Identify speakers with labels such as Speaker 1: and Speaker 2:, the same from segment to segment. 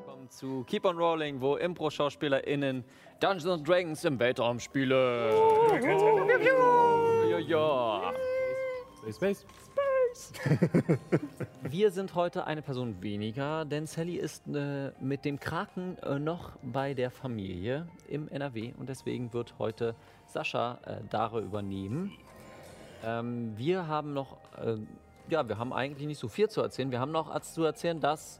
Speaker 1: Willkommen zu Keep on Rolling, wo Impro-SchauspielerInnen Dungeons and Dragons im Weltraum spielen. Ja, ja.
Speaker 2: Space.
Speaker 1: Wir sind heute eine Person weniger, denn Sally ist äh, mit dem Kraken äh, noch bei der Familie im NRW und deswegen wird heute Sascha äh, Dare übernehmen. Ähm, wir haben noch, äh, ja, wir haben eigentlich nicht so viel zu erzählen. Wir haben noch als zu erzählen, dass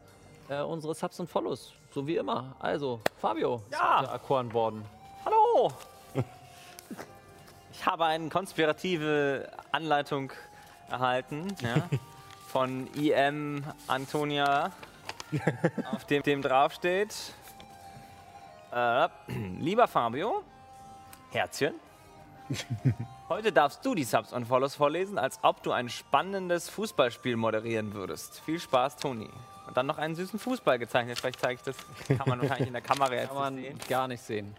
Speaker 1: äh, unsere Subs und Follows, so wie immer. Also, Fabio
Speaker 3: Ja.
Speaker 1: ist heute erkoren worden.
Speaker 3: Hallo! Ich habe eine konspirative Anleitung erhalten ja, von IM Antonia, auf dem, dem draufsteht. Äh, lieber Fabio, Herzchen, heute darfst du die Subs und Follows vorlesen, als ob du ein spannendes Fußballspiel moderieren würdest. Viel Spaß, Toni. Und dann noch einen süßen Fußball gezeichnet. Vielleicht zeige ich das. Kann man wahrscheinlich in der Kamera jetzt
Speaker 1: Kann
Speaker 3: nicht
Speaker 1: man
Speaker 3: sehen.
Speaker 1: gar nicht sehen.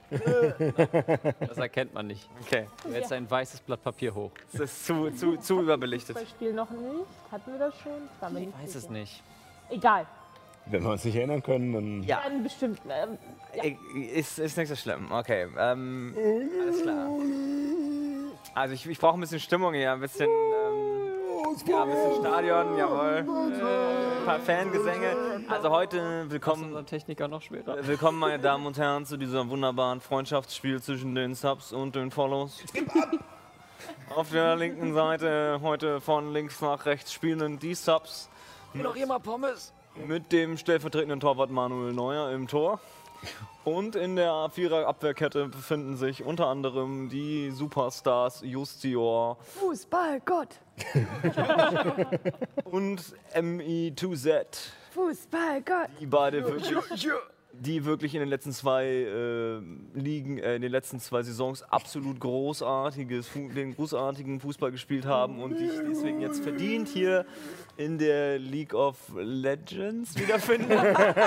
Speaker 1: Das erkennt man nicht.
Speaker 3: Okay.
Speaker 1: Jetzt ein weißes Blatt Papier hoch.
Speaker 3: Das ist zu, zu, zu überbelichtet.
Speaker 4: Spiel noch nicht. Hatten wir das schon? Ich war mir nicht
Speaker 1: Weiß es
Speaker 4: sicher.
Speaker 1: nicht.
Speaker 4: Egal.
Speaker 2: Wenn wir uns nicht erinnern können, dann.
Speaker 3: Ja,
Speaker 4: Dann bestimmt. Ähm,
Speaker 3: ich- ist, ist nicht so schlimm. Okay, ähm, alles klar. Also ich, ich brauche ein bisschen Stimmung hier, ein bisschen, ähm, ja, ein bisschen Stadion, jawohl. Äh, Ein paar Fangesänge. Also heute willkommen
Speaker 1: Unser Techniker noch schwerer.
Speaker 3: Willkommen, meine Damen und Herren, zu diesem wunderbaren Freundschaftsspiel zwischen den Subs und den Follows. Auf der linken Seite heute von links nach rechts spielen die Subs. Noch immer Pommes. Mit dem stellvertretenden Torwart Manuel Neuer im Tor. Und in der Vierer-Abwehrkette befinden sich unter anderem die Superstars Justior
Speaker 5: Fußballgott,
Speaker 3: und ME2Z.
Speaker 5: Fußballgott.
Speaker 3: die beide wirklich, die wirklich in den letzten zwei äh, Ligen, äh, in den letzten zwei Saisons absolut großartiges, Fu den großartigen Fußball gespielt haben und die ich deswegen jetzt verdient hier in der League of Legends wiederfinde.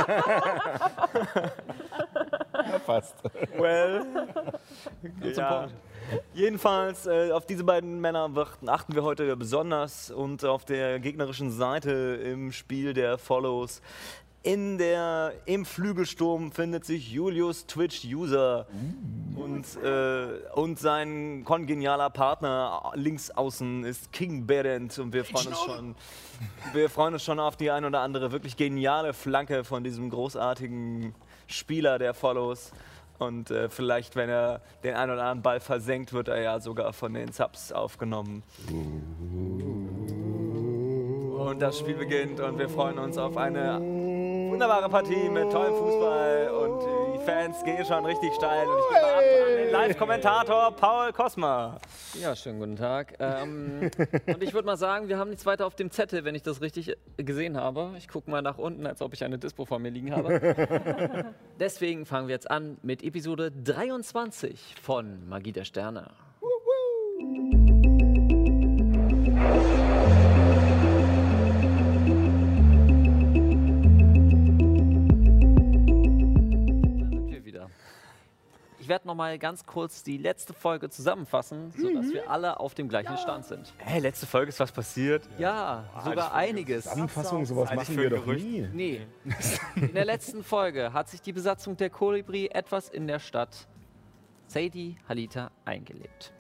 Speaker 2: Fast.
Speaker 3: well, ja. Jedenfalls, äh, auf diese beiden Männer wird, achten wir heute besonders und auf der gegnerischen Seite im Spiel der Follows. In der, Im Flügelsturm findet sich Julius Twitch User und, äh, und sein kongenialer Partner links außen ist King Berend und wir freuen uns schon, wir freuen uns schon auf die ein oder andere wirklich geniale Flanke von diesem großartigen Spieler der Follows. Und äh, vielleicht, wenn er den einen oder anderen Ball versenkt, wird er ja sogar von den Subs aufgenommen. Und das Spiel beginnt und wir freuen uns auf eine wunderbare Partie mit tollem Fußball und die Fans gehen schon richtig steil. Und ich gebe ab an den Live-Kommentator Paul Kosma.
Speaker 1: Ja, schönen guten Tag. Ähm, und ich würde mal sagen, wir haben nichts weiter auf dem Zettel, wenn ich das richtig äh, gesehen habe. Ich gucke mal nach unten, als ob ich eine Dispo vor mir liegen habe. Deswegen fangen wir jetzt an mit Episode 23 von Magie der Sterne. Da sind wir wieder. Ich werde nochmal ganz kurz die letzte Folge zusammenfassen, sodass wir alle auf dem gleichen Stand sind.
Speaker 3: Hey, letzte Folge ist was passiert.
Speaker 1: Ja, sogar einiges.
Speaker 2: Zusammenfassung, sowas
Speaker 3: Eigentlich
Speaker 2: machen
Speaker 3: für
Speaker 2: wir
Speaker 3: ein
Speaker 2: doch
Speaker 3: Gerücht.
Speaker 2: nie.
Speaker 1: Nee. In der letzten Folge hat sich die Besatzung der Kolibri etwas in der Stadt Sadie Halita eingelebt.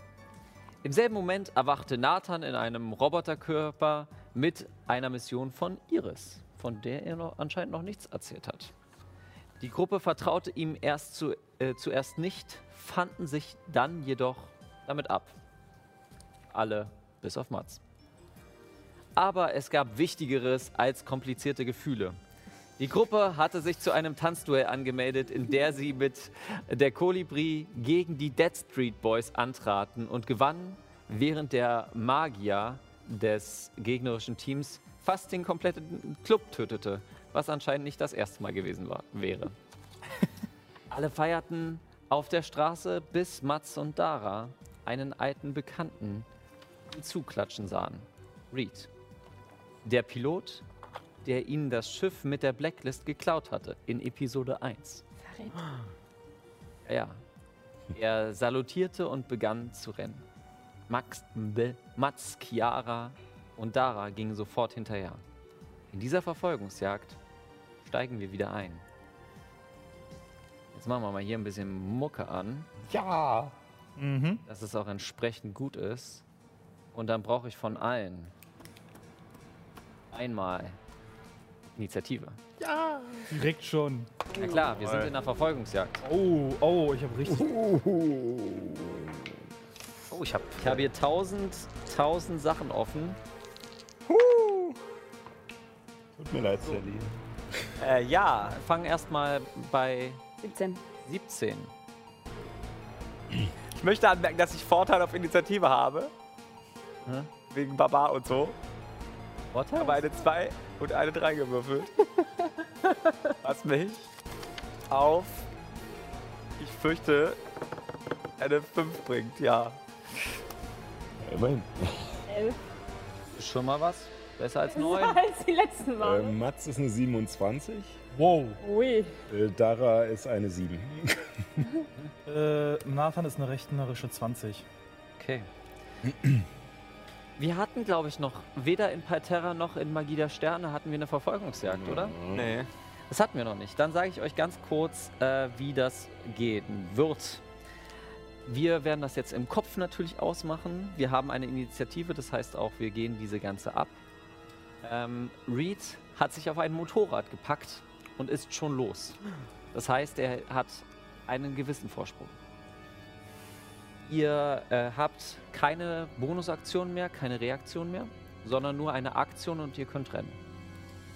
Speaker 1: Im selben Moment erwachte Nathan in einem Roboterkörper mit einer Mission von Iris, von der er noch anscheinend noch nichts erzählt hat. Die Gruppe vertraute ihm erst zu, äh, zuerst nicht, fanden sich dann jedoch damit ab. Alle bis auf Mats. Aber es gab Wichtigeres als komplizierte Gefühle. Die Gruppe hatte sich zu einem Tanzduell angemeldet, in der sie mit der Kolibri gegen die Dead Street Boys antraten und gewannen, während der Magier des gegnerischen Teams fast den kompletten Club tötete, was anscheinend nicht das erste Mal gewesen war, wäre. Alle feierten auf der Straße, bis Mats und Dara einen alten Bekannten zuklatschen sahen. Reed. Der Pilot, der ihnen das Schiff mit der Blacklist geklaut hatte in Episode 1. Ja. Er salutierte und begann zu rennen. Max, Mbe- Mats, Chiara und Dara gingen sofort hinterher. In dieser Verfolgungsjagd steigen wir wieder ein. Jetzt machen wir mal hier ein bisschen Mucke an,
Speaker 2: Ja.
Speaker 1: dass es auch entsprechend gut ist. Und dann brauche ich von allen einmal Initiative.
Speaker 6: Direkt schon.
Speaker 1: Na klar, wir sind in einer Verfolgungsjagd.
Speaker 6: Oh, oh, ich habe richtig.
Speaker 1: Oh, ich habe ich hab hier tausend, tausend Sachen offen.
Speaker 2: Tut mir leid, Sally.
Speaker 3: Äh, ja,
Speaker 1: Fangen erstmal bei
Speaker 5: 17.
Speaker 1: 17.
Speaker 3: ich möchte anmerken, dass ich Vorteil auf Initiative habe.
Speaker 1: Hä?
Speaker 3: Wegen Baba und so.
Speaker 1: Vorteil?
Speaker 3: Aber eine 2 und eine 3 gewürfelt. Was mich auf, ich fürchte, eine 5 bringt, ja.
Speaker 2: Ja, immerhin.
Speaker 4: Elf.
Speaker 1: Schon mal was? Besser als
Speaker 4: Das
Speaker 1: 9.
Speaker 4: war jetzt die letzten
Speaker 2: Äh,
Speaker 4: Mal.
Speaker 2: Mats ist eine 27.
Speaker 6: Wow.
Speaker 4: Ui.
Speaker 2: Äh, Dara ist eine 7.
Speaker 6: Äh, Nathan ist eine rechnerische 20.
Speaker 1: Okay. Wir hatten, glaube ich, noch weder in Parterra noch in Magie der Sterne hatten wir eine Verfolgungsjagd, oder?
Speaker 3: Nee.
Speaker 1: Das hatten wir noch nicht. Dann sage ich euch ganz kurz, äh, wie das gehen wird. Wir werden das jetzt im Kopf natürlich ausmachen. Wir haben eine Initiative, das heißt auch, wir gehen diese ganze ab. Ähm, Reed hat sich auf ein Motorrad gepackt und ist schon los. Das heißt, er hat einen gewissen Vorsprung. Ihr äh, habt keine Bonusaktion mehr, keine Reaktion mehr, sondern nur eine Aktion und ihr könnt rennen.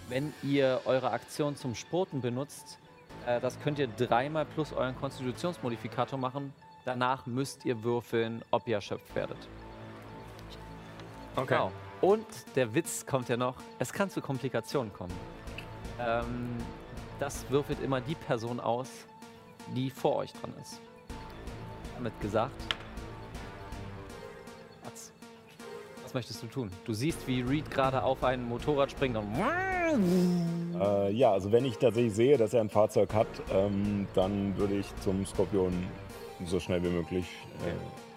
Speaker 1: Wenn ihr eure Aktion zum Spurten benutzt, äh, das könnt ihr dreimal plus euren Konstitutionsmodifikator machen. Danach müsst ihr würfeln, ob ihr erschöpft werdet.
Speaker 3: Okay.
Speaker 1: Genau. Und der Witz kommt ja noch, es kann zu Komplikationen kommen. Ähm, das würfelt immer die Person aus, die vor euch dran ist. Damit gesagt, was, was möchtest du tun? Du siehst, wie Reed gerade auf ein Motorrad springt und
Speaker 2: Äh, ja, also wenn ich tatsächlich sehe, dass er ein Fahrzeug hat, ähm, dann würde ich zum Skorpion so schnell wie möglich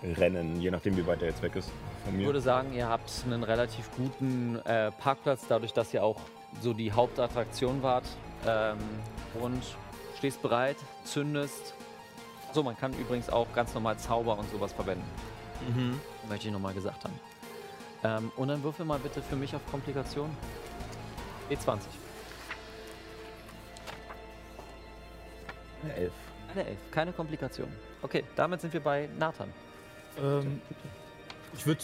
Speaker 2: äh, rennen, je nachdem wie weit er jetzt weg ist von
Speaker 1: Ich
Speaker 2: mir.
Speaker 1: würde sagen, ihr habt einen relativ guten äh, Parkplatz, dadurch, dass ihr auch so die Hauptattraktion wart. Ähm, und stehst bereit, zündest. So, man kann übrigens auch ganz normal Zauber und sowas verwenden. Möchte ich nochmal gesagt haben. Ähm, und dann würfel mal bitte für mich auf Komplikation. E E20.
Speaker 2: Eine Elf.
Speaker 1: Eine 11, keine Komplikation. Okay, damit sind wir bei Nathan.
Speaker 6: Ähm, ich würde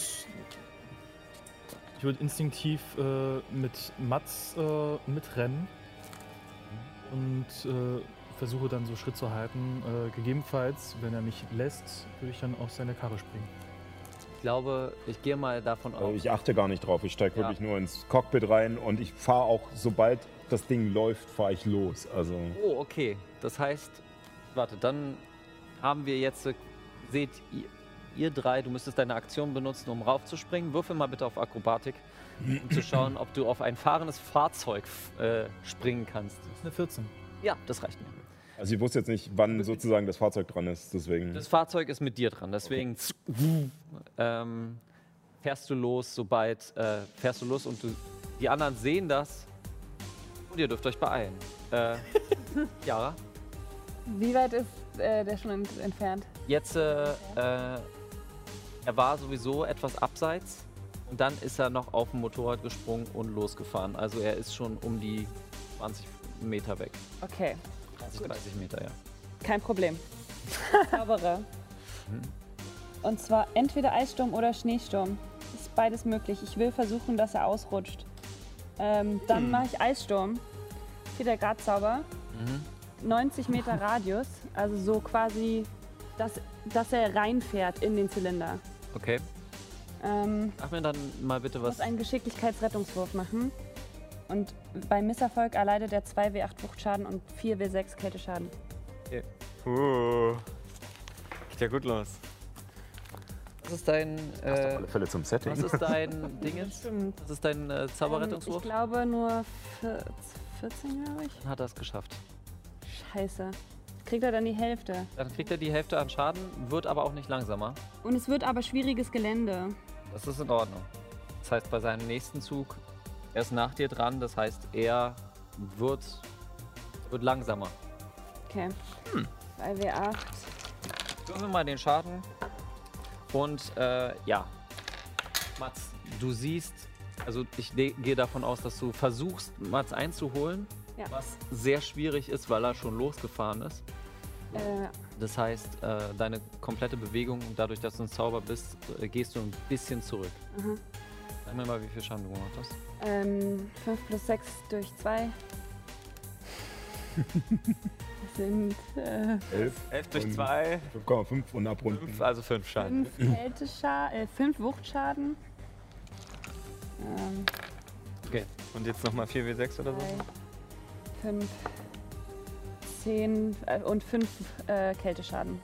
Speaker 6: ich würd instinktiv äh, mit Mats äh, mitrennen und äh, versuche dann so Schritt zu halten. Äh, gegebenenfalls, wenn er mich lässt, würde ich dann auf seine Karre springen.
Speaker 1: Ich glaube, ich gehe mal davon
Speaker 2: Also
Speaker 1: aus.
Speaker 2: ich achte gar nicht drauf, ich steige
Speaker 1: Ja.
Speaker 2: wirklich nur ins Cockpit rein und ich fahre auch, sobald das Ding läuft, fahre ich los. Also
Speaker 1: Oh, okay. Das heißt, warte, dann haben wir jetzt, äh, seht ihr, ihr drei, du müsstest deine Aktion benutzen, um raufzuspringen. Würfel mal bitte auf Akrobatik, um zu schauen, ob du auf ein fahrendes Fahrzeug f- äh, springen kannst.
Speaker 6: Das ist eine 14.
Speaker 1: Ja, das reicht mir.
Speaker 2: Also ich wusste jetzt nicht, wann sozusagen das Fahrzeug dran ist, deswegen.
Speaker 1: Das Fahrzeug ist mit dir dran, deswegen ähm, fährst du los, sobald äh, fährst du los und du, die anderen sehen das und ihr dürft euch beeilen. Äh, Yara?
Speaker 4: Wie weit ist äh, der schon ent entfernt?
Speaker 1: Jetzt, äh, äh, er war sowieso etwas abseits und dann ist er noch auf dem Motorrad gesprungen und losgefahren. Also er ist schon um die 20 Meter weg.
Speaker 4: Okay,
Speaker 1: 20, 30 Meter, ja.
Speaker 4: kein Problem. Zaubere. Und zwar entweder Eissturm oder Schneesturm. Ist beides möglich. Ich will versuchen, dass er ausrutscht. Ähm, dann mache ich Eissturm. 4 Grad Zauber. 90 Meter Radius. Also so quasi, dass, dass er reinfährt in den Zylinder.
Speaker 1: Okay.
Speaker 4: Ähm,
Speaker 1: Mach mir dann mal bitte was.
Speaker 4: muss einen Geschicklichkeitsrettungswurf machen. Und bei Misserfolg erleidet er 2W8 Wuchtschaden und 4W6 Kälteschaden.
Speaker 3: Uh, geht ja gut los.
Speaker 1: Was ist dein.
Speaker 2: Auf
Speaker 1: Äh,
Speaker 2: alle Fälle zum
Speaker 1: was
Speaker 2: Setting.
Speaker 1: ist dein Dingens?
Speaker 4: Stimmt.
Speaker 1: Was ist dein äh,
Speaker 4: Ähm, ich
Speaker 1: Zauberrettungswurf?
Speaker 4: glaube nur 14, 14 glaube ich.
Speaker 1: Dann hat er es geschafft.
Speaker 4: Scheiße. Kriegt er dann die Hälfte.
Speaker 1: Dann kriegt er die Hälfte an Schaden, wird aber auch nicht langsamer.
Speaker 4: Und es wird aber schwieriges Gelände.
Speaker 1: Das ist in Ordnung. Das heißt, bei seinem nächsten Zug, er ist nach dir dran, das heißt, er wird, wird langsamer.
Speaker 4: Okay. 2W8.
Speaker 1: Würfeln wir mal den Schaden. Und äh, ja, Mats, du siehst, also ich de- gehe davon aus, dass du versuchst, Mats einzuholen,
Speaker 4: Ja.
Speaker 1: was sehr schwierig ist, weil er schon losgefahren ist.
Speaker 4: Äh,
Speaker 1: Das heißt, äh, deine komplette Bewegung und dadurch, dass du ein Zauber bist, äh, gehst du ein bisschen zurück.
Speaker 4: Mhm.
Speaker 1: Sag mir mal, wie viel Schaden du gemacht hast.
Speaker 4: ähm, 5 plus 6 durch 2. das sind äh,
Speaker 2: 11,
Speaker 3: 11 durch
Speaker 2: Und-
Speaker 3: 2,
Speaker 2: 5,5 und abrunden.
Speaker 3: also 5
Speaker 5: Mhm.
Speaker 3: Schaden.
Speaker 4: 5 Kälteschaden, äh, 5 Wuchtschaden. Ähm,
Speaker 3: Und jetzt nochmal 4W6 oder so?
Speaker 4: 5, 10 äh, und 5 äh, Kälteschaden.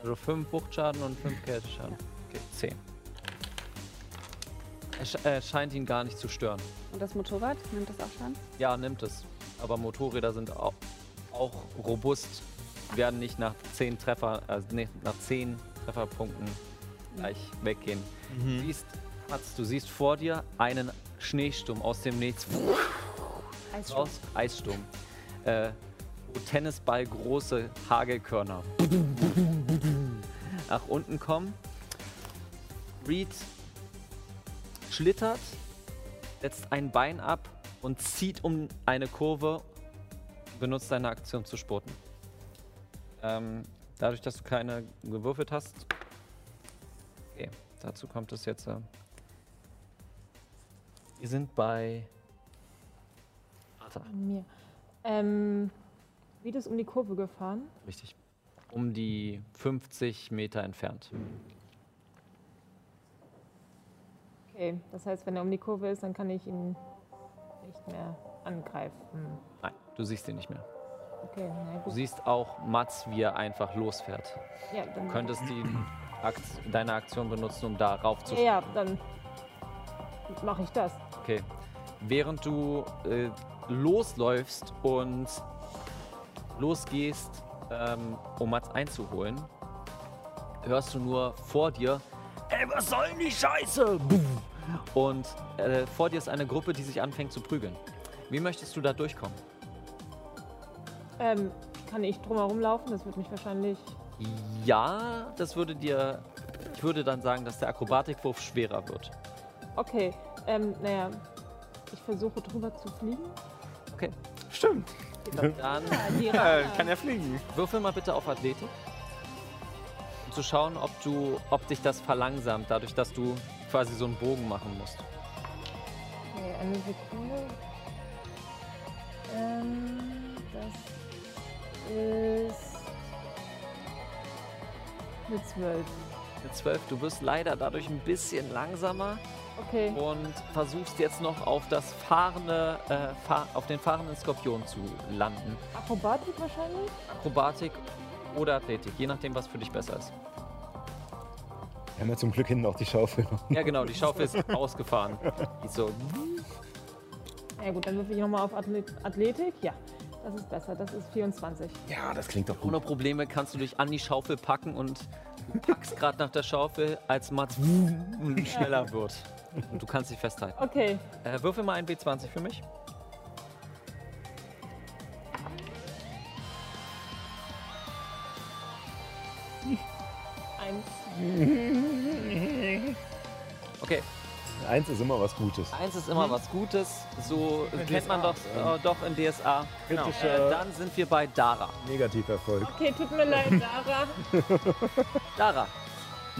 Speaker 1: Also 5 Wuchtschaden und 5 Kälteschaden. Okay, 10. Er sch äh, scheint ihn gar nicht zu stören.
Speaker 4: Und das Motorrad, nimmt das auch Schaden?
Speaker 1: Ja, nimmt es. Aber Motorräder sind auch, auch robust, werden nicht nach 10 Treffer, also nee, nach 10 Trefferpunkten gleich weggehen. Du siehst, Mats, du siehst vor dir einen Schneesturm aus dem Nichts
Speaker 4: Eissturm.
Speaker 1: raus, Eissturm. Äh, wo Tennisball große Hagelkörner nach unten kommen. Reed schlittert, setzt ein Bein ab und zieht um eine Kurve, benutzt seine Aktion zu spurten. Ähm, dadurch, dass du keine gewürfelt hast. Okay, dazu kommt es jetzt. Äh, wir sind bei Arthur.
Speaker 7: Mir. Ähm, Reed ist um die Kurve gefahren.
Speaker 1: Richtig. Um die 50 Meter entfernt.
Speaker 7: Okay, das heißt, wenn er um die Kurve ist, dann kann ich ihn nicht mehr angreifen.
Speaker 1: Nein, du siehst ihn nicht mehr.
Speaker 7: Okay, na
Speaker 1: Du
Speaker 7: gut.
Speaker 1: siehst auch Mats, wie er einfach losfährt.
Speaker 7: Ja, dann
Speaker 1: Du könntest die Akt deine Aktion benutzen, um da rauf zu
Speaker 7: ja, ja, dann mache ich das.
Speaker 1: Okay. Während du äh, losläufst und losgehst, ähm, um Mats einzuholen, hörst du nur vor dir, hey, was soll denn die Scheiße? Buh. Und äh, vor dir ist eine Gruppe, die sich anfängt zu prügeln. Wie möchtest du da durchkommen?
Speaker 7: Ähm, kann ich drumherum laufen? Das wird mich wahrscheinlich.
Speaker 1: Ja, das würde dir. Ich würde dann sagen, dass der Akrobatikwurf schwerer wird.
Speaker 7: Okay, ähm, naja, ich versuche drüber zu fliegen.
Speaker 1: Okay.
Speaker 3: Stimmt,
Speaker 1: Dann
Speaker 3: äh, kann ja fliegen.
Speaker 1: würfel mal bitte auf Athletik. Um zu schauen, ob du, ob dich das verlangsamt, dadurch, dass du quasi so einen Bogen machen musst.
Speaker 7: Okay, eine Sekunde. Ähm, das ist eine 12.
Speaker 1: Mit 12, du wirst leider dadurch ein bisschen langsamer
Speaker 7: Okay,
Speaker 1: und versuchst jetzt noch auf das fahrende, äh, fahr, auf den fahrenden Skorpion zu landen.
Speaker 7: Akrobatik wahrscheinlich?
Speaker 1: Akrobatik oder Athletik, je nachdem, was für dich besser ist.
Speaker 2: Wir haben ja zum Glück hinten auch die Schaufel.
Speaker 1: Ja genau, die Schaufel ist ausgefahren. Die ist so
Speaker 7: Ja gut, dann würfel ich nochmal auf Athlet Athletik. Ja, das ist besser. Das ist 24.
Speaker 2: Ja, das klingt doch
Speaker 1: Ohne Probleme kannst du dich an die Schaufel packen und du packst gerade nach der Schaufel, als Mats schneller wird. Und du kannst dich festhalten.
Speaker 7: Okay,
Speaker 1: Äh, würfel mal ein B20 für mich.
Speaker 7: eins.
Speaker 1: Okay,
Speaker 2: Eins ist immer was Gutes.
Speaker 1: eins ist immer was Gutes. So kennt man doch, äh, doch in DSA. Genau. Äh, dann sind wir bei Dara.
Speaker 2: Negativerfolg.
Speaker 7: Okay, tut mir leid, Sarah.
Speaker 1: Dara,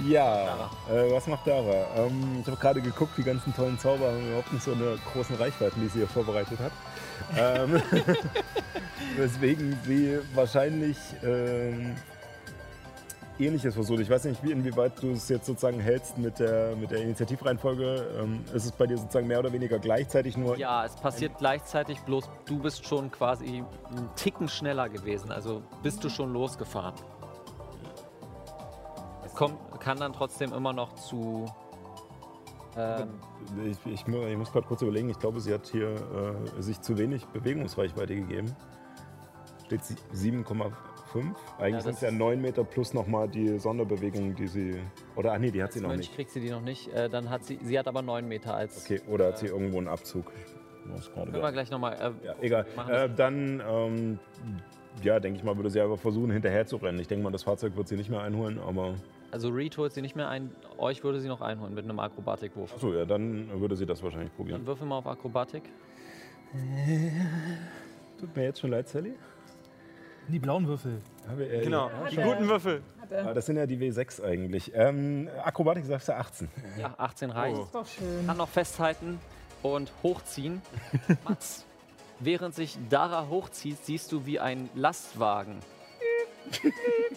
Speaker 2: Ja, äh, was macht Dara? Ähm, ich habe gerade geguckt, die ganzen tollen Zauber haben überhaupt nicht so eine großen Reichweiten, die sie hier vorbereitet hat. ähm, weswegen sie wahrscheinlich ähm, Ähnliches versucht. Ich weiß nicht, wie, inwieweit du es jetzt sozusagen hältst mit der, mit der Initiativreihenfolge. Ähm, ist es bei dir sozusagen mehr oder weniger gleichzeitig nur?
Speaker 1: Ja, es passiert gleichzeitig, bloß du bist schon quasi einen Ticken schneller gewesen. Also bist du schon losgefahren. Es kommt, kann dann trotzdem immer noch zu. Ähm,
Speaker 2: Ich, ich, mu- ich muss gerade kurz überlegen. Ich glaube, sie hat hier äh, sich zu wenig Bewegungsreichweite gegeben. Steht sie- 7,5. Eigentlich
Speaker 1: Ja,
Speaker 2: sind es
Speaker 1: das-
Speaker 2: ja 9 Meter plus nochmal die Sonderbewegung, die sie. Oder, ach nee, die hat sie noch
Speaker 1: Mensch,
Speaker 2: nicht.
Speaker 1: kriegt sie die noch nicht. Äh, dann hat sie. Sie hat aber 9 Meter als.
Speaker 2: Okay, oder hat sie irgendwo einen Abzug? Ich muss gerade
Speaker 1: Können wir gleich nochmal. Äh,
Speaker 2: Ja, egal.
Speaker 1: machen das.
Speaker 2: Äh, dann, ähm, ja, denke ich mal, würde sie einfach versuchen, hinterher zu rennen. Ich denke mal, das Fahrzeug wird sie nicht mehr einholen, aber.
Speaker 1: Also Reed holt sie nicht mehr ein. Euch würde sie noch einholen mit einem Akrobatikwurf.
Speaker 2: Achso, ja, dann würde sie das wahrscheinlich
Speaker 1: Dann
Speaker 2: probieren.
Speaker 1: würfel mal auf Akrobatik.
Speaker 2: Tut mir jetzt schon leid, Sally.
Speaker 6: Die blauen Würfel.
Speaker 2: Haben wir, äh,
Speaker 3: Genau, die guten Würfel.
Speaker 2: Ah, Das sind ja die W6 eigentlich. Ähm, Akrobatik sagst du 18.
Speaker 1: Ja, 18 reicht.
Speaker 2: Oh.
Speaker 7: Ist doch schön.
Speaker 1: Kann noch festhalten und hochziehen. Mats, während sich Dara hochzieht, siehst du wie ein Lastwagen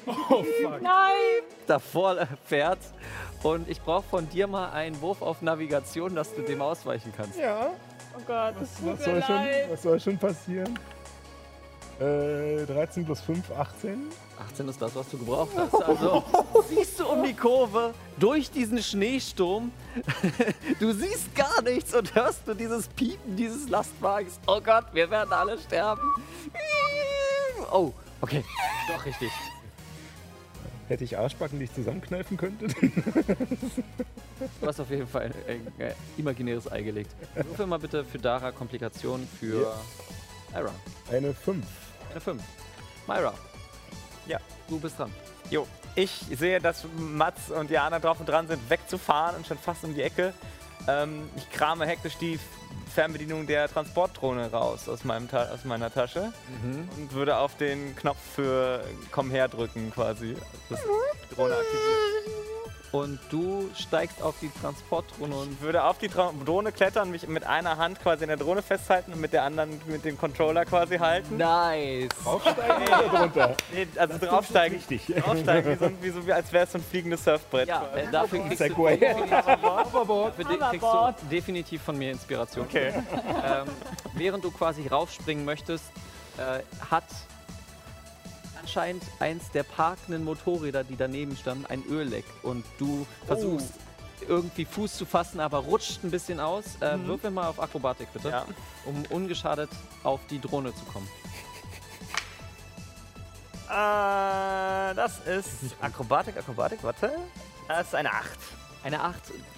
Speaker 2: Oh,
Speaker 7: Nein!
Speaker 1: davor fährt. Und ich brauche von dir mal einen Wurf auf Navigation, dass du dem ausweichen kannst.
Speaker 2: Ja,
Speaker 7: Oh Gott, das tut
Speaker 2: was
Speaker 7: mir
Speaker 2: soll, schon,
Speaker 7: leid.
Speaker 2: was soll schon passieren? Äh, 13 plus 5, 18.
Speaker 1: 18 ist das, was du gebraucht hast. Also siehst du um die Kurve durch diesen Schneesturm. Du siehst gar nichts und hörst du dieses Piepen dieses Lastwagens. Oh Gott, wir werden alle sterben. Oh, okay, doch richtig.
Speaker 2: Hätte ich Arschbacken, die ich zusammenkneifen könnte?
Speaker 1: Du hast auf jeden Fall ein, ein, ein imaginäres Ei gelegt. Würfel mal bitte für Dara Komplikationen für Myra.
Speaker 2: Eine 5.
Speaker 1: Eine 5. Myra.
Speaker 3: Ja.
Speaker 1: Du bist dran.
Speaker 3: Jo, ich sehe, dass Mats und Jana drauf und dran sind, wegzufahren und schon fast um die Ecke. Ähm, ich krame hektisch die Fernbedienung der Transportdrohne raus aus, meinem Ta aus meiner Tasche und würde auf den Knopf für Komm her drücken quasi. Das ist die Drohne aktiviert.
Speaker 1: Und du steigst auf die Transportdrohne und
Speaker 3: Ich würde auf die Tra Drohne klettern, mich mit einer Hand quasi in der Drohne festhalten und mit der anderen mit dem Controller quasi halten.
Speaker 1: Nice.
Speaker 2: Aufsteigen oder drunter?
Speaker 3: Nee, also draufsteigen.
Speaker 2: Richtig.
Speaker 3: Draufsteigen, wie so, ein- wie so, wie als wäre es so ein fliegendes Surfbrett.
Speaker 1: Ja, äh, dafür kriegst du,
Speaker 2: Segway.
Speaker 1: dafür de- kriegst du definitiv von mir Inspiration.
Speaker 3: Okay.
Speaker 1: Ähm, während du quasi raufspringen möchtest, äh, hat anscheinend eins der parkenden Motorräder, die daneben standen, ein Ölleck. Und du
Speaker 3: Oh.
Speaker 1: versuchst irgendwie Fuß zu fassen, aber rutscht ein bisschen aus. Äh, Würfel mal auf Akrobatik bitte,
Speaker 3: Mhm. Ja.
Speaker 1: um ungeschadet auf die Drohne zu kommen.
Speaker 3: Äh, das ist Akrobatik, Akrobatik, warte. Das ist eine 8.
Speaker 1: Eine 8,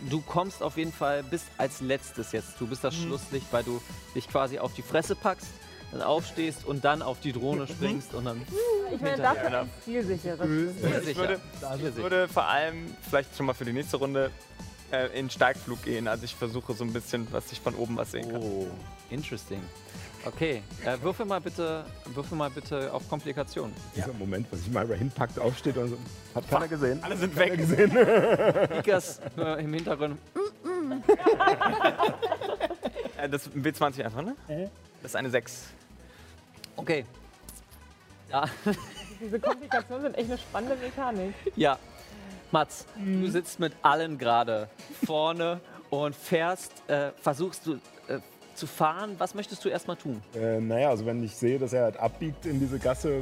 Speaker 1: du kommst auf jeden Fall bis als letztes jetzt. Du bist das
Speaker 7: Mhm.
Speaker 1: Schlusslicht, weil du dich quasi auf die Fresse packst, dann aufstehst und dann auf die Drohne springst und dann
Speaker 7: Mhm. Ich meine, dafür ist es zielsicheres.
Speaker 1: Sehr sicher.
Speaker 3: würde-
Speaker 1: Sehr
Speaker 3: Ich
Speaker 1: sicher.
Speaker 3: würde vor allem vielleicht schon mal für die nächste Runde äh, in Steigflug gehen. Also ich versuche so ein bisschen, was ich von oben was sehen kann.
Speaker 1: Oh, interesting. Okay, äh, würfel mal bitte, würfel mal bitte auf Komplikationen.
Speaker 2: Dieser Moment, was ich mal hinpackt, aufsteht und so. Hat keiner gesehen.
Speaker 3: Alle sind weg.
Speaker 1: Ikas äh, im Hintergrund.
Speaker 3: Äh, das W20 einfach, ne? Das ist eine 6.
Speaker 1: Okay,
Speaker 7: Diese Komplikationen sind echt eine spannende Mechanik.
Speaker 1: ja, Mats, du sitzt mit allen gerade vorne und fährst, äh, versuchst du äh, zu fahren. Was möchtest du erstmal tun?
Speaker 2: Äh, naja, also wenn ich sehe, dass er halt abbiegt in diese Gasse,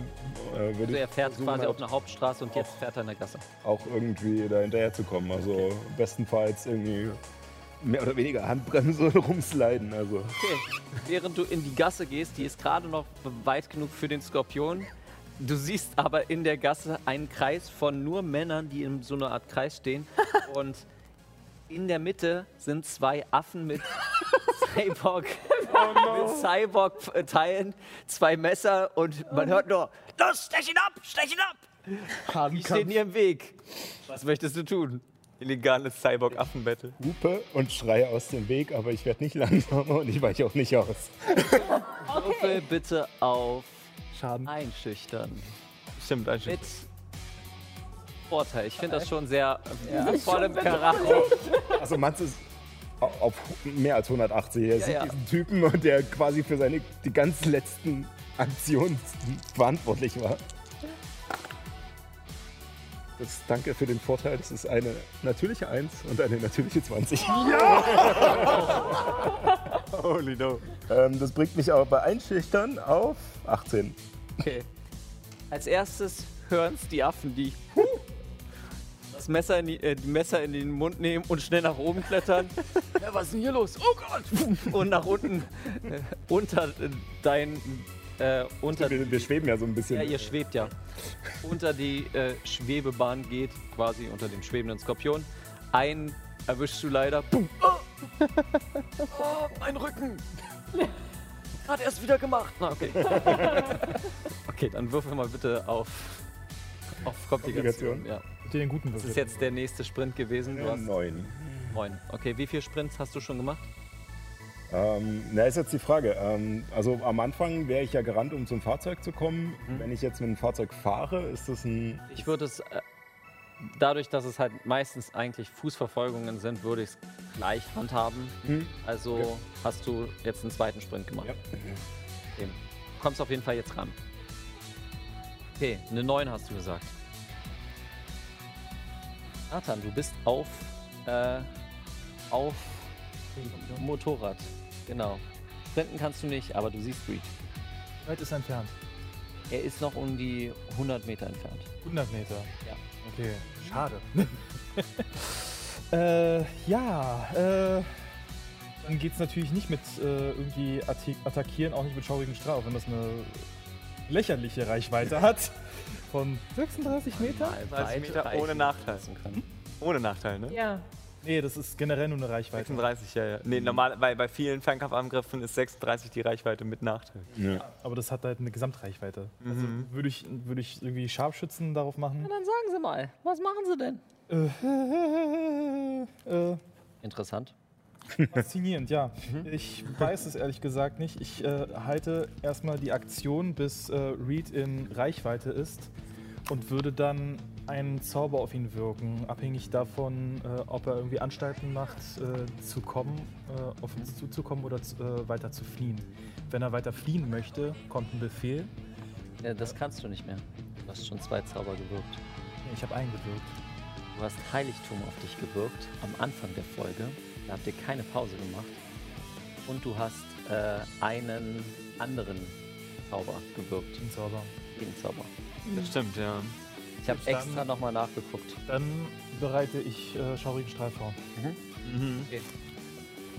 Speaker 2: äh, würde
Speaker 1: Also
Speaker 2: ich
Speaker 1: er fährt
Speaker 2: versuchen,
Speaker 1: quasi
Speaker 2: halt
Speaker 1: auf einer Hauptstraße und jetzt fährt er in der Gasse.
Speaker 2: auch irgendwie da hinterher zu kommen. Also bestenfalls irgendwie mehr oder weniger Handbremse rumsliden. Also
Speaker 1: Okay, während du in die Gasse gehst, die ist gerade noch weit genug für den Skorpion. Du siehst aber in der Gasse einen Kreis von nur Männern, die in so einer Art Kreis stehen. Und in der Mitte sind zwei Affen mit Cyborg, mit Cyborg-Teilen, zwei Messer und man hört nur, los, stech ihn ab, stech ihn ab! Die stehen
Speaker 6: Hadenkampf.
Speaker 1: dir im Weg. Was möchtest du tun?
Speaker 3: Illegales Cyborg-Affenbattle.
Speaker 2: Hupe und schreie aus dem Weg, aber ich werde nicht langsamer und ich weiche auch nicht aus.
Speaker 1: Würfel bitte auf
Speaker 6: Schaden.
Speaker 1: einschüchtern.
Speaker 3: Stimmt, ein Schiff.
Speaker 1: mit Vorteil. Ich finde das schon sehr äh, voll im Charakter.
Speaker 2: Also Mats ist au- auf mehr als 180. Er sieht
Speaker 1: ja.
Speaker 2: diesen Typen und der quasi für seine die ganz letzten Aktionen verantwortlich war. Das, danke für den Vorteil. Das ist eine natürliche 1 und eine natürliche 20. Ja! Holy no. Ähm, das bringt mich aber bei Einschüchtern auf 18.
Speaker 1: Okay. Als erstes hören's die Affen, die das Messer in die, äh, die Messer in den Mund nehmen und schnell nach oben klettern. ja, was ist denn hier los? Oh Gott! Und nach unten äh, unter äh, dein äh, unter
Speaker 2: Wir, wir schweben ja so ein bisschen.
Speaker 1: ja, ihr schwebt ja. unter die äh, Schwebebahn geht, quasi unter dem schwebenden Skorpion. Ein erwischst du leider. Pum. Oh! oh, mein Rücken! Hat erst wieder gemacht. Na, okay. okay, dann würfel mal bitte auf, auf Komplikation.
Speaker 2: Komplikation?
Speaker 1: Ja.
Speaker 6: Mit den guten
Speaker 1: Das ist jetzt der nächste Sprint gewesen. Du hast
Speaker 2: Neun.
Speaker 1: neun. Okay, wie viele Sprints hast du schon gemacht?
Speaker 2: Ähm, na, ist jetzt die Frage. Ähm, also am Anfang wäre ich ja gerannt, um zum Fahrzeug zu kommen.
Speaker 1: Mhm.
Speaker 2: Wenn ich jetzt mit dem Fahrzeug fahre, ist das ein.
Speaker 1: Ich würde es, äh, dadurch, dass es halt meistens eigentlich Fußverfolgungen sind, würde ich es gleich handhaben. Also hast du jetzt einen zweiten Sprint gemacht.
Speaker 2: Ja.
Speaker 1: Okay. Du kommst auf jeden Fall jetzt ran. Okay, eine 9 hast du gesagt. Nathan, du bist auf, äh, auf Motorrad. Genau. Sprinten kannst du nicht, aber du siehst Reed.
Speaker 6: Weit ist entfernt.
Speaker 1: Er ist noch um die 100 Meter entfernt.
Speaker 6: 100 Meter.
Speaker 1: Ja.
Speaker 6: Okay, schade. äh, ja, äh, dann geht's natürlich nicht mit äh, irgendwie Atti- attackieren, auch nicht mit schaurigen Strafe, wenn das eine lächerliche Reichweite hat. Von 36 Meter?
Speaker 3: 30 Meter
Speaker 1: Reichen
Speaker 3: ohne Nachteil.
Speaker 1: lassen kann.
Speaker 3: Ohne Nachteil, ne?
Speaker 7: Ja,
Speaker 6: Nee, das ist generell nur eine Reichweite.
Speaker 3: 36, ja, ja. Nee, normal, bei, bei vielen Fernkampfangriffen ist 36 die Reichweite mit Nachteil.
Speaker 6: Aber das hat halt eine Gesamtreichweite. Also würde ich, würde ich irgendwie Scharfschützen darauf machen?
Speaker 1: Mhm. Dann sagen Sie mal, was machen Sie denn?
Speaker 6: Äh, äh,
Speaker 1: Interessant.
Speaker 6: Faszinierend, ja. Ich weiß es ehrlich gesagt nicht. Ich äh, halte erstmal die Aktion, bis äh, Reed in Reichweite ist und würde dann einen Zauber auf ihn wirken, abhängig davon, äh, ob er irgendwie Anstalten macht, äh, zu kommen, äh, auf uns zuzukommen oder zu, äh, weiter zu fliehen. Wenn er weiter fliehen möchte, kommt ein Befehl.
Speaker 1: Ja, Äh, das kannst du nicht mehr. Du hast schon zwei Zauber gewirkt.
Speaker 6: Nee, Ich habe eingewirkt.
Speaker 1: Du hast Heiligtum auf dich gewirkt am Anfang der Folge. Da habt ihr keine Pause gemacht. Und du hast äh, einen anderen Zauber gewirkt.
Speaker 6: Den Zauber.
Speaker 1: Gegenzauber.
Speaker 3: Das stimmt, ja.
Speaker 1: Ich habe
Speaker 6: Verstanden.
Speaker 1: extra nochmal nachgeguckt.
Speaker 6: Dann bereite ich äh, schaurigen Strahl vor.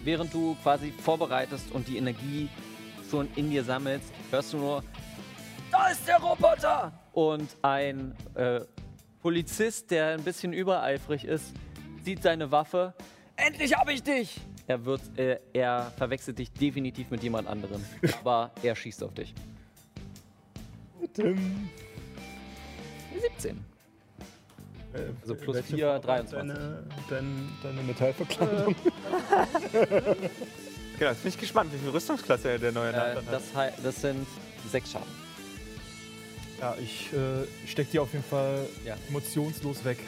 Speaker 1: Während du quasi vorbereitest und die Energie schon in dir sammelst, hörst du nur, da ist der Roboter! Und ein äh, Polizist, der ein bisschen übereifrig ist, sieht seine Waffe. Endlich habe ich dich! Er, wird, äh, er verwechselt dich definitiv mit jemand anderem, aber er schießt auf dich. 17. Also plus
Speaker 2: Äh, Welche
Speaker 1: vier,
Speaker 2: Farbe hat Deine, deine, deine Metallverkleidung.
Speaker 3: Genau, jetzt bin ich gespannt, wie viel Rüstungsklasse der neue
Speaker 1: Äh,
Speaker 3: Nachteil hat.
Speaker 1: das, hei- das sind sechs Schaden.
Speaker 6: Ja, ich äh, stecke die auf jeden Fall
Speaker 1: Ja.
Speaker 6: emotionslos weg.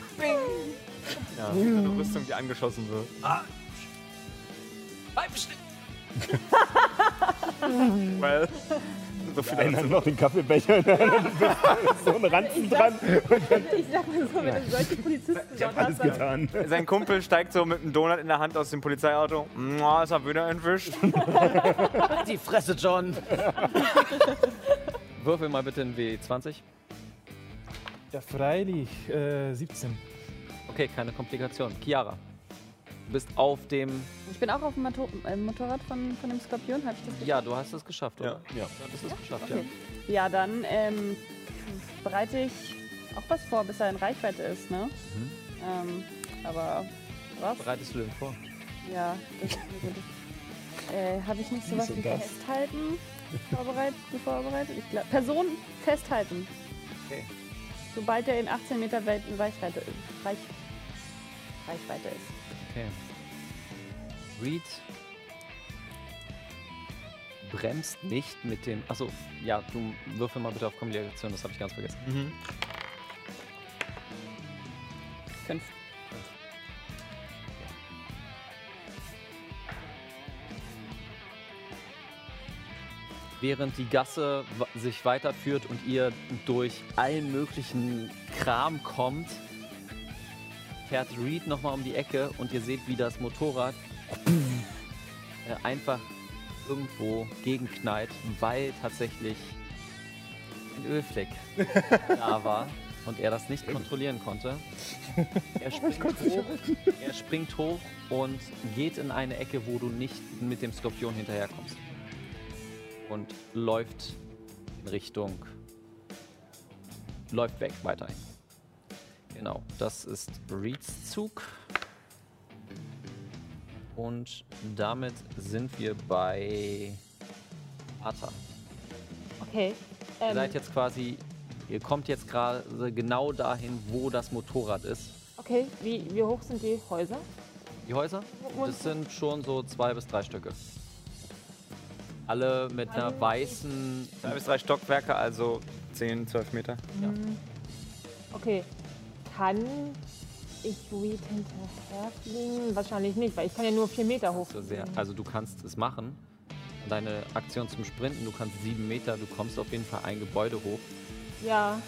Speaker 3: Ja. So Eine Rüstung, die angeschossen wird.
Speaker 1: Bleib stehen!
Speaker 3: Weil so viel
Speaker 2: Einer hat noch den Kaffeebecher in der Hand und so einen Ranzen dran.
Speaker 7: ich sag mal so, wenn du solche Polizisten dort
Speaker 2: Alles
Speaker 7: hast, dann
Speaker 2: getan.
Speaker 3: Sein Kumpel steigt so mit einem Donut in der Hand aus dem Polizeiauto. Mua, ist er wieder entwischt.
Speaker 1: Halt Die Fresse, John! Würfel mal bitte ein W20.
Speaker 6: Ja, freilich. Äh, 17.
Speaker 1: Okay, keine Komplikation. Chiara, du bist auf dem.
Speaker 4: Ich bin auch auf dem Mato äh, Motorrad von, von dem Skorpion, habe ich das
Speaker 1: Ja, du hast es geschafft,
Speaker 3: Ja,
Speaker 1: oder? Du hast es geschafft,
Speaker 4: Okay. Ja, dann ähm, bereite ich auch was vor, bis er in Reichweite ist, ne? Ähm, aber was?
Speaker 1: ja. Bereitest du denn vor?
Speaker 4: Ja, das ist eine gute. Äh, Habe ich nicht sowas
Speaker 2: und
Speaker 4: wie
Speaker 2: das.
Speaker 4: festhalten vorbereitet, vorbereitet? Ich glaub, Person festhalten.
Speaker 1: Okay.
Speaker 4: Sobald er in 18 Meter Weit- Reichweite, Reich, Reichweite ist.
Speaker 1: Okay. Reed bremst nicht mit dem. Achso, ja, du würfel mal bitte auf Komplikation, das habe ich ganz vergessen. Fünf. Während die Gasse wa- sich weiterführt und ihr durch allen möglichen Kram kommt, fährt Reed nochmal um die Ecke und ihr seht, wie das Motorrad äh, einfach irgendwo gegenknallt, weil tatsächlich ein Ölfleck da war und er das nicht kontrollieren konnte. Er springt, hoch, er springt hoch und geht in eine Ecke, wo du nicht mit dem Skorpion hinterherkommst. Und läuft in Richtung. läuft weg weiterhin. Genau, das ist Reeds Zug. Und damit sind wir bei Atta.
Speaker 7: Okay.
Speaker 1: Ihr
Speaker 7: Ähm,
Speaker 1: seid jetzt quasi, ihr kommt jetzt gerade genau dahin, wo das Motorrad ist.
Speaker 7: okay, wie, wie hoch sind die Häuser?
Speaker 1: Die Häuser, das sind schon so zwei bis drei Stücke. Alle mit einer weißen,
Speaker 3: Zwei bis drei Stockwerke, also 10, 12 Meter.
Speaker 7: Okay. Kann ich Reed hinterherfliegen? Wahrscheinlich nicht, weil ich kann ja nur vier Meter hoch.
Speaker 1: so sehr, also du kannst es machen. Deine Aktion zum Sprinten, du kannst sieben Meter, du kommst auf jeden Fall ein Gebäude hoch.
Speaker 7: Ja.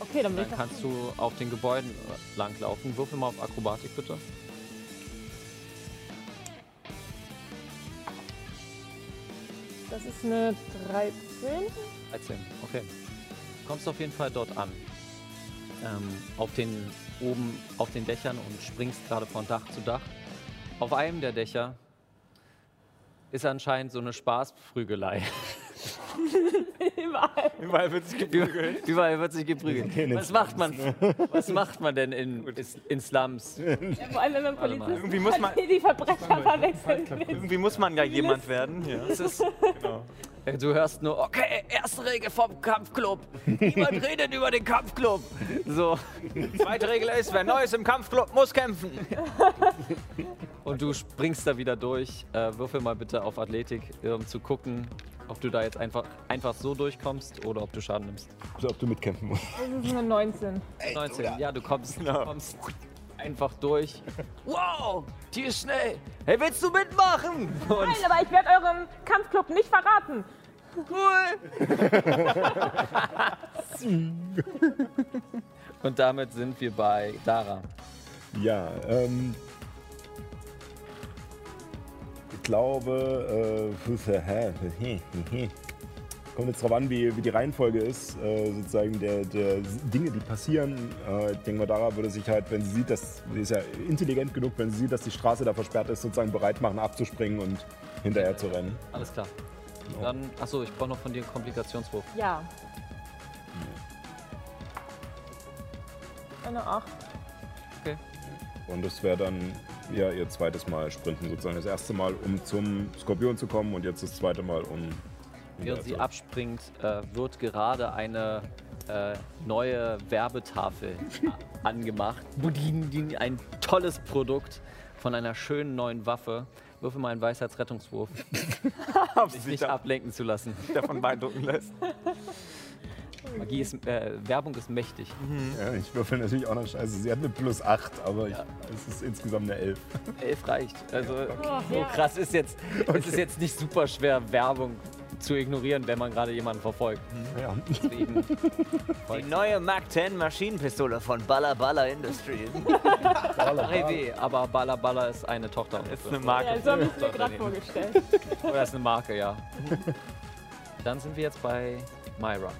Speaker 7: Okay, dann
Speaker 1: Dann
Speaker 7: will ich das.
Speaker 1: kannst du auf den Gebäuden langlaufen. Würfel mal auf Akrobatik bitte.
Speaker 7: Das ist eine 13.
Speaker 1: 13, okay. Du kommst auf jeden Fall dort an. Ähm, auf den oben auf den Dächern und springst gerade von Dach zu Dach. Auf einem der Dächer ist anscheinend so eine Spaßprügelei.
Speaker 7: Überall.
Speaker 3: Überall wird sich geprügelt.
Speaker 1: Überall wird sich geprügelt. Was macht man? Was macht man denn in, is- in Slums?
Speaker 7: Vor allem, wenn man
Speaker 1: Warte mal.
Speaker 7: Polizist
Speaker 3: Irgendwie muss man-
Speaker 7: die Verbrecher verwechseln will.
Speaker 3: Irgendwie muss man ja jemand werden. Ja.
Speaker 1: Es ist, Du hörst nur, okay, erste Regel vom Kampfclub. Niemand redet über den Kampfclub. So.
Speaker 3: Zweite Regel ist, wer neu ist im Kampfclub, muss kämpfen.
Speaker 1: Und du springst da wieder durch. Äh, würfel mal bitte auf Athletik, äh, um zu gucken, ob du da jetzt einfach, einfach so durchkommst oder ob du Schaden nimmst.
Speaker 2: Also, ob du mitkämpfen musst.
Speaker 7: Das ist eine 19.
Speaker 1: 19, ja, du kommst, du kommst einfach durch. Wow, die ist schnell. Hey, willst du mitmachen? Und
Speaker 7: Nein, aber ich werde euren Kampfclub nicht verraten.
Speaker 1: Und damit sind wir bei Dara.
Speaker 2: Ja, ähm. Ich glaube, äh, kommt jetzt drauf an, wie, wie die Reihenfolge ist, äh, sozusagen der, der Dinge, die passieren. Äh, ich denke mal, Dara würde sich halt, wenn sie sieht, dass, sie ist ja intelligent genug, wenn sie sieht, dass die Straße da versperrt ist, sozusagen bereit machen, abzuspringen und hinterher zu rennen.
Speaker 1: Alles klar. Dann, achso, ich brauche noch von dir einen Komplikationswurf.
Speaker 7: Ja. Eine 8.
Speaker 2: Und das wäre dann ja ihr zweites Mal sprinten, sozusagen. Das erste Mal, um zum Skorpion zu kommen und jetzt das zweite Mal, um.
Speaker 1: Während sie abspringt, äh, wird gerade eine äh, neue Werbetafel a- angemacht. Budin, din, Ein tolles Produkt von einer schönen neuen Waffe. Würfel mal einen Weisheitsrettungswurf, um
Speaker 3: Ob
Speaker 1: dich
Speaker 3: sie sich
Speaker 1: nicht
Speaker 3: da-
Speaker 1: ablenken zu lassen.
Speaker 3: davon beeindrucken lässt.
Speaker 1: Magie ist, äh, Werbung ist mächtig.
Speaker 3: Mhm.
Speaker 2: Ja, ich würfel natürlich auch noch Scheiße. Also, Sie hat eine plus 8, aber ich, es ist insgesamt eine 11.
Speaker 1: Elf reicht. Also
Speaker 3: Oh,
Speaker 1: so
Speaker 7: ja.
Speaker 1: krass ist jetzt, es ist jetzt nicht super schwer, Werbung zu ignorieren, wenn man gerade jemanden verfolgt.
Speaker 2: Ja.
Speaker 1: Deswegen
Speaker 3: Mhm. Die neue Mark 10 Maschinenpistole von Balla Balla Industries.
Speaker 1: 3W, aber Bala Bala ist eine Tochter.
Speaker 3: Ist eine
Speaker 7: Ja,
Speaker 3: Marke.
Speaker 7: so habe ich es mir gerade vorgestellt.
Speaker 1: Oder Oh, ist eine Marke, ja. Dann sind wir jetzt bei Myra,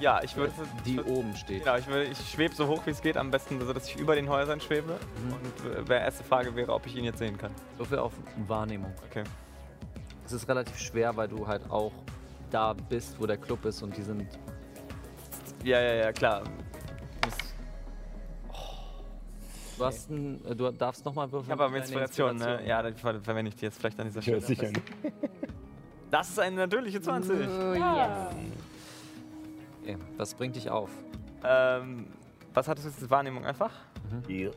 Speaker 3: Ja, ich würde.
Speaker 1: die oben steht.
Speaker 3: Genau, ich, würd- ich schwebe so hoch wie es geht, am besten so, dass ich über den Häusern schwebe. Und äh, wäre erste Frage wäre, ob ich ihn jetzt sehen kann.
Speaker 1: So viel auf Wahrnehmung.
Speaker 3: Okay.
Speaker 1: Es ist relativ schwer, weil du halt auch da bist, wo der Club ist und die sind.
Speaker 3: Ja, ja, ja, klar. Muss-
Speaker 1: Oh. Du, hast ein, äh, du darfst nochmal würfeln.
Speaker 3: Ich habe aber
Speaker 1: deine
Speaker 3: Inspiration, ne?
Speaker 1: Inspiration.
Speaker 3: Ja, dann ver- verwende ich die jetzt vielleicht an dieser Stelle.
Speaker 2: Ja, sicher.
Speaker 3: Das ist eine natürliche 20.
Speaker 1: Okay, das bringt dich auf.
Speaker 3: Ähm, was hattest du jetzt? Wahrnehmung einfach?
Speaker 2: Ja.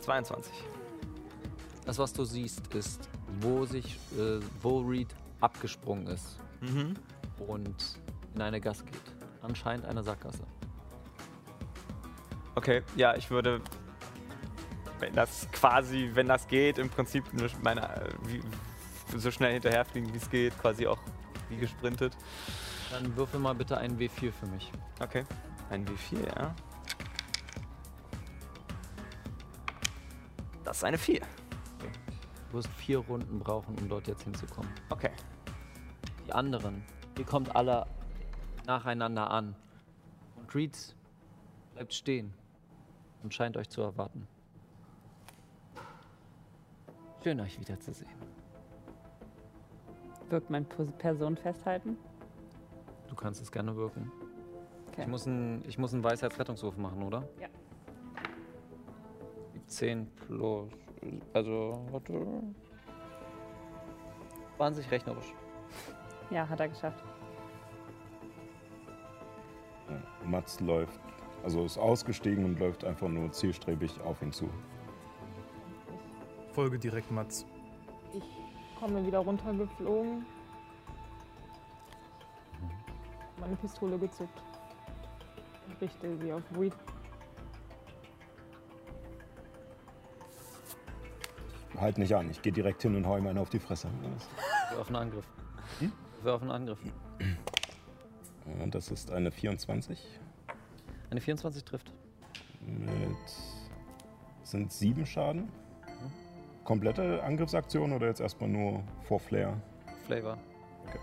Speaker 3: 22.
Speaker 1: Das, was du siehst, ist, wo sich, äh, wo Reed abgesprungen ist
Speaker 3: Mhm.
Speaker 1: und in eine Gasse geht. Anscheinend eine Sackgasse.
Speaker 3: Okay, ja, ich würde, wenn das quasi, wenn das geht, im Prinzip nur meine, äh, wie, so schnell hinterherfliegen, wie es geht, quasi auch wie gesprintet.
Speaker 1: Dann würfel mal bitte einen W4 für mich.
Speaker 3: Okay. Ein W4, ja. Das ist eine 4.
Speaker 1: Du wirst vier Runden brauchen, um dort jetzt hinzukommen.
Speaker 3: Okay.
Speaker 1: Die anderen, ihr kommt alle nacheinander an. Und Reeds bleibt stehen und scheint euch zu erwarten. Schön, euch wiederzusehen.
Speaker 4: Wirkt mein Pos- Person festhalten?
Speaker 1: Du kannst es gerne wirken.
Speaker 4: Okay.
Speaker 1: Ich muss einen, ich muss einen Weisheitsrettungswurf machen, oder?
Speaker 4: Ja.
Speaker 1: 10 plus. Also. Warte. 20 rechnerisch.
Speaker 4: ja, hat er geschafft.
Speaker 2: Ja. Mats läuft, also ist ausgestiegen und läuft einfach nur zielstrebig auf ihn zu.
Speaker 6: Folge direkt Mats.
Speaker 7: Ich komme wieder runtergeflogen. Meine Pistole gezückt. Und richte sie auf Reed.
Speaker 2: Halt nicht an, ich gehe direkt hin und hau ihm einen auf die Fresse.
Speaker 1: Wirf einen Angriff. Wirf einen Angriff.
Speaker 2: Äh, Das ist eine 24
Speaker 1: Eine 24 trifft.
Speaker 2: mit sind sieben Schaden. Komplette Angriffsaktion oder jetzt erstmal nur vor Flair?
Speaker 1: Flavor.
Speaker 2: Okay.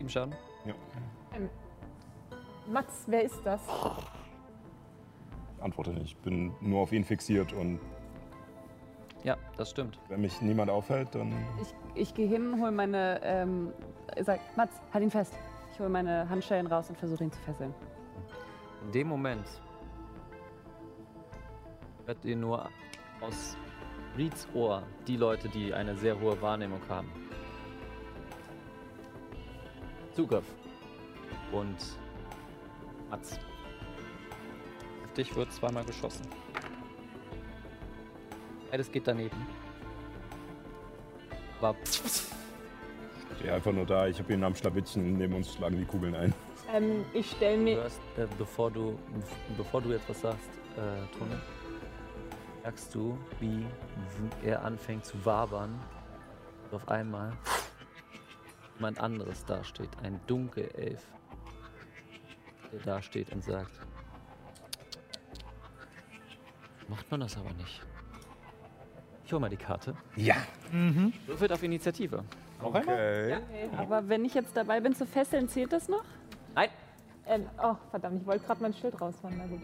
Speaker 1: Ihm Schaden.
Speaker 2: Ja.
Speaker 7: Mats, wer ist das?
Speaker 2: Antworte nicht, ich bin nur auf ihn fixiert und
Speaker 1: Ja, das stimmt.
Speaker 2: wenn mich niemand aufhält, dann
Speaker 4: Ich, ich gehe hin, hole meine. Ähm, sag, Mats, halt ihn fest. Ich hole meine Handschellen raus und versuche ihn zu fesseln.
Speaker 1: In dem Moment hört ihr nur aus Reeds Ohr die Leute, die eine sehr hohe Wahrnehmung haben. Zugriff. Und Mats. Auf dich wird zweimal geschossen. Beides geht daneben. Aber
Speaker 2: steht er einfach nur da. Ich habe ihn am Schlawittchen, neben uns schlagen die Kugeln ein.
Speaker 7: Ähm, ich stelle mir.
Speaker 1: hörst, äh, bevor du bevor du etwas sagst, äh, Tone, merkst du, wie w- er anfängt zu wabern. Und auf einmal jemand anderes dasteht, ein Dunkelelf, der dasteht und sagt: Macht man das aber nicht. Ich hol mal die Karte.
Speaker 2: Ja!
Speaker 1: Würfelt auf Initiative.
Speaker 2: Okay.
Speaker 4: Aber wenn ich jetzt dabei bin zu fesseln, zählt das noch?
Speaker 1: Nein,
Speaker 7: Ähm, oh, verdammt, ich wollte gerade mein Schild rausfahren. Na gut.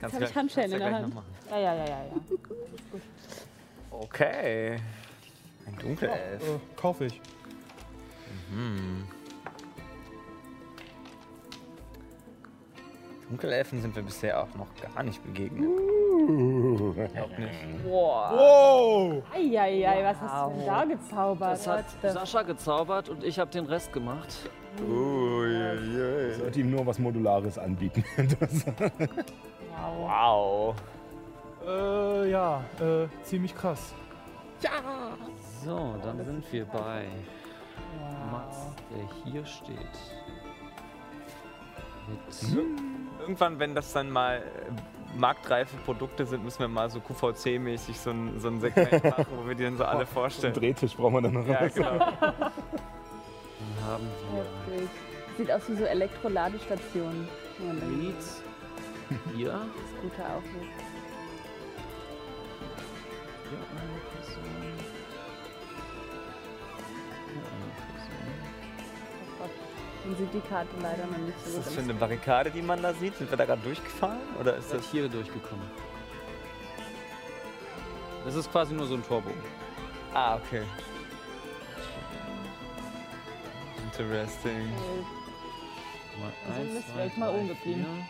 Speaker 3: Kannst
Speaker 4: hab ich Handschellen in der
Speaker 3: gleich
Speaker 4: Hand.
Speaker 3: noch machen.
Speaker 7: Ja, ja, ja, ja. ja.
Speaker 3: Okay. Ein Dunkelelf.
Speaker 6: Äh, kauf ich.
Speaker 3: Dunkelelfen sind wir bisher auch noch gar nicht begegnet.
Speaker 7: Eieiei, was hast du denn da gezaubert?
Speaker 1: das hat
Speaker 7: Leute?
Speaker 1: Sascha gezaubert und ich habe den Rest gemacht.
Speaker 2: Ich sollte ihm nur was Modulares anbieten. Das-
Speaker 3: Wow.
Speaker 6: Äh, ja, äh, ziemlich krass.
Speaker 1: So, dann sind wir bei Mats, der hier steht. Mit
Speaker 3: Irgendwann, wenn das dann mal äh, marktreife Produkte sind, müssen wir mal so QVC-mäßig so ein, so ein Segment machen, wo wir die dann so alle vorstellen.
Speaker 2: Drehtisch brauchen wir dann noch.
Speaker 3: Ja, genau.
Speaker 1: haben wir
Speaker 4: Sieht aus wie so Elektroladestationen. Nur in einem
Speaker 1: Reed hier.
Speaker 4: Scooter auflegt.
Speaker 1: Hier eine Person. Hier eine Person.
Speaker 4: Oh Gott. Man sieht die Karte leider noch nicht
Speaker 3: Was
Speaker 4: so
Speaker 3: ist das für
Speaker 4: gut.
Speaker 3: eine Barrikade, die man da sieht? Sind wir da gerade durchgefahren? Oder ist
Speaker 1: Ist das
Speaker 3: das.
Speaker 1: hier durchgekommen? Das ist quasi nur so ein Torbogen.
Speaker 3: Ah, okay. Interesting.
Speaker 1: Mal
Speaker 7: Also
Speaker 1: eins,
Speaker 7: müssen wir
Speaker 1: zwei,
Speaker 7: jetzt mal
Speaker 1: drei,
Speaker 7: umgeblieben.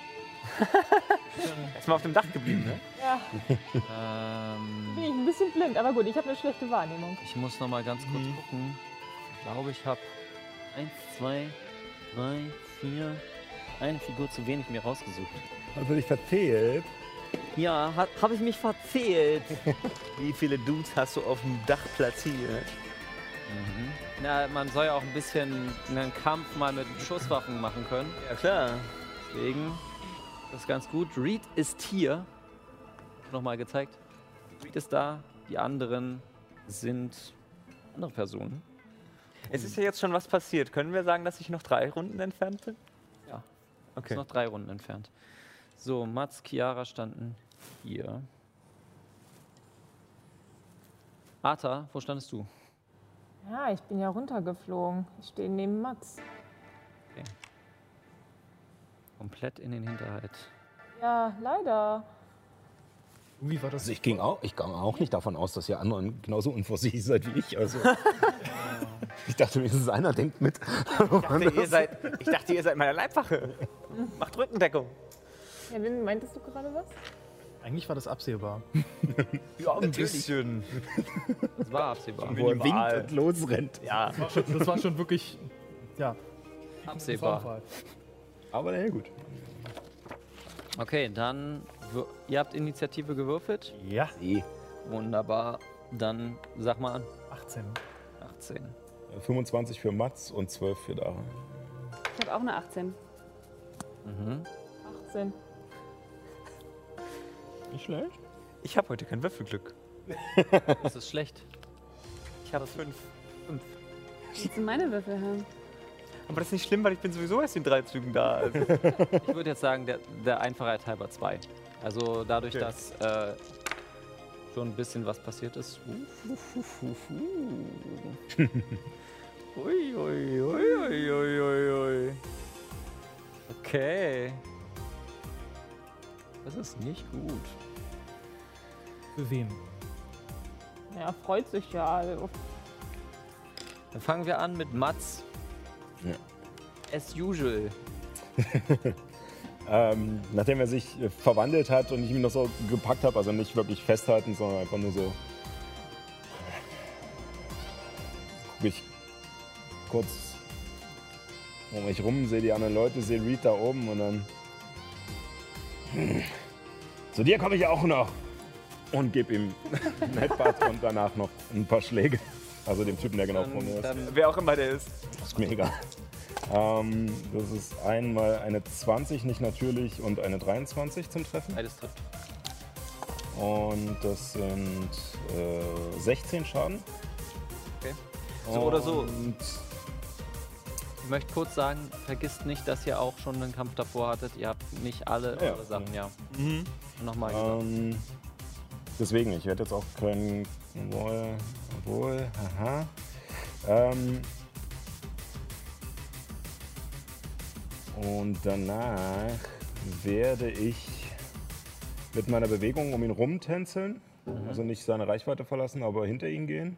Speaker 3: Ist mal auf dem Dach geblieben, ne?
Speaker 7: Ja,
Speaker 1: vier. Ähm,
Speaker 7: bin ich ein bisschen blind, aber gut, ich habe eine schlechte Wahrnehmung.
Speaker 1: Ich muss noch mal ganz kurz gucken. Ich glaube, ich habe eins, zwei, drei, vier, eine Figur zu wenig mir rausgesucht.
Speaker 2: Hat er dich Also verfehlt?
Speaker 1: Ja, habe ich mich verzählt.
Speaker 3: Wie viele Dudes hast du auf dem Dach platziert?
Speaker 1: mhm. Na, man soll ja auch ein bisschen einen Kampf mal mit Schusswaffen machen können.
Speaker 3: Ja, klar.
Speaker 1: Deswegen das ist ganz gut. Reed ist hier. Nochmal gezeigt. Reed ist da. Die anderen sind andere Personen.
Speaker 3: Es ist ja jetzt schon was passiert. Können wir sagen, dass ich noch drei Runden entfernt bin?
Speaker 1: Ja.
Speaker 3: Okay.
Speaker 1: Ist noch drei Runden entfernt. So, Mats, Chiara standen hier. Arta, wo standest du?
Speaker 7: Ja, ich bin ja runtergeflogen. Ich stehe neben Mats.
Speaker 1: Komplett in den Hinterhalt.
Speaker 7: Ja, leider.
Speaker 6: Irgendwie war das
Speaker 2: Also ich ging auch, ich ging auch nicht davon aus, dass ihr anderen genauso unvorsichtig seid wie ich. Also. ich dachte wenigstens einer denkt mit.
Speaker 3: Ihr seid, ich dachte, ihr seid meine Leibwache. Macht Rückendeckung.
Speaker 7: Ja, wen meintest du gerade was?
Speaker 6: eigentlich war das absehbar.
Speaker 3: Ja, ein bisschen.
Speaker 1: Das war absehbar.
Speaker 2: Wo er winkt
Speaker 3: Minimal.
Speaker 2: und losrennt.
Speaker 3: Ja,
Speaker 6: Das war schon, das war schon wirklich ja,
Speaker 1: Absehbar.
Speaker 6: Vorfall.
Speaker 2: Aber naja, gut.
Speaker 1: Okay, dann. wür- Ihr habt Initiative gewürfelt.
Speaker 6: Ja,
Speaker 2: Nee.
Speaker 1: Wunderbar. Dann sag mal an.
Speaker 6: 18.
Speaker 1: 18.
Speaker 2: 25 Äh, für Mats und 12 für Dara.
Speaker 4: Ich habe auch eine 18.
Speaker 7: 18.
Speaker 2: Nicht schlecht.
Speaker 3: ich habe heute kein Würfelglück.
Speaker 1: Das ist schlecht.
Speaker 3: Ich habe fünf.
Speaker 4: Willst du meine Würfel haben?
Speaker 3: Aber das ist nicht schlimm, weil ich bin sowieso erst in drei Zügen da. Also,
Speaker 1: Ich würde jetzt sagen, der, der Einfachheit halber 2. Also dadurch,
Speaker 3: Okay.
Speaker 1: dass äh, schon ein bisschen was passiert ist. Ui, ui, ui, ui, ui, ui, ui. Okay. Das ist nicht gut.
Speaker 6: Für wen?
Speaker 7: Ja, freut sich ja. Also,
Speaker 1: Dann fangen wir an mit Mats.
Speaker 2: Ja.
Speaker 1: As usual.
Speaker 2: Ähm, nachdem er sich äh, verwandelt hat und ich ihn noch so gepackt habe, also nicht wirklich festhalten, sondern einfach nur so. Guck ich kurz um mich rum, sehe die anderen Leute, sehe Reed da oben und dann. Hm. Zu dir komme ich auch noch! Und gib ihm ein Headbutt und danach noch ein paar Schläge. Also dem Typen, der genau vor mir ist.
Speaker 3: wer auch immer der ist.
Speaker 2: Ist mir egal. Ähm, das ist einmal eine 20 nicht natürlich und eine 23 zum Treffen.
Speaker 1: Beides trifft.
Speaker 2: Und das sind äh, 16 Schaden.
Speaker 1: Okay.
Speaker 3: So oder so.
Speaker 2: Und
Speaker 1: Ich möchte kurz sagen, vergisst nicht, dass ihr auch schon einen Kampf davor hattet. Ihr habt nicht alle
Speaker 2: Ja, ja.
Speaker 1: eure Sachen, ja.
Speaker 3: Mhm.
Speaker 1: Nochmal gesagt.
Speaker 2: ähm, deswegen, ich werde jetzt auch können. Wohl, wohl, aha. Ähm, und danach werde ich mit meiner Bewegung um ihn rumtänzeln. Also nicht seine Reichweite verlassen, aber hinter ihn gehen.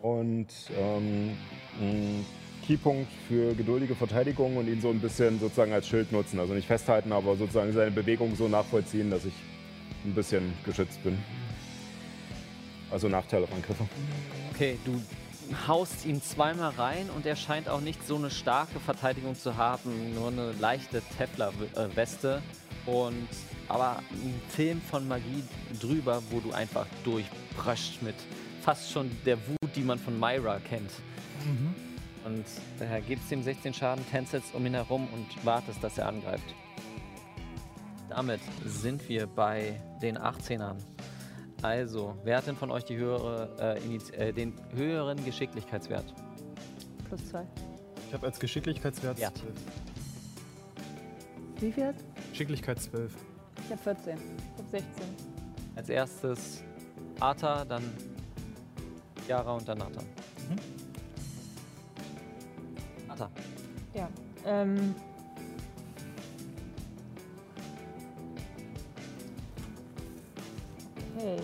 Speaker 2: Und ähm, ein Keypunkt für geduldige Verteidigung und ihn so ein bisschen sozusagen als Schild nutzen. Also nicht festhalten, aber sozusagen seine Bewegung so nachvollziehen, dass ich ein bisschen geschützt bin. Also Nachteil auf Angriffe.
Speaker 1: Okay, du haust ihn zweimal rein und er scheint auch nicht so eine starke Verteidigung zu haben, nur eine leichte Tefla-Weste und aber ein Film von Magie drüber, wo du einfach durchbröscht mit fast schon der Wut, die man von Myra kennt. Und daher gibst ihm 16 Schaden, tänzelst um ihn herum und wartest, dass er angreift. Damit sind wir bei den 18ern. Also, wer hat denn von euch die höhere, äh, Iniz- äh, den höheren Geschicklichkeitswert?
Speaker 4: Plus 2.
Speaker 6: Ich habe als Geschicklichkeitswert
Speaker 1: Ja.
Speaker 6: 12.
Speaker 4: Wie viel?
Speaker 6: Geschicklichkeit 12.
Speaker 4: Ich habe 14.
Speaker 7: ich hab 16.
Speaker 1: Als erstes Arta, dann Yara und dann Nathan. Arta.
Speaker 7: Ja. Ähm. Okay.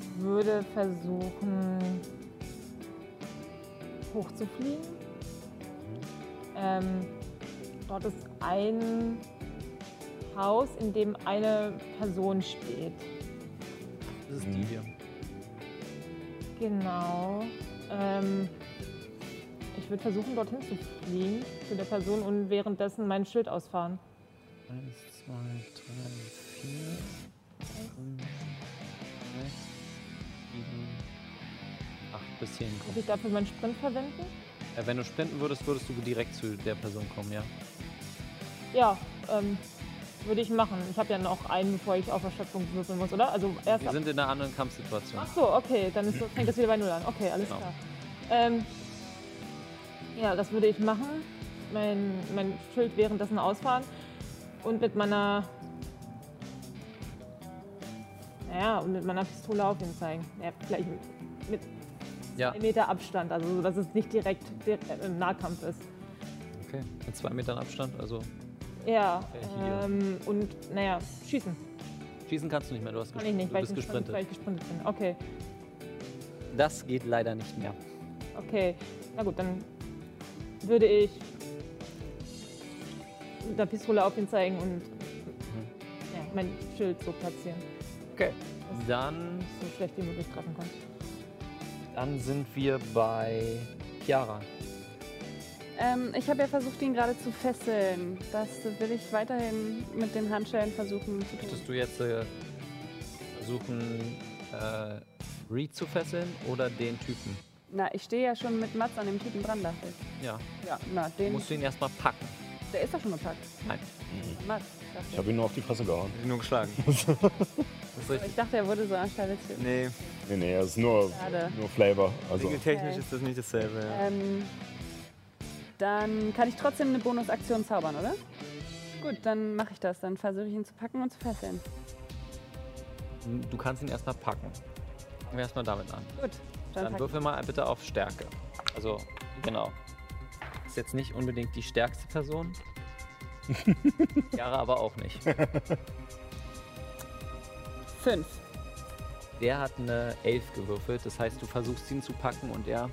Speaker 7: Ich würde versuchen, hochzufliegen. Ähm, dort ist ein Haus, in dem eine Person steht.
Speaker 1: Das ist
Speaker 2: die
Speaker 1: hier.
Speaker 7: Genau. Ähm, ich würde versuchen, dorthin zu fliegen zu der Person und währenddessen mein Schild ausfahren.
Speaker 1: Eins, zwei, drei, vier, fünf, sechs, sieben, acht bis zehn
Speaker 7: Muss
Speaker 1: kommen.
Speaker 7: ich dafür meinen Sprint verwenden?
Speaker 1: Äh, wenn du sprinten würdest, würdest du direkt zu der Person kommen, ja?
Speaker 7: Ja, ähm, würde ich machen. Ich habe ja noch einen, bevor ich auf Erschöpfung würfeln muss, oder? Also erst
Speaker 1: Wir
Speaker 7: ab.
Speaker 1: sind in einer anderen Kampfsituation.
Speaker 7: Ach so, okay, dann ist, fängt das wieder bei Null an. Okay, alles
Speaker 1: Genau.
Speaker 7: klar. Ähm, ja, das würde ich machen. Mein, mein Schild währenddessen ausfahren. Und mit meiner. Naja, und mit meiner Pistole auf ihn zeigen. Ja, gleich mit, mit
Speaker 1: Ja,
Speaker 7: einem Meter Abstand, also so, dass es nicht direkt, direkt im Nahkampf ist.
Speaker 1: okay. Mit zwei Metern Abstand, also
Speaker 7: Ja,
Speaker 1: Ja, Äh, hier.
Speaker 7: ähm, und naja, schießen
Speaker 1: schießen kannst du nicht mehr, du, hast
Speaker 7: kann ich nicht,
Speaker 1: du
Speaker 7: weil ich,
Speaker 1: bist
Speaker 7: gesprintet. weil
Speaker 1: gesprintet.
Speaker 7: ich gesprintet bin. Okay,
Speaker 1: Das geht leider nicht mehr.
Speaker 7: okay. Na gut, dann würde ich mit der Pistole auf ihn zeigen und
Speaker 1: Mhm.
Speaker 7: ja, mein Schild so platzieren,
Speaker 1: Okay. Dann,
Speaker 7: dass ich so schlecht wie möglich treffen kann.
Speaker 1: dann sind wir bei Chiara.
Speaker 4: Ähm, ich habe ja versucht, ihn gerade zu fesseln. Das will ich weiterhin mit den Handschellen versuchen zu tun.
Speaker 1: Möchtest du jetzt äh, versuchen, äh, Reed zu fesseln oder den Typen?
Speaker 4: Na, ich stehe ja schon mit Mats an dem Typen dran, dachte ich.
Speaker 1: Ja,
Speaker 4: Ja, na, den,
Speaker 1: musst du ihn erstmal packen.
Speaker 4: der ist doch schon gepackt.
Speaker 1: Nein.
Speaker 4: Mats,
Speaker 2: Ich
Speaker 4: dachte
Speaker 2: habe ihn nur auf die Fresse gehauen.
Speaker 3: Ich nur geschlagen.
Speaker 1: Das ist
Speaker 4: ich.
Speaker 1: richtig.
Speaker 4: Ich dachte, er wurde so anscheinend.
Speaker 3: nee,
Speaker 2: Nee, nee, das ist nur,
Speaker 4: Schade.
Speaker 2: nur Flavor. Also,
Speaker 3: technisch
Speaker 4: Okay.
Speaker 3: ist das nicht dasselbe. Ja.
Speaker 4: Ähm, dann kann ich trotzdem eine Bonusaktion zaubern, oder? Gut, dann mache ich das. Dann versuche ich ihn zu packen und zu fesseln.
Speaker 1: Du kannst ihn erstmal packen. Fangen wir erstmal damit an.
Speaker 4: Gut, dann,
Speaker 1: Dann
Speaker 4: pack
Speaker 1: würfel mal bitte auf Stärke. Also, genau. Ist jetzt nicht unbedingt die stärkste Person. Chiara aber auch nicht.
Speaker 4: Fünf.
Speaker 1: Der hat eine 11 gewürfelt, das heißt, du versuchst ihn zu packen und er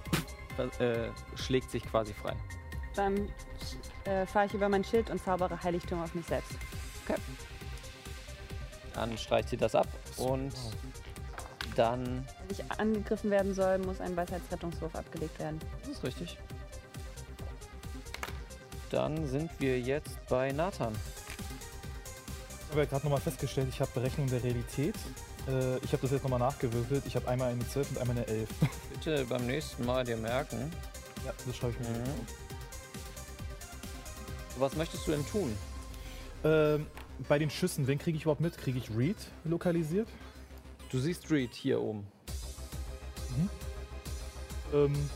Speaker 1: äh, schlägt sich quasi frei.
Speaker 4: Dann äh, fahre ich über mein Schild und zaubere Heiligtum auf mich selbst.
Speaker 1: Dann streicht sie das ab und dann.
Speaker 4: Wenn ich angegriffen werden soll, muss ein Weisheitsrettungswurf abgelegt werden.
Speaker 1: Das ist richtig. Dann sind wir jetzt bei Nathan.
Speaker 6: Ich habe ja gerade nochmal festgestellt, ich habe Berechnung der Realität. Äh, ich habe das jetzt nochmal nachgewürfelt. Ich habe einmal eine 12 und einmal eine 11.
Speaker 1: Bitte beim nächsten Mal dir merken.
Speaker 6: ja, das schreibe ich mir.
Speaker 1: Mhm. Was möchtest du denn tun?
Speaker 6: Ähm, bei den Schüssen, wen kriege ich überhaupt mit? Kriege ich Reed lokalisiert?
Speaker 1: Du siehst Reed hier oben.
Speaker 6: Ähm,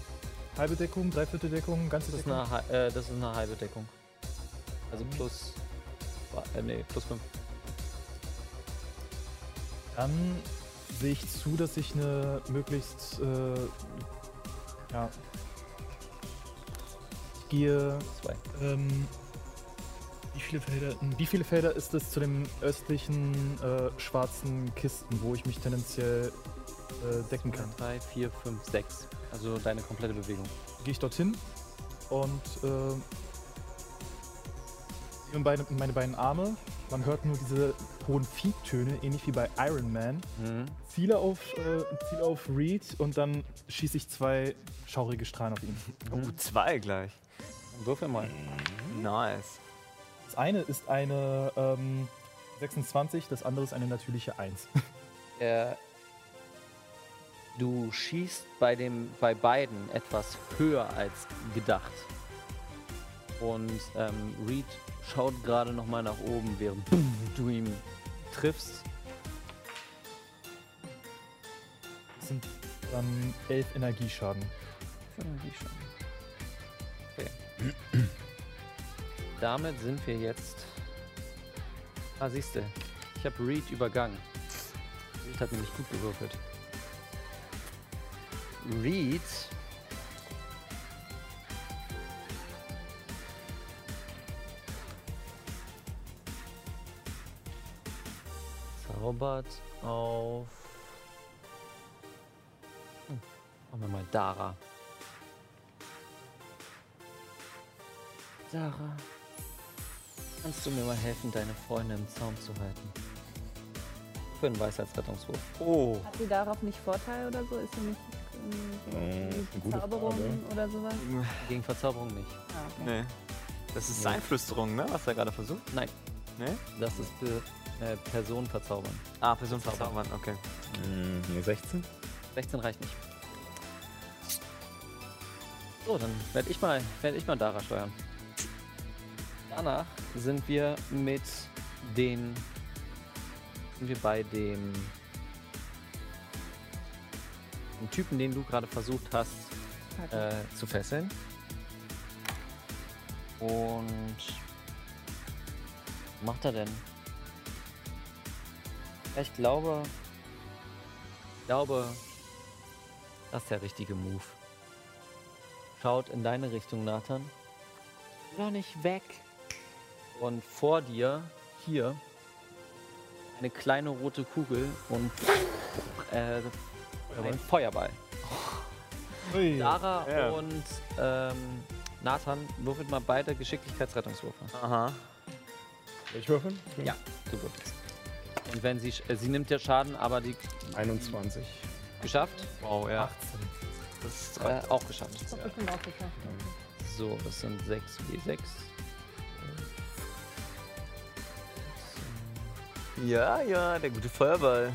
Speaker 6: halbe Deckung, dreiviertel Deckung, ganze
Speaker 1: Das ist
Speaker 6: Deckung?
Speaker 1: eine, hal- äh, das ist eine halbe Deckung. Also plus. Äh, nee, plus 5.
Speaker 6: Dann sehe ich zu, dass ich eine möglichst. Äh, ja. Ich gehe.
Speaker 1: 2.
Speaker 6: Ähm, wie, viele Felder, wie viele Felder ist es zu den östlichen äh, schwarzen Kisten, wo ich mich tendenziell äh, decken kann?
Speaker 1: 3, 4, 5, 6. Also deine komplette Bewegung.
Speaker 6: Gehe ich dorthin und äh, nehme beide, meine beiden Arme. Man hört nur diese hohen Fiebtöne, ähnlich wie bei Iron Man. Ziele auf, äh, ziele auf Reed und dann schieße ich zwei schaurige Strahlen auf ihn.
Speaker 3: Oh, zwei gleich.
Speaker 1: Würfel mal.
Speaker 3: Nice.
Speaker 6: Das eine ist eine ähm, 26, das andere ist eine natürliche 1.
Speaker 1: Äh, du schießt bei, dem, bei beiden etwas höher als gedacht. Und ähm, Reed schaut gerade nochmal nach oben, während du ihn triffst.
Speaker 6: Das sind dann 11 Energieschaden.
Speaker 1: Okay. Damit sind wir jetzt. Ah, siehst du, ich habe Reed übergangen. Reed hat nämlich gut gewürfelt. Reed. Zaubert auf. Hm, Machen wir mal Dara. Sarah, kannst du mir mal helfen, deine Freunde im Zaum zu halten? Für einen Weisheitsrettungswurf.
Speaker 3: Oh.
Speaker 4: Hat sie darauf nicht Vorteil oder so? Ist sie nicht ähm,
Speaker 2: Äh, ist eine gute
Speaker 4: Zauberung
Speaker 2: Frage.
Speaker 4: oder sowas?
Speaker 1: Gegen Verzauberung nicht.
Speaker 4: Ah, okay.
Speaker 3: Nee. Das ist
Speaker 1: Nee.
Speaker 3: Einflüsterung, ne? Was er gerade versucht.
Speaker 1: Nein.
Speaker 3: Nee?
Speaker 1: Das ist für äh, Person verzaubern.
Speaker 3: Ah, Person verzaubern, okay.
Speaker 2: mh, eine 16?
Speaker 1: 16 reicht nicht. So, dann werde ich mal, werde ich mal Dara steuern. Danach sind wir mit den, sind wir bei dem, dem Typen, den du gerade versucht hast äh, zu fesseln. Und was macht er denn? Ich glaube, glaube, das ist der richtige Move. Schaut in deine Richtung, Nathan. Oder nicht weg. Und vor dir, hier, eine kleine rote Kugel und äh, ein Feuerball.
Speaker 6: Ui.
Speaker 1: Sarah
Speaker 3: Ja.
Speaker 1: und ähm, Nathan würfelt mal beide Geschicklichkeitsrettungswürfe.
Speaker 2: Ah.
Speaker 3: Aha.
Speaker 2: Ich würfeln?
Speaker 1: Ja, du würfelst. Und wenn sie, sch- äh, sie nimmt ja Schaden, aber die
Speaker 2: 21.
Speaker 1: geschafft.
Speaker 8: Wow, ja.
Speaker 1: Das äh, auch geschafft.
Speaker 7: Ich hab bestimmt auch geschafft.
Speaker 1: So, das sind 6 W6.
Speaker 3: Ja, ja, der gute Feuerball.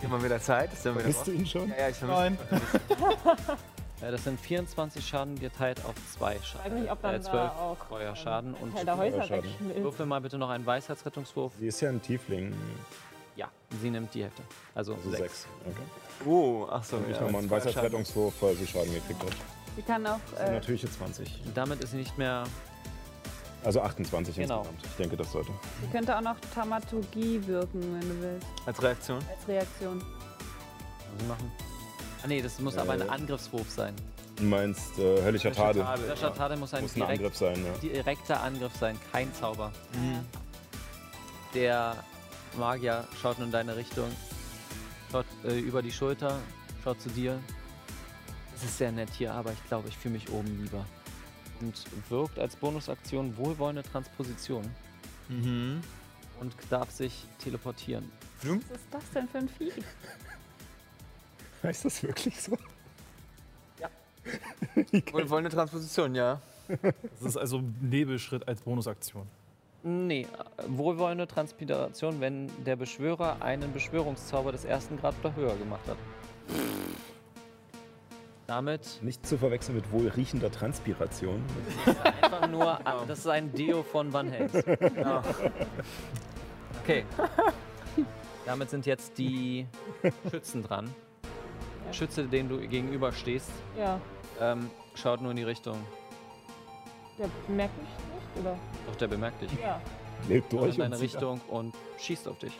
Speaker 3: Hier mal wieder Zeit, ist dann wieder
Speaker 2: Bist du ihn schon?
Speaker 3: Ja, ja, ich vermisse.
Speaker 6: Nein.
Speaker 1: Äh, das sind 24 Schaden geteilt auf 2
Speaker 7: Ich
Speaker 1: Schaden.
Speaker 7: weiß nicht, ob dann
Speaker 1: Äh,
Speaker 7: da
Speaker 1: zwölf
Speaker 7: auch ähm,
Speaker 1: Feuerschaden und
Speaker 7: Teil der Häuser
Speaker 2: Feuerschaden.
Speaker 7: wegschmilzt.
Speaker 1: würfel mal bitte noch einen Weisheitsrettungswurf.
Speaker 2: Sie ist ja ein Tiefling.
Speaker 1: Ja, sie nimmt die Hälfte. Also
Speaker 2: Also
Speaker 1: 6.
Speaker 2: sechs. Okay.
Speaker 3: Oh, ach so.
Speaker 2: Dann ich
Speaker 3: ja,
Speaker 2: nochmal einen
Speaker 3: das war schade.
Speaker 2: Weisheitsrettungswurf, weil sie Schaden gekriegt hat.
Speaker 4: Sie kann auch. Äh,
Speaker 2: Natürlich jetzt 20.
Speaker 1: Damit ist sie nicht mehr.
Speaker 2: Also 28
Speaker 1: Genau.
Speaker 2: insgesamt. Ich denke, das sollte.
Speaker 4: sie könnte auch noch Taumaturgie wirken, wenn du willst.
Speaker 3: Als Reaktion.
Speaker 4: Als Reaktion.
Speaker 1: Sie machen. Ah, nee, das muss
Speaker 2: Äh,
Speaker 1: aber ein Angriffswurf sein.
Speaker 2: Du meinst äh, höllischer Tadel.
Speaker 1: Der Schatade muss ein
Speaker 2: Muss ein Angriff
Speaker 1: direkt,
Speaker 2: sein, ja.
Speaker 1: direkter Angriff sein, kein Zauber. Der Magier schaut nun in deine Richtung, schaut äh, über die Schulter, schaut zu dir. Es ist sehr nett hier, aber ich glaube, ich fühle mich oben lieber. Und wirkt als Bonusaktion wohlwollende Transposition
Speaker 3: Mhm.
Speaker 1: und darf sich teleportieren.
Speaker 4: Was ist das denn für ein Vieh?
Speaker 2: Heißt das wirklich so?
Speaker 3: Wir wollen eine Transposition, ja.
Speaker 6: Das ist also Nebelschritt als Bonusaktion.
Speaker 1: Nee, äh, wohlwollende Transpiration, wenn der Beschwörer einen Beschwörungszauber des ersten Grad oder höher gemacht hat. Damit
Speaker 2: Nicht zu verwechseln mit wohlriechender Transpiration.
Speaker 1: einfach nur, an, das ist ein Deo von Van Hels. Okay. Damit sind jetzt die Schützen dran. Schütze, dem du gegenüber stehst,
Speaker 7: Ja,
Speaker 1: ähm, schaut nur in die Richtung.
Speaker 7: der merkt mich nicht, oder?
Speaker 1: Doch der bemerkt dich.
Speaker 7: Ja.
Speaker 2: Lebt
Speaker 1: Schaut
Speaker 2: durch
Speaker 1: in deine
Speaker 2: und zieht ab.
Speaker 1: Richtung und schießt auf dich.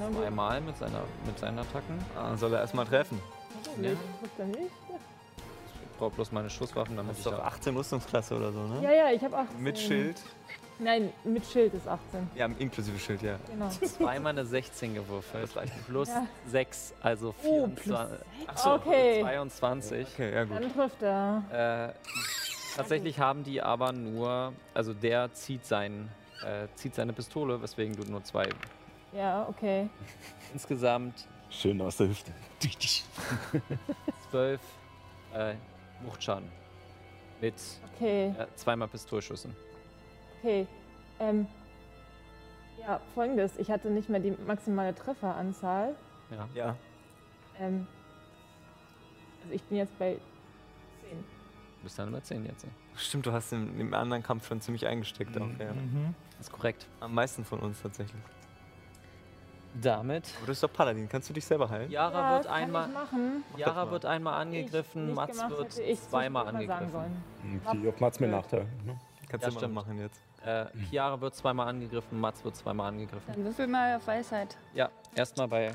Speaker 7: Na gut,
Speaker 1: Zweimal mit, seiner, mit seinen Attacken.
Speaker 3: Ah, soll er erstmal treffen.
Speaker 1: Ja.
Speaker 7: nicht. Guckt er nicht?
Speaker 1: Ich brauche bloß meine Schusswaffen, damit
Speaker 3: Das
Speaker 1: ich
Speaker 3: ist doch
Speaker 1: da
Speaker 3: 18 Rüstungsklasse oder so, ne?
Speaker 7: Ja, ja, ich habe 18.
Speaker 3: Mit Schild.
Speaker 7: Nein, mit Schild ist 18.
Speaker 3: Ja, inklusive Schild, ja.
Speaker 7: Genau.
Speaker 1: zweimal eine 16 gewürfelt. Plus
Speaker 7: Ja.
Speaker 1: 6, also
Speaker 7: Oh, plus
Speaker 1: 24,
Speaker 7: Okay.
Speaker 1: 22.
Speaker 3: Okay, ja gut.
Speaker 7: Dann trifft er.
Speaker 1: Äh, tatsächlich haben die aber nur, also der zieht, sein, äh, zieht seine Pistole, weswegen du nur zwei.
Speaker 7: Ja, okay.
Speaker 1: Insgesamt
Speaker 2: Schön aus der Hüfte.
Speaker 1: zwölf äh, Wuchtschaden. Mit
Speaker 7: Okay,
Speaker 1: äh, zweimal Pistolschüssen.
Speaker 7: okay. Ähm, ja, folgendes. Ich hatte nicht mehr die maximale Trefferanzahl.
Speaker 1: Ja.
Speaker 3: Ja.
Speaker 7: Ähm, also ich bin jetzt bei 10.
Speaker 1: Du bist dann bei 10 jetzt. ne?
Speaker 3: Stimmt, du hast im, im anderen Kampf schon ziemlich eingesteckt. Auch, ja.
Speaker 1: Ist korrekt.
Speaker 3: Am meisten von uns tatsächlich.
Speaker 1: Damit.
Speaker 3: Aber du bist doch Paladin, kannst du dich selber heilen?
Speaker 1: Yara
Speaker 7: ja,
Speaker 1: wird
Speaker 7: kann ich
Speaker 1: einmal.
Speaker 7: machen.
Speaker 3: doch
Speaker 1: Yara
Speaker 3: mal.
Speaker 1: wird einmal
Speaker 7: Wenn ich
Speaker 1: angegriffen,
Speaker 7: nicht
Speaker 1: Mats
Speaker 7: gemacht
Speaker 1: wird
Speaker 7: hätte, ich zu
Speaker 1: zweimal
Speaker 7: spät mal Sagen
Speaker 1: angegriffen.
Speaker 7: sollen.
Speaker 2: Die auf Mats mir Nachteil. ne?
Speaker 3: Kannst
Speaker 1: Ja,
Speaker 3: du mal
Speaker 1: stimmt.
Speaker 3: machen jetzt.
Speaker 1: Äh, Chiara wird zweimal angegriffen, Mats wird zweimal angegriffen.
Speaker 4: Dann würfel mal auf Weisheit.
Speaker 1: Ja, erstmal bei,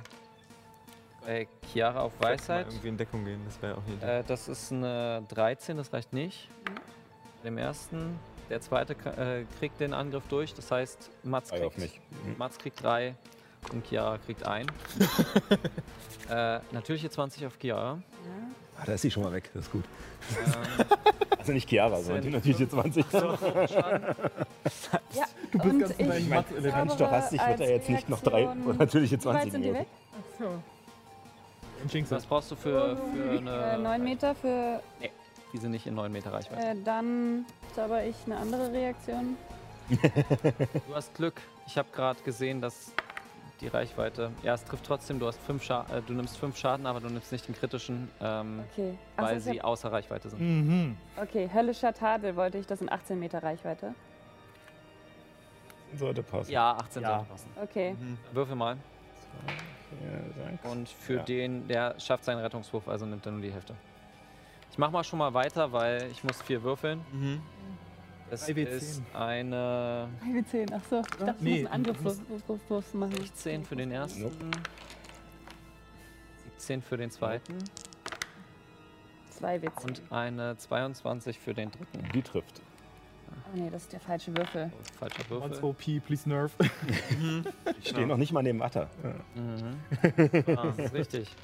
Speaker 1: bei Chiara auf Weisheit.
Speaker 3: Mal irgendwie in Deckung gehen, das wäre auch eine Idee.
Speaker 1: Äh, das ist eine 13, das reicht nicht. Bei dem ersten. Der zweite k- äh, kriegt den Angriff durch, das heißt, Mats
Speaker 2: Ei auf
Speaker 1: kriegt,
Speaker 2: mich. Hm?
Speaker 1: Mats kriegt drei und Chiara kriegt ein. äh, natürliche 20 auf Chiara.
Speaker 2: Ah, da ist sie schon mal weg. Das ist gut.
Speaker 1: Ähm,
Speaker 2: Also nicht Chiara, sondern die natürlich jetzt 20.
Speaker 4: Ja, und ich
Speaker 2: Ich meine, du kannst doch hastig, wird da
Speaker 4: als
Speaker 2: jetzt nicht noch drei
Speaker 4: Reaktion-
Speaker 2: und natürlich jetzt
Speaker 4: Wie weit
Speaker 2: 20
Speaker 4: sind die weg?
Speaker 7: Ach so.
Speaker 1: was brauchst du für, für eine.
Speaker 4: Äh, 9 Meter für.
Speaker 1: Die sind nicht in 9 Meter Reichweite.
Speaker 4: Äh, dann zauber ich eine andere Reaktion.
Speaker 1: Du hast Glück. Ich habe gerade gesehen, dass die Reichweite. Ja, es trifft trotzdem. Du hast fünf Scha äh, du nimmst fünf Schaden, aber du nimmst nicht den kritischen, ähm,
Speaker 4: Okay. Ach so,
Speaker 1: weil
Speaker 4: ich
Speaker 1: sie außer Reichweite sind.
Speaker 2: Hm.
Speaker 6: Mhm.
Speaker 4: Hab, okay, höllischer Tadel wollte ich, das in 18 Meter Reichweite.
Speaker 2: Sollte passen.
Speaker 1: Ja, 18 sollte passen.
Speaker 4: Okay.
Speaker 1: Würfel mal.
Speaker 2: Ja, danke.
Speaker 1: Und für
Speaker 2: Ja.
Speaker 1: den, der schafft seinen Rettungswurf, also nimmt er nur die Hälfte. Ich mach mal schon mal weiter, weil ich muss vier würfeln.
Speaker 3: Mhm.
Speaker 1: Das
Speaker 6: Drei W10.
Speaker 1: ist eine
Speaker 4: 3 W10, achso. Ich dachte, ich
Speaker 6: Nee,
Speaker 4: muss einen Angriff machen.
Speaker 1: 16 für den ersten. 17 für den zweiten
Speaker 4: Zwei Witze.
Speaker 1: und eine 22 für den dritten.
Speaker 2: Die trifft.
Speaker 4: Oh nee, das ist der falsche Würfel.
Speaker 1: Falscher
Speaker 6: Once
Speaker 1: Würfel.
Speaker 6: OP, please nerf.
Speaker 2: Ich stehe noch nicht mal neben Atta.
Speaker 1: Mhm. Ah, das ist richtig.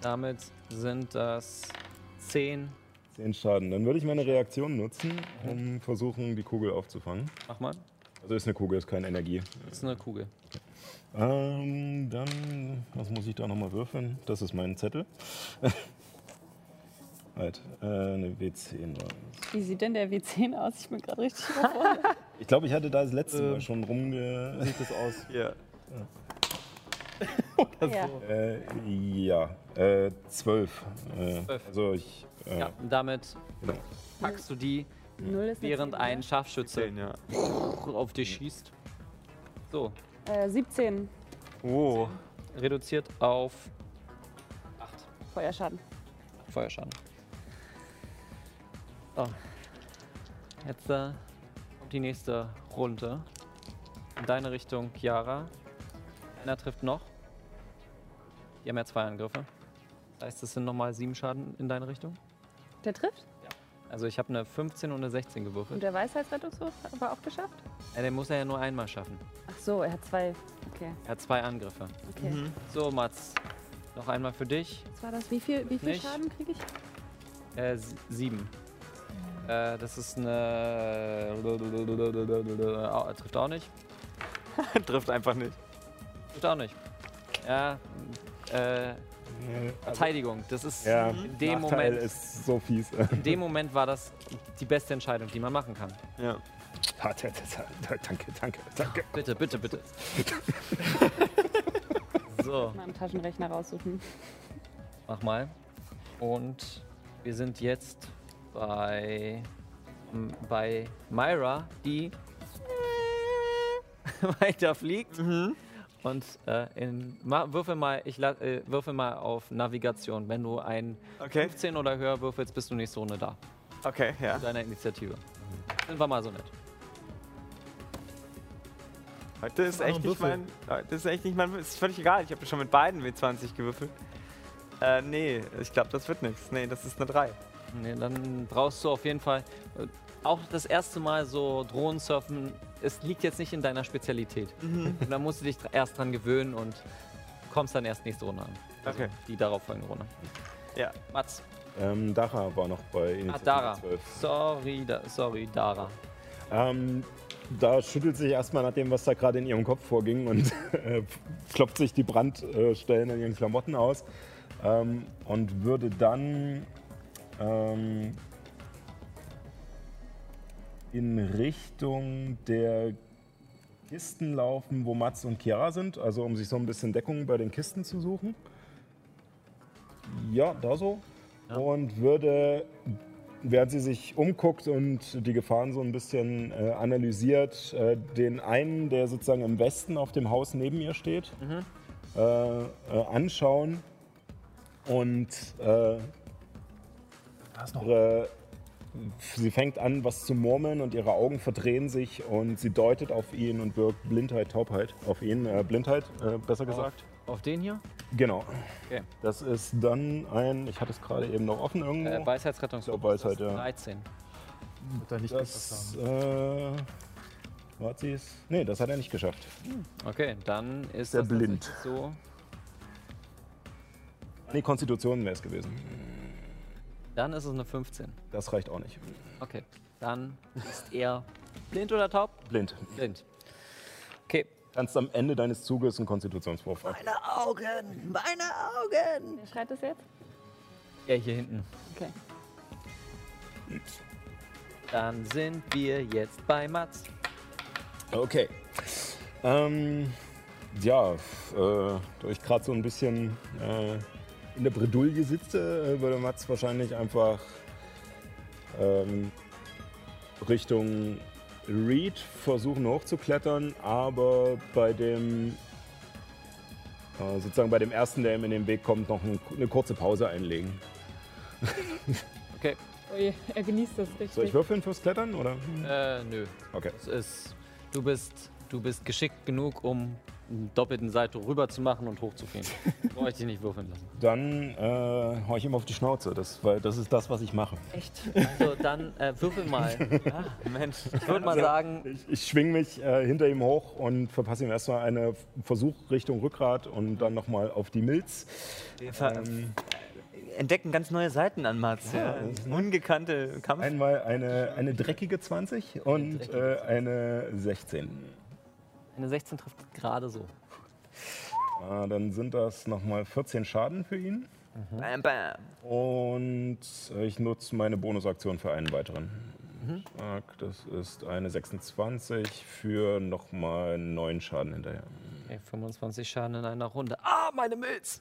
Speaker 1: Damit sind das 10.
Speaker 2: Zehn Schaden. Dann würde ich meine Reaktion nutzen, um versuchen, die Kugel aufzufangen.
Speaker 1: Mach mal.
Speaker 2: Also ist eine Kugel, ist keine Energie.
Speaker 1: Das ist eine Kugel.
Speaker 2: Ähm, dann, was muss ich da nochmal würfeln? Das ist mein Zettel. halt, äh, eine W10. war das.
Speaker 4: Wie sieht denn der W10 aus? Ich bin gerade richtig überfordert.
Speaker 2: Ich glaube, ich hatte da das letzte Mal
Speaker 6: Ähm.
Speaker 2: schon rumge...
Speaker 6: Sieht das aus?
Speaker 3: Ja.
Speaker 4: Ja.
Speaker 2: Äh, ja, äh, zwölf. Äh,
Speaker 1: Zwölf.
Speaker 2: also ich... Äh,
Speaker 1: Ja, und damit
Speaker 2: Genau.
Speaker 1: packst du die,
Speaker 4: Null ist eine
Speaker 1: während
Speaker 4: zehn,
Speaker 1: ein Scharfschütze
Speaker 3: Zehn, ja.
Speaker 1: auf dich schießt. So,
Speaker 4: oder? Äh, 17
Speaker 3: Oh.
Speaker 1: reduziert auf
Speaker 4: Feuerschaden.
Speaker 1: Feuerschaden. So. Jetzt äh, kommt die nächste Runde. In deine Richtung, Chiara. Einer trifft noch. Die haben ja zwei Angriffe. Das heißt, es sind nochmal sieben Schaden in deine Richtung.
Speaker 4: Der trifft?
Speaker 1: Also ich habe eine 15 und eine 16
Speaker 4: Und
Speaker 1: gewürfelt.
Speaker 4: der Weisheitsrettungswurf hat aber auch geschafft?
Speaker 1: Äh, den muss er ja nur einmal schaffen.
Speaker 4: Ach so, er hat zwei. Okay,
Speaker 1: Er hat zwei Angriffe.
Speaker 4: okay.
Speaker 1: So, Mats. Noch einmal für dich.
Speaker 4: Was war das? Wie viel, wie viel
Speaker 1: Nicht.
Speaker 4: Schaden kriege ich?
Speaker 1: Äh, s- sieben.
Speaker 2: Mhm.
Speaker 1: Äh, das ist eine. äh, Au- Trifft auch nicht.
Speaker 3: Trifft einfach nicht.
Speaker 1: Trifft auch nicht. Ja. Äh, Verteidigung. Das ist
Speaker 2: ja,
Speaker 1: in dem
Speaker 2: Nachteil
Speaker 1: Moment.
Speaker 2: ist so fies.
Speaker 1: In dem Moment war das die beste Entscheidung, die man machen kann.
Speaker 3: Ja.
Speaker 2: danke, danke, danke.
Speaker 1: Bitte, bitte, bitte. so,
Speaker 4: Mal im Taschenrechner raussuchen.
Speaker 1: mach mal. Und wir sind jetzt bei, m- bei Myra, die weiterfliegt. Und äh, in, ma, würfel, mal, ich, la- äh, würfel mal auf Navigation. Wenn du ein
Speaker 3: Okay.
Speaker 1: 15 oder höher würfelst, bist du nächste Runde da.
Speaker 3: Okay, ja.
Speaker 1: Deiner Initiative. Sind wir mal so nett.
Speaker 3: Heute ist echt nicht
Speaker 6: Würfel.
Speaker 3: mein. Heute ist echt nicht mein. Ist völlig egal. Ich habe schon mit beiden W20 gewürfelt. Äh, nee, ich glaube, das wird nichts. Nee, das ist eine 3.
Speaker 1: Nee, dann brauchst du auf jeden Fall äh, auch das erste Mal so Drohnensurfen. Es liegt jetzt nicht in deiner Spezialität. Und dann musst du dich dr- erst dran gewöhnen und kommst dann erst nächste Runde an.
Speaker 3: Okay.
Speaker 1: Die darauffolgende Runde.
Speaker 3: Ja.
Speaker 1: Mats,
Speaker 2: Ähm, Dara war noch bei
Speaker 1: ah,
Speaker 2: Initiative
Speaker 1: Dara.
Speaker 2: 12.
Speaker 1: Sorry, da, sorry, Dara.
Speaker 2: Ähm, da schüttelt sich erstmal nach dem, was da gerade in ihrem Kopf vorging und äh, klopft sich die Brandstellen an ihren Klamotten aus ähm, und würde dann ähm, in Richtung der Kisten laufen, wo Mats und Chiara sind, also um sich so ein bisschen Deckung bei den Kisten zu suchen. Ja, da so. Und würde während sie sich umguckt und die Gefahren so ein bisschen äh, analysiert, äh, den einen, der sozusagen im Westen auf dem Haus neben ihr steht, äh, äh, anschauen und äh,
Speaker 6: Da ist noch.
Speaker 2: ihre, sie fängt an, was zu murmeln und ihre Augen verdrehen sich und sie deutet auf ihn und wirkt Blindheit, Taubheit auf ihn, äh, Blindheit, äh, besser gesagt.
Speaker 1: Auf den hier?
Speaker 2: Genau.
Speaker 1: Okay.
Speaker 2: Das ist dann ein, ich hatte es gerade eben noch offen irgendwo.
Speaker 1: Äh, Weisheitsrettungswurf.
Speaker 2: Oh. Ich glaub, Weisheit,
Speaker 1: Das ist 13.
Speaker 2: ja.
Speaker 6: Wird da nicht
Speaker 2: Das,
Speaker 6: geschafft haben.
Speaker 2: äh, hat sie es? Nee, das hat er nicht geschafft.
Speaker 1: Okay, dann ist
Speaker 2: Der
Speaker 1: das
Speaker 2: blind.
Speaker 1: tatsächlich so.
Speaker 2: Nee, Konstitution wäre es gewesen.
Speaker 1: Dann ist es eine 15.
Speaker 2: Das reicht auch nicht.
Speaker 1: Okay, dann ist er blind oder taub?
Speaker 2: Blind.
Speaker 1: Blind. Okay,
Speaker 2: Kannst am Ende deines Zuges einen Konstitutionswurf machen.
Speaker 4: Wer schreit das jetzt?
Speaker 1: er hier hinten.
Speaker 4: Okay.
Speaker 1: Dann sind wir jetzt bei Mats.
Speaker 2: Okay. Ähm, ja, f- äh, da ich gerade so ein bisschen äh, in der Bredouille sitze, äh, würde Mats wahrscheinlich einfach ähm, Richtung Reed versuchen hochzuklettern, aber bei dem äh, sozusagen bei dem ersten, der ihm in den Weg kommt, noch ein, eine kurze Pause einlegen.
Speaker 1: Okay,
Speaker 7: Ui, er genießt das richtig.
Speaker 2: Soll ich würfeln fürs Klettern oder?
Speaker 1: äh, nö.
Speaker 2: Okay.
Speaker 1: Es ist, du bist, du bist geschickt genug, um einen doppelten Salto rüber zu machen und hochzufliegen. Brauche ich dich nicht würfeln lassen.
Speaker 2: Dann äh, hau ich ihm auf die Schnauze, das, weil das ist das, was ich mache.
Speaker 1: Echt? Also dann äh, würfel mal.
Speaker 3: Mensch.
Speaker 1: Ich würde mal sagen,
Speaker 2: Ich, ich schwing mich äh, hinter ihm hoch und verpasse ihm erstmal einen Versuch Richtung Rückgrat und dann nochmal auf die Milz.
Speaker 3: Wir ver-
Speaker 2: ähm,
Speaker 3: entdecken ganz neue Seiten an Mats. Ja. Ungekannte Kampf.
Speaker 2: Einmal eine, eine dreckige 20 und äh, eine 16.
Speaker 1: eine 16 trifft gerade so.
Speaker 2: Äh, dann sind das nochmal 14 Schaden für ihn.
Speaker 3: bam, bam.
Speaker 2: Und äh, ich nutze meine Bonusaktion für einen weiteren. Schlag. Das ist eine 26 für nochmal 9 Schaden hinterher.
Speaker 1: Okay, 25 Schaden in einer Runde. Ah, meine Milz!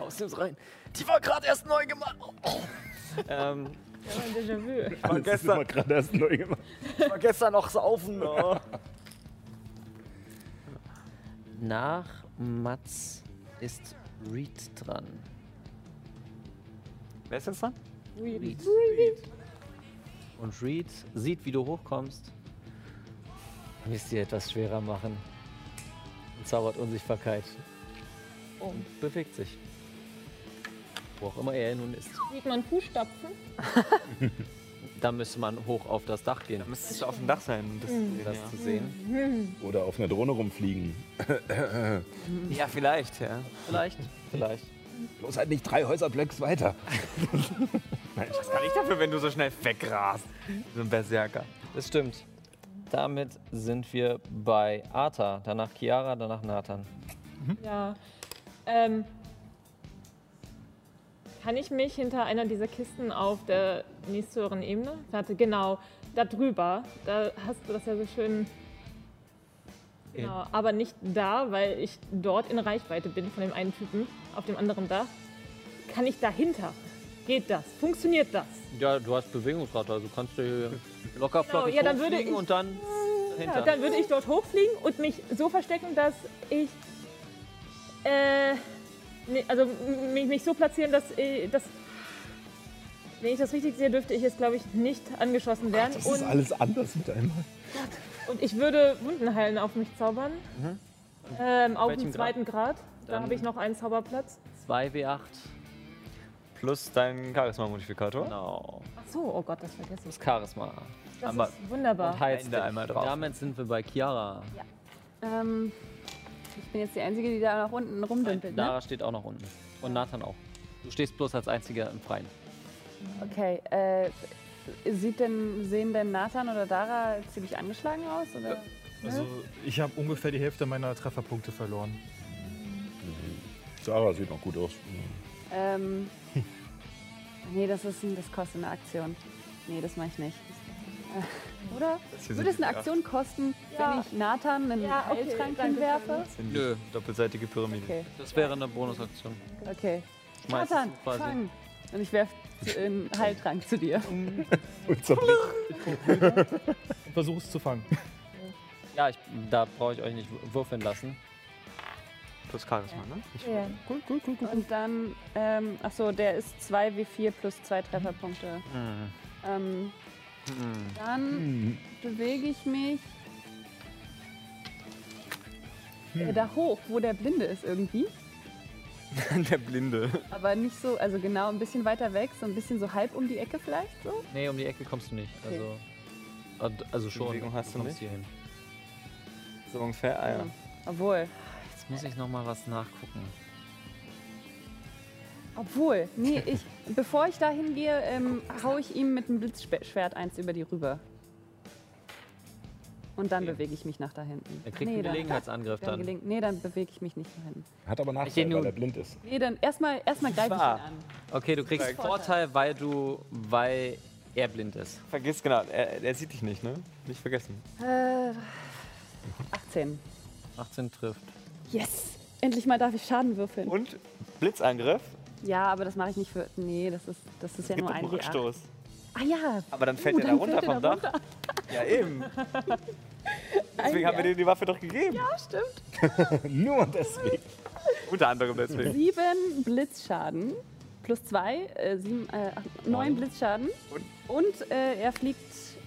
Speaker 1: Aus dem rein. Die war gerade erst neu gemacht. ähm,
Speaker 7: Déjà-vu.
Speaker 2: Alles ist immer gerade erst neu gemacht.
Speaker 3: War gestern noch saufen. Oh.
Speaker 1: nach Mats ist Reed dran.
Speaker 3: Wer ist jetzt dran?
Speaker 1: Reed. Und Reed sieht, wie du hochkommst. Er Müsst ihr etwas schwerer machen. Und zaubert Unsichtbarkeit. Und bewegt sich. Wo auch immer er nun ist.
Speaker 7: Sieht man Fußstapfen?
Speaker 1: Da müsste man hoch auf das Dach gehen,
Speaker 3: Da müsstest du auf dem Dach sein, um das zu
Speaker 5: Hm.
Speaker 3: sehen.
Speaker 1: um das zu sehen.
Speaker 2: Oder auf einer Drohne rumfliegen.
Speaker 3: Ja, ja vielleicht, ja.
Speaker 1: Vielleicht, vielleicht.
Speaker 2: Bloß halt nicht drei Häuserblöcks weiter.
Speaker 3: Was kann ich dafür, wenn du so schnell wegrast? So ein Berserker.
Speaker 1: Das stimmt. Damit sind wir bei Arta, danach Chiara, danach Nathan.
Speaker 7: Ja. Ähm, kann ich mich hinter einer dieser Kisten auf der nächsthöheren Ebene? Warte, genau, da drüber. Da hast du das ja so schön. Genau, aber nicht da, weil ich dort in Reichweite bin von dem einen Typen auf dem anderen Dach. Kann ich dahinter? Geht das? Funktioniert das?
Speaker 1: Ja, du hast Bewegungsrad, also kannst du hier locker flockig
Speaker 7: ja, dann würde
Speaker 1: hochfliegen
Speaker 7: ich-
Speaker 1: und dann
Speaker 7: Ja,
Speaker 1: hinter.
Speaker 7: dann würde ich dort hochfliegen und mich so verstecken, dass ich. Äh, nee, also m- mich, mich so platzieren, dass, äh, dass. Wenn ich das richtig sehe, dürfte ich jetzt, glaube ich, nicht angeschossen werden. und,
Speaker 2: alles anders mit einmal.
Speaker 7: und ich würde Wunden heilen auf mich zaubern. Ähm, auf
Speaker 1: welchem
Speaker 7: dem zweiten Grad. Da
Speaker 1: Mhm. Dann-
Speaker 7: habe ich noch einen Zauberplatz.
Speaker 1: 2W8.
Speaker 3: Plus dein Charisma-Modifikator.
Speaker 1: Genau.
Speaker 7: Ach so, oh Gott, das vergesse ich.
Speaker 1: Das Charisma.
Speaker 7: Das
Speaker 3: Aber-
Speaker 7: ist wunderbar.
Speaker 1: Und heizt
Speaker 3: Ende
Speaker 1: dich.
Speaker 3: einmal drauf.
Speaker 1: Damit sind wir bei Chiara.
Speaker 5: Ähm, ich bin jetzt die Einzige, die da nach unten rumdümpelt, ne?
Speaker 1: Lara steht auch noch unten. Und Nathan auch. Du stehst bloß als einziger im Freien.
Speaker 5: Okay, äh, sieht denn, sehen denn Nathan oder Dara ziemlich angeschlagen aus? Oder?
Speaker 1: Äh,
Speaker 6: Also ich habe ungefähr die Hälfte meiner Trefferpunkte verloren.
Speaker 2: Sarah sieht noch gut aus.
Speaker 5: Ähm, nee, das ist ein, das kostet eine Aktion. Nee, das mache ich nicht. Äh, Oder? Würde es eine Aktion kosten, wenn ich Nathan einen
Speaker 7: Ja, okay,
Speaker 5: Heiltrank
Speaker 7: danke
Speaker 5: hinwerfe?
Speaker 1: Nö.
Speaker 3: Doppelseitige Pyramide.
Speaker 5: Okay,
Speaker 1: Das wäre eine Bonusaktion.
Speaker 5: okay.
Speaker 1: Schmeißt
Speaker 5: Nathan,
Speaker 1: es quasi.
Speaker 5: fang! Und ich werfe einen Heiltrank zu dir.
Speaker 2: Und zerbricht.
Speaker 6: Und versuche es zu fangen.
Speaker 1: Ja, ich, da brauche ich euch nicht würfeln lassen.
Speaker 3: Plus Charisma, ne?
Speaker 7: Ja.
Speaker 5: Und dann, ähm, achso, der ist 2 wie 4 plus 2 Trefferpunkte. Ähm, dann bewege ich mich äh, da hoch, wo der Blinde ist irgendwie.
Speaker 3: Der Blinde.
Speaker 5: Aber nicht so, also genau ein bisschen weiter weg, so ein bisschen so halb um die Ecke vielleicht so.
Speaker 1: Nee, um die Ecke kommst du nicht.
Speaker 5: Okay.
Speaker 1: Also, und- also schon.
Speaker 3: Bewegung hast du
Speaker 1: kommst hier hin.
Speaker 3: So ungefähr, ah, ja.
Speaker 5: Obwohl,
Speaker 1: Jetzt muss ich noch mal was nachgucken.
Speaker 5: obwohl, nee, ich, bevor ich da hingehe, ähm, hau ich ihm mit einem Blitzschwert eins über die rüber. Und dann bewege ich mich nach da hinten.
Speaker 1: Er kriegt
Speaker 5: Nee,
Speaker 1: einen
Speaker 5: dann-
Speaker 1: Gelegenheitsangriff
Speaker 5: Dann
Speaker 1: dann.
Speaker 5: gelingt. Nee, dann bewege ich mich nicht mehr hin.
Speaker 2: Hat aber
Speaker 1: Ich
Speaker 2: Nachteil,
Speaker 1: geh nun-
Speaker 2: weil er blind ist.
Speaker 5: Nee, dann erstmal erstmal greife ich ihn
Speaker 3: Wahr.
Speaker 5: an.
Speaker 1: Okay, du kriegst
Speaker 5: Vorteil.
Speaker 1: Vorteil, weil du, weil er blind ist.
Speaker 3: Vergiss genau, er, er sieht dich nicht, ne? Nicht vergessen.
Speaker 5: Äh, 18.
Speaker 1: 18 trifft.
Speaker 5: Yes! Endlich mal darf ich Schaden würfeln.
Speaker 3: Und Blitzangriff.
Speaker 5: Ja, aber das mache ich nicht für. Nee, das ist, das ist ja
Speaker 3: Gibt doch
Speaker 5: nur
Speaker 3: einen
Speaker 5: ein W8.
Speaker 3: Rückstoß.
Speaker 5: Ah ja,
Speaker 3: Aber dann fällt er da
Speaker 5: dann
Speaker 3: runter
Speaker 5: fällt er
Speaker 3: vom
Speaker 5: da
Speaker 3: Dach. Ja, eben. Deswegen haben wir dir die Waffe doch gegeben. Ja.
Speaker 5: stimmt.
Speaker 2: Nur deswegen.
Speaker 3: Unter anderem deswegen.
Speaker 5: Sieben Blitzschaden. Plus zwei, äh, sieben, äh, acht, neun Blitzschaden. Und, äh, er fliegt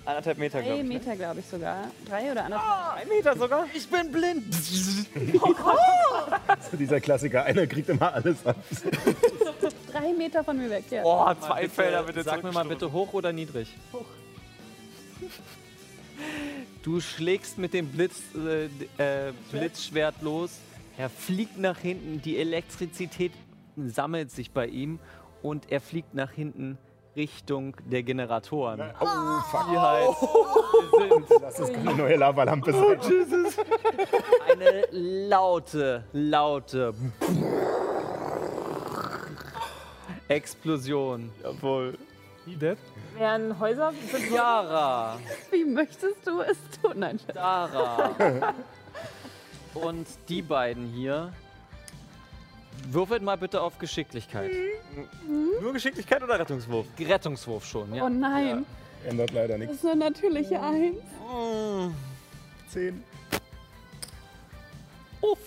Speaker 3: Anderthalb Meter, glaube
Speaker 4: Drei
Speaker 1: ne?
Speaker 3: ich.
Speaker 4: Meter, glaube ich sogar. Drei oder
Speaker 1: Ah!
Speaker 4: anderthalb.
Speaker 3: Ein Meter sogar? Ich bin blind.
Speaker 2: Dieser Klassiker, einer kriegt immer alles ab.
Speaker 4: Drei Meter von mir weg, ja.
Speaker 3: Oh, zwei Felder bitte
Speaker 1: Sag mir mal bitte hoch oder niedrig. Hoch. Du schlägst mit dem Blitz, äh, äh, Blitzschwert los. Er fliegt nach hinten. Die Elektrizität sammelt sich bei ihm und er fliegt nach hinten Richtung der Generatoren.
Speaker 2: Oh, fuck.
Speaker 1: Die halt
Speaker 3: Oh.
Speaker 1: sind.
Speaker 2: Das ist eine neue Lavalampe. sein.
Speaker 1: Eine laute, laute Explosion.
Speaker 3: Jawohl.
Speaker 6: Wie dead?
Speaker 7: Wären Häuser. sind-
Speaker 1: Yara,
Speaker 4: Wie möchtest du es tun? Nein, Schatz.
Speaker 1: Dara und die beiden hier. Würfelt mal bitte auf Geschicklichkeit.
Speaker 3: Nur Geschicklichkeit oder Rettungswurf?
Speaker 1: Rettungswurf schon, ja.
Speaker 4: Oh nein,
Speaker 2: Ändert
Speaker 4: das
Speaker 2: leider nichts.
Speaker 4: ist eine natürliche Eins.
Speaker 2: Zehn.
Speaker 1: Uff.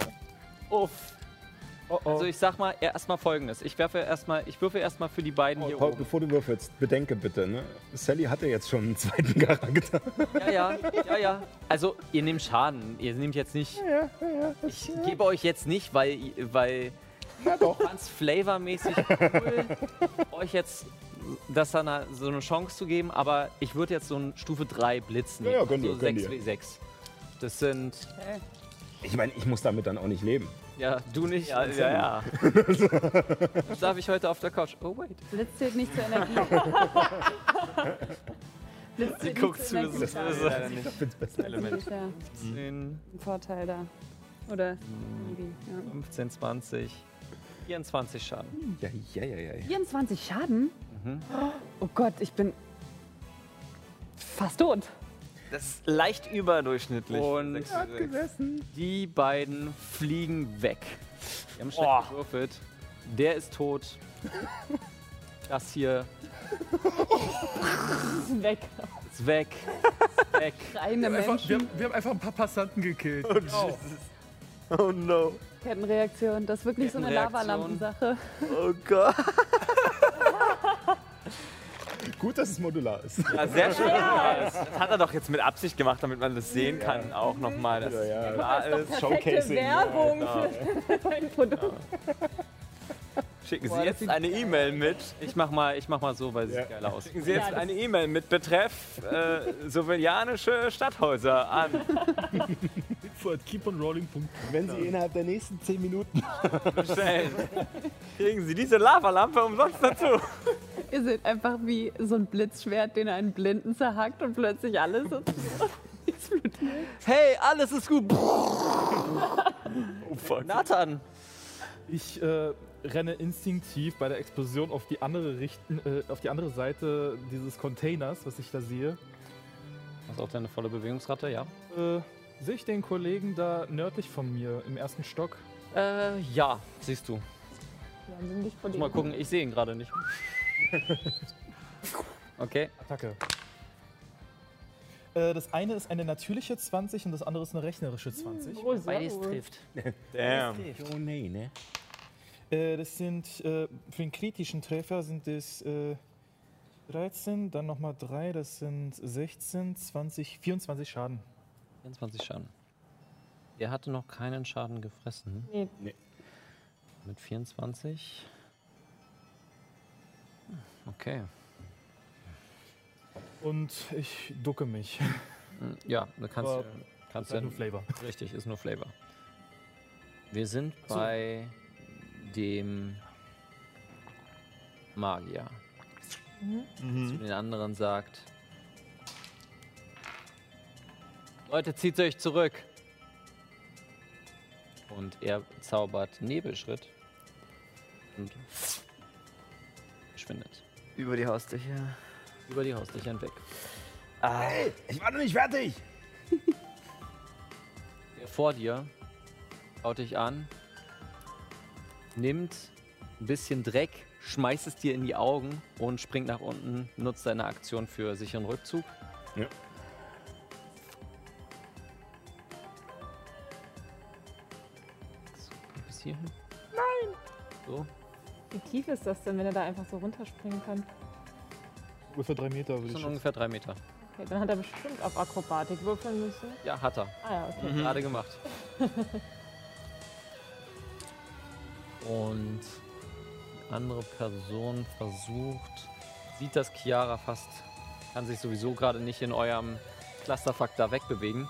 Speaker 1: Äh, Uff.
Speaker 6: Oh oh.
Speaker 1: Also ich sag mal erstmal folgendes. Ich werfe erstmal, ich würfe erstmal für die beiden
Speaker 6: Oh,
Speaker 1: hier
Speaker 2: Paul,
Speaker 1: oben.
Speaker 2: bevor du würfelst, bedenke bitte, ne? Sally hatte jetzt schon einen zweiten Charakter.
Speaker 1: Ja, ja, ja, ja. Also, ihr nehmt Schaden. Ihr nehmt jetzt nicht. Ich gebe euch jetzt nicht, weil, weil
Speaker 2: doch.
Speaker 1: ganz flavormäßig cool, euch jetzt das dann halt so eine Chance zu geben, aber ich würde jetzt so ein Stufe 3 Blitz nehmen.
Speaker 2: ja, gönn dir,
Speaker 1: so
Speaker 2: gönn
Speaker 1: 6
Speaker 2: dir.
Speaker 1: W6. Das sind.
Speaker 2: Ich meine, ich muss damit dann auch nicht leben.
Speaker 1: Ja, du nicht. Ja, ja, ja. Das darf ich heute auf der Couch. Oh, wait.
Speaker 4: Blitz zählt nicht zur Energie.
Speaker 5: Blitz
Speaker 1: Sie guckt zu. Das ist
Speaker 3: Leider nicht.
Speaker 2: Ich find's besser.
Speaker 1: Element.
Speaker 4: ist ja
Speaker 1: 10,
Speaker 4: ein Vorteil da. Oder irgendwie.
Speaker 1: Hm.
Speaker 4: Ja.
Speaker 1: 15, 20, 24 Schaden.
Speaker 2: Ja, ja, ja, ja.
Speaker 4: 24 Schaden?
Speaker 1: Mhm.
Speaker 4: Oh Gott, ich bin fast tot.
Speaker 3: Das ist leicht überdurchschnittlich.
Speaker 1: Und die beiden fliegen weg. Die haben schlecht gewürfelt. Der ist tot. Das hier
Speaker 7: Ist weg.
Speaker 1: ist weg. Ist weg.
Speaker 4: Reine
Speaker 8: Einfach, wir,
Speaker 4: Menschen.
Speaker 8: haben, wir haben einfach ein paar Passanten gekillt. Genau.
Speaker 3: Oh no.
Speaker 4: Kettenreaktion. Das ist wirklich so eine
Speaker 1: Kettenreaktion.
Speaker 4: Lavalampensache.
Speaker 3: Oh Gott.
Speaker 2: Gut, dass es modular ist.
Speaker 3: Ja, Ah, sehr schön. Das hat er doch jetzt mit Absicht gemacht, damit man das sehen kann auch nochmal. dass es
Speaker 2: ja.
Speaker 3: klar ist.
Speaker 7: Perfekte Werbung für dein Produkt.
Speaker 3: Schicken Sie jetzt eine E-Mail mit.
Speaker 1: Ich mach mal, ich mach mal so, weil sie
Speaker 2: Ja.
Speaker 1: sieht geil aus.
Speaker 3: Schicken Sie jetzt eine E-Mail mit Betreff äh, sowjetianische Stadthäuser an.
Speaker 6: Fort, keep on rolling. Punkt.
Speaker 2: Wenn sie innerhalb der nächsten 10 Minuten.
Speaker 3: Bestellen. Kriegen Sie diese Lavalampe umsonst dazu.
Speaker 4: Ihr seht einfach wie so ein Blitzschwert, den einen Blinden zerhackt und plötzlich alles so explodiert.
Speaker 1: Hey, alles ist gut.
Speaker 3: Oh fuck.
Speaker 1: Nathan.
Speaker 6: Ich äh, renne instinktiv bei der Explosion auf die andere Richten, äh, auf die andere Seite dieses Containers, was ich da sehe.
Speaker 1: Hast auch deine volle Bewegungsrate, ja?
Speaker 6: Äh, sehe ich den Kollegen da nördlich von mir im ersten Stock?
Speaker 1: Äh, ja, siehst du.
Speaker 7: Ja, sind nicht von
Speaker 1: Muss mal
Speaker 7: denen.
Speaker 1: gucken, ich sehe ihn gerade nicht. Okay.
Speaker 6: Attacke. Äh, das eine ist eine natürliche 20 und das andere ist eine rechnerische 20.
Speaker 7: Oh, sehr
Speaker 1: Beides
Speaker 7: gut.
Speaker 1: trifft.
Speaker 3: Damn.
Speaker 2: Oh nee, ne?
Speaker 6: Äh, das sind äh, für den kritischen Treffer sind es äh, 13, dann nochmal 3, das sind 16, 20, 24 Schaden.
Speaker 1: 24 Schaden. Der hatte noch keinen Schaden gefressen.
Speaker 7: Nee.
Speaker 2: Nee.
Speaker 1: Mit 24. Hm, Okay.
Speaker 6: Und ich ducke mich.
Speaker 1: Hm, Ja, da kannst du.
Speaker 6: Aber
Speaker 1: Kannst
Speaker 6: Ist
Speaker 1: du
Speaker 6: nur Flavor.
Speaker 1: richtig, ist nur Flavor. Wir sind bei dem Magier. Mhm. Zu den anderen sagt: Leute, zieht euch zurück! Und er zaubert Nebelschritt und verschwindet.
Speaker 3: Über die Haustür.
Speaker 1: Über die Haustür hinweg.
Speaker 3: Ah.
Speaker 2: Ich war noch nicht fertig.
Speaker 1: Der vor dir schaut dich an, nimmt ein bisschen Dreck, schmeißt es dir in die Augen und springt nach unten, nutzt seine Aktion für sicheren Rückzug.
Speaker 2: Ja.
Speaker 1: So, Bis hierhin. Nein! So,
Speaker 7: Wie tief ist das denn, wenn er da einfach so runterspringen kann?
Speaker 6: Ungefähr drei Meter würde
Speaker 1: Das
Speaker 6: ich
Speaker 1: sind
Speaker 6: schon.
Speaker 1: ungefähr drei Meter.
Speaker 7: Okay, dann hat er bestimmt auf Akrobatik würfeln müssen.
Speaker 1: Ja, hat er.
Speaker 7: Ah ja, okay.
Speaker 1: Gerade gemacht. Und die andere Person versucht, sieht das Chiara fast, kann sich sowieso gerade nicht in eurem Clusterfuck da wegbewegen.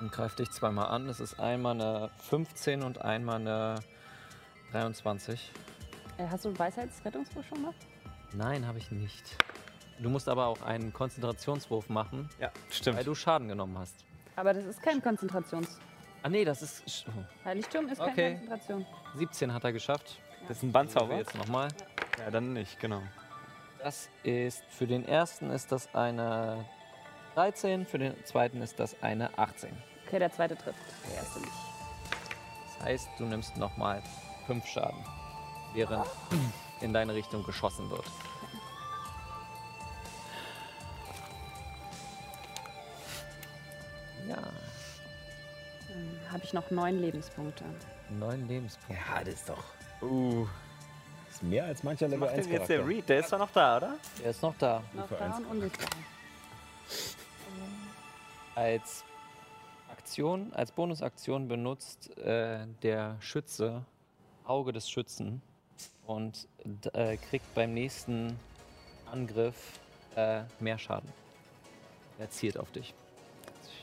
Speaker 1: Und greift dich zweimal an. Das ist einmal eine 15 und einmal eine 23.
Speaker 4: Äh, hast du einen Weisheitsrettungswurf schon gemacht?
Speaker 1: Nein, habe ich nicht. Du musst aber auch einen Konzentrationswurf machen,
Speaker 3: Ja, stimmt.
Speaker 1: weil du Schaden genommen hast.
Speaker 4: Aber das ist kein Konzentrations.
Speaker 1: Ah nee, das ist sch- oh,
Speaker 4: Heiligtum ist keine
Speaker 1: Okay.
Speaker 4: Konzentration.
Speaker 1: 17 hat er geschafft.
Speaker 3: Das ist ein
Speaker 1: Zauber
Speaker 3: Bandzauber.
Speaker 1: jetzt nochmal.
Speaker 3: Ja, dann nicht, genau.
Speaker 1: Das ist für den ersten ist das eine 13, für den zweiten ist das eine 18.
Speaker 4: Okay, der zweite trifft. Der erste nicht.
Speaker 1: Das heißt, du nimmst nochmal 5 Schaden, während in deine Richtung geschossen wird. Ja,
Speaker 4: Habe ich noch neun Lebenspunkte.
Speaker 1: 9 Lebenspunkte.
Speaker 2: Ja, das ist doch.
Speaker 3: Uh,
Speaker 2: Das ist mehr als mancher Level
Speaker 3: macht
Speaker 2: 1
Speaker 3: denn jetzt
Speaker 2: Charakter.
Speaker 3: der Reed? Der ist zwar noch da, oder?
Speaker 1: Er ist noch da.
Speaker 4: Noch
Speaker 2: Für
Speaker 4: da
Speaker 2: eins.
Speaker 4: und unsichtbar.
Speaker 1: als Aktion, als Bonusaktion benutzt äh, der Schütze Auge des Schützen und d- äh, kriegt beim nächsten Angriff äh, mehr Schaden. Er zielt auf dich.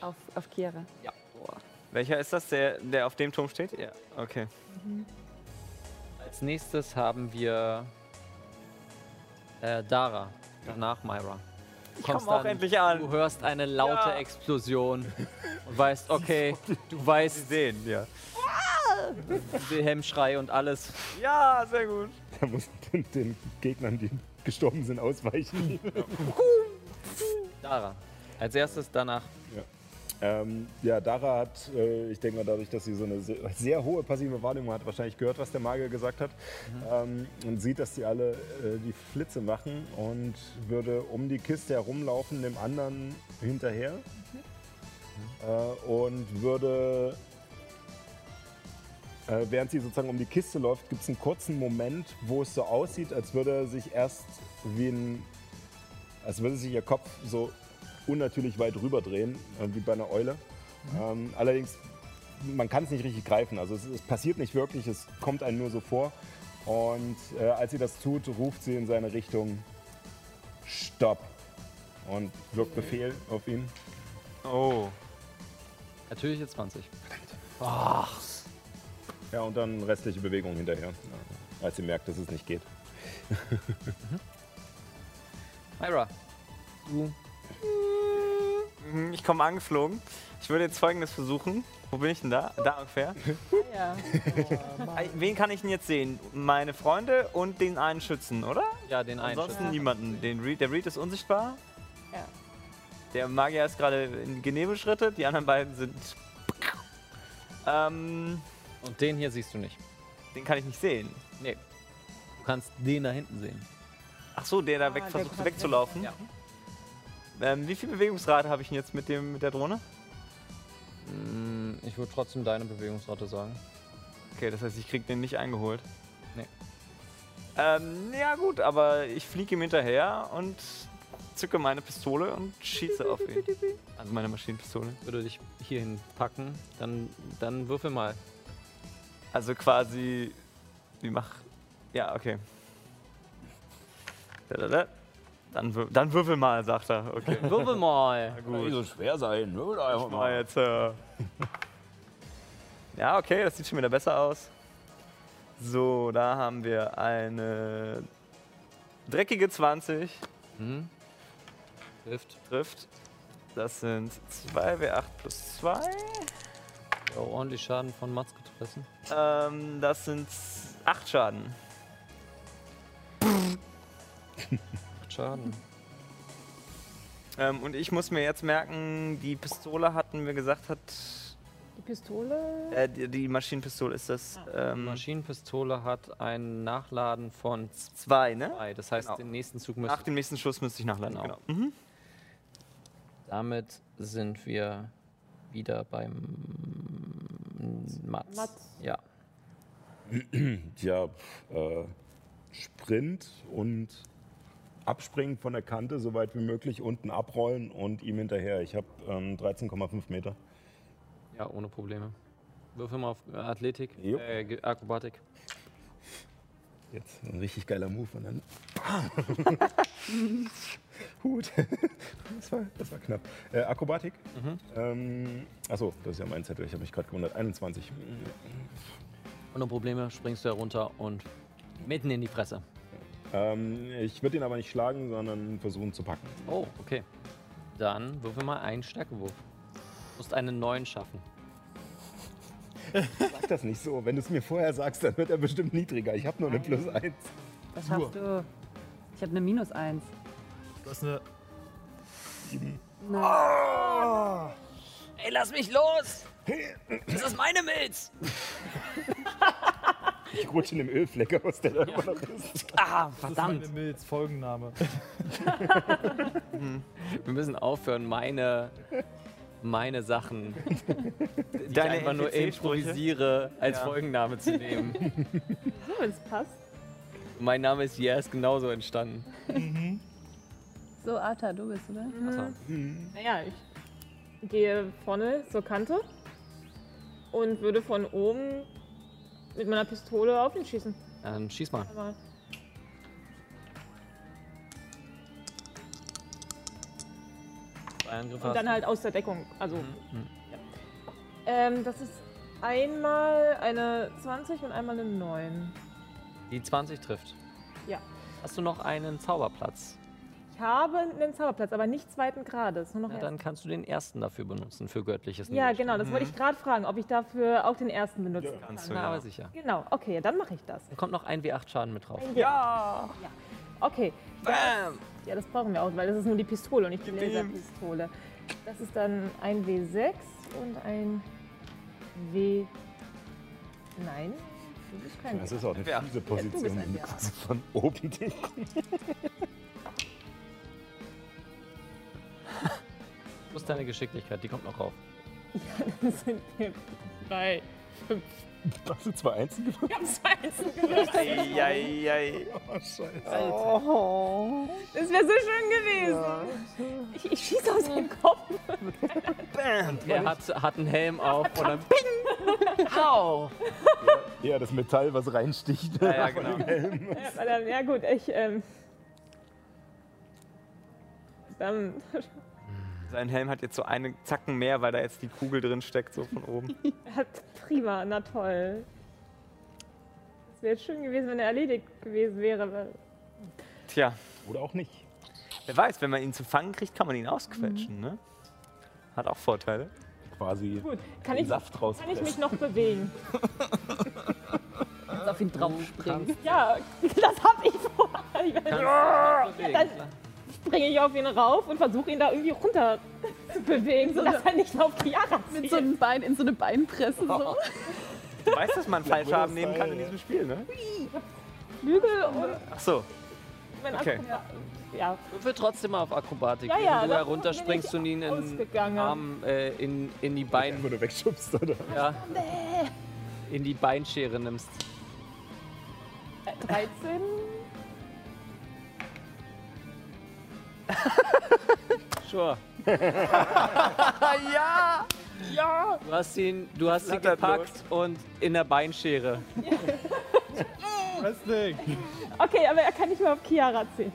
Speaker 4: Auf, auf Kiera.
Speaker 1: Ja.
Speaker 3: Welcher ist das, der, der auf dem Turm steht? Ja. Okay.
Speaker 1: Als nächstes haben wir äh, Dara, danach Myra. Ich
Speaker 3: komm auch endlich an.
Speaker 1: Du hörst eine laute
Speaker 3: Ja.
Speaker 1: Explosion und weißt, okay, du weißt,
Speaker 3: Sehen, ja.
Speaker 1: Wilhelm-Schrei und alles.
Speaker 3: Ja, sehr gut.
Speaker 2: Da muss den, den Gegnern, die gestorben sind, ausweichen.
Speaker 1: Dara. Als erstes, danach
Speaker 2: ähm, ja, Dara hat, äh, ich denke mal, dadurch, dass sie so eine sehr, sehr hohe passive Wahrnehmung hat, wahrscheinlich gehört, was der Magier gesagt hat. Ähm, und sieht, dass die alle äh, die Flitze machen und würde um die Kiste herumlaufen, dem anderen hinterher. Äh, und würde. Äh, während sie sozusagen um die Kiste läuft, gibt es einen kurzen Moment, wo es so aussieht, als würde sich erst wie ein. als würde sich ihr Kopf so unnatürlich weit rüber drehen, äh, wie bei einer Eule. Ähm, allerdings, man kann es nicht richtig greifen. Also es, es passiert nicht wirklich, es kommt einem nur so vor. Und äh, als sie das tut, ruft sie in seine Richtung Stopp und wirkt Befehl auf ihn.
Speaker 3: Oh.
Speaker 1: Natürlich jetzt 20.
Speaker 2: Ja, und dann restliche Bewegung hinterher, ja, als sie merkt, dass es nicht geht.
Speaker 1: Myra, du
Speaker 3: Mhm, Ich komme angeflogen. Ich würde jetzt folgendes versuchen. Wo bin ich denn da? Da ungefähr.
Speaker 7: Ja.
Speaker 3: Ei, Wen kann ich denn jetzt sehen? Meine Freunde und den einen Schützen, oder?
Speaker 1: ja den einen.
Speaker 3: Ansonsten
Speaker 1: Schützen.
Speaker 3: niemanden. Den Reed, der Reed ist unsichtbar.
Speaker 7: Ja.
Speaker 3: Der Magier ist gerade in Genebeschritte. Die anderen beiden sind. Ähm,
Speaker 1: Und den hier siehst du nicht.
Speaker 3: den kann ich nicht sehen.
Speaker 1: Nee. Du kannst den da hinten sehen.
Speaker 3: Ach so, der da weg,
Speaker 7: der
Speaker 3: versucht
Speaker 7: kann
Speaker 3: wegzulaufen.
Speaker 1: weg,
Speaker 3: Ähm, wie viel Bewegungsrate habe ich denn jetzt mit, dem, mit der Drohne?
Speaker 1: Mm, Ich würde trotzdem deine Bewegungsrate sagen.
Speaker 3: Okay, das heißt, ich krieg den nicht eingeholt.
Speaker 1: Nee.
Speaker 3: Ähm, ja gut, aber ich fliege ihm hinterher und zücke meine Pistole und schieße auf ihn. Also meine Maschinenpistole.
Speaker 1: Würde dich hierhin packen, dann, dann würfel mal.
Speaker 3: Also quasi, wie mach... Ja, okay. Da, da, da. Dann, wür dann würfel mal, sagt er. Okay.
Speaker 1: Würfel mal!
Speaker 2: Nicht so schwer sein, ne? würde einfach
Speaker 3: mal jetzt, äh. Ja, okay, das sieht schon wieder besser aus. So, da haben wir eine dreckige 20.
Speaker 1: Hm? Hilft.
Speaker 3: trifft. Das sind 2W8 plus 2.
Speaker 1: Ja, ordentlich Schaden von Mats getroffen.
Speaker 3: Ähm, das sind 8 Schaden.
Speaker 1: Acht Schaden.
Speaker 3: Ähm, und ich muss mir jetzt merken, die Pistole hatten wir gesagt, hat.
Speaker 7: Die Pistole.
Speaker 3: Äh, die, die Maschinenpistole ist das.
Speaker 1: Ah, Die
Speaker 3: Ähm,
Speaker 1: Maschinenpistole hat ein Nachladen von
Speaker 3: 2, ne?
Speaker 1: 2. Das heißt,
Speaker 3: Genau.
Speaker 1: den nächsten Zug
Speaker 3: Nach
Speaker 1: müsstest
Speaker 3: dem nächsten Schuss müsste ich nachladen. Genau.
Speaker 1: Genau.
Speaker 3: Mhm.
Speaker 1: Damit sind wir wieder beim Mats.
Speaker 7: Mats.
Speaker 1: Ja.
Speaker 2: Ja, pff, äh, Sprint und abspringen von der Kante, so weit wie möglich, unten abrollen und ihm hinterher. Ich habe ähm, 13,5 Meter.
Speaker 1: Ja, ohne Probleme. Würfel mal auf äh, Athletik,
Speaker 2: Jo.
Speaker 1: äh, Ge- Akrobatik.
Speaker 2: Jetzt ein richtig geiler Move und dann. Gut. Das war, das war knapp. Äh, Akrobatik. Ähm, achso, das ist ja mein Zettel. Ich habe mich gerade gewundert. 21.
Speaker 1: Ohne Probleme springst du herunter und mitten in die Fresse.
Speaker 2: Ähm, ich würde ihn aber nicht schlagen, sondern versuchen zu packen.
Speaker 1: Oh, okay. Dann würfel mal einen Stärkewurf. Du musst einen neuen schaffen.
Speaker 2: Sag das nicht so. Wenn du es mir vorher sagst, dann wird er bestimmt niedriger. Ich habe nur eine Plus 1.
Speaker 5: Das schaffst du. Ich habe eine Minus 1.
Speaker 6: Du hast eine.
Speaker 1: Ey, lass mich los! Das ist meine Milz!
Speaker 2: Ich rutsche in dem Ölfleck aus, der da immer noch ist.
Speaker 1: Ah,
Speaker 6: Das ist meine Milz, Folgenname.
Speaker 1: Wir müssen aufhören, meine, meine Sachen, die ich einfach nur
Speaker 3: NPC-Sprüche?
Speaker 1: improvisiere, als Folgenname zu nehmen.
Speaker 7: So, es passt.
Speaker 1: mein Name ist Yes, genauso entstanden.
Speaker 5: So, Arta, du bist, oder?
Speaker 7: Naja, ich gehe vorne zur Kante und würde von oben mit meiner Pistole auf ihn schießen.
Speaker 1: Dann schieß mal.
Speaker 7: Mal.
Speaker 1: Zwei Angriffe
Speaker 7: Und
Speaker 1: hast
Speaker 7: dann
Speaker 1: du.
Speaker 7: halt aus der Deckung. Also,
Speaker 1: Mhm,
Speaker 7: ja. ähm, das ist einmal eine 20 und einmal eine 9.
Speaker 1: Die 20 trifft.
Speaker 7: Ja.
Speaker 1: Hast du noch einen Zauberplatz?
Speaker 7: Ich habe einen Zauberplatz, aber nicht zweiten Grades. Nur noch
Speaker 1: Na,
Speaker 7: ersten.
Speaker 1: dann kannst du den ersten dafür benutzen, für göttliches
Speaker 7: ja,
Speaker 1: Niederschlagen.
Speaker 7: genau, das wollte ich gerade fragen, ob ich dafür auch den ersten benutzen kann.
Speaker 3: Kannst du,
Speaker 1: Na,
Speaker 3: ja.
Speaker 1: aber sicher.
Speaker 7: Genau, okay, dann mache ich das.
Speaker 1: Da kommt noch ein W8 Schaden mit drauf.
Speaker 7: Ja! ja. Okay. Ja, das brauchen wir auch, weil das ist nur die Pistole und nicht die Laserpistole. Das ist dann ein W6 und ein W. Nein, das ist kein
Speaker 2: Das
Speaker 7: W.
Speaker 2: ist auch eine fiese Position, wenn du quasi von oben dich.
Speaker 1: Plus deine Geschicklichkeit, die kommt noch rauf.
Speaker 7: Das sind wir drei.
Speaker 2: Hast du zwei Einsen gewonnen?
Speaker 7: Ich hab's einzeln gewürfelt.
Speaker 3: Eieiei.
Speaker 2: Oh, scheiße.
Speaker 7: Das wäre so schön gewesen. Ich, ich schieße auf seinen Kopf.
Speaker 1: Er hat, hat einen Helm auf und dann Ping! Au!
Speaker 2: Ja, das Metall, was reinsticht.
Speaker 1: Ja, genau.
Speaker 7: Ja, aber dann, ja gut, ich. Ähm, dann,
Speaker 3: Sein Helm hat jetzt so einen Zacken mehr, weil da jetzt die Kugel drin steckt, so von oben.
Speaker 7: hat prima, na toll. Es wäre schön gewesen, wenn er erledigt gewesen wäre. aber
Speaker 3: Tja,
Speaker 2: Oder auch nicht.
Speaker 3: wer weiß, wenn man ihn zu fangen kriegt, kann man ihn ausquetschen, ne? Hat auch Vorteile.
Speaker 2: Quasi
Speaker 7: Gut, kann ich, kann
Speaker 2: Saft raus.
Speaker 7: ich mich noch bewegen?
Speaker 5: Kannst auf ihn draufspringen.
Speaker 7: Ja, das habe ich vor. Ich
Speaker 1: Kannst
Speaker 7: werde-
Speaker 1: du dich bewegen,
Speaker 7: dann-
Speaker 1: klar.
Speaker 7: springe ich auf ihn rauf und versuche ihn da irgendwie runter zu bewegen, sodass er nicht auf Chiara
Speaker 5: Mit so einem Bein, in so eine Beinpresse. So.
Speaker 3: Du weißt, dass man Fallschaden nehmen kann in
Speaker 2: Ja.
Speaker 3: diesem Spiel, ne?
Speaker 7: Flügel und
Speaker 3: Ach so.
Speaker 7: mein
Speaker 3: Okay.
Speaker 7: Akrobat. Ja,
Speaker 1: Würfel trotzdem mal auf Akrobatik.
Speaker 7: Ja, ja,
Speaker 1: Wenn du
Speaker 7: davon
Speaker 1: herunterspringst
Speaker 7: bin
Speaker 1: und
Speaker 7: ich
Speaker 1: ihn in den
Speaker 7: ausgegangen.
Speaker 1: Arm, äh, in, in die Bein,
Speaker 2: Wo du wegschubst, oder?
Speaker 1: ja, in die Beinschere nimmst.
Speaker 7: äh, 13.
Speaker 1: Sure.
Speaker 7: Ja, halt
Speaker 1: Du hast ihn, du hast ihn gepackt und in der Beinschere.
Speaker 6: Wrestling!
Speaker 7: okay, aber er kann nicht mehr auf Chiara ziehen.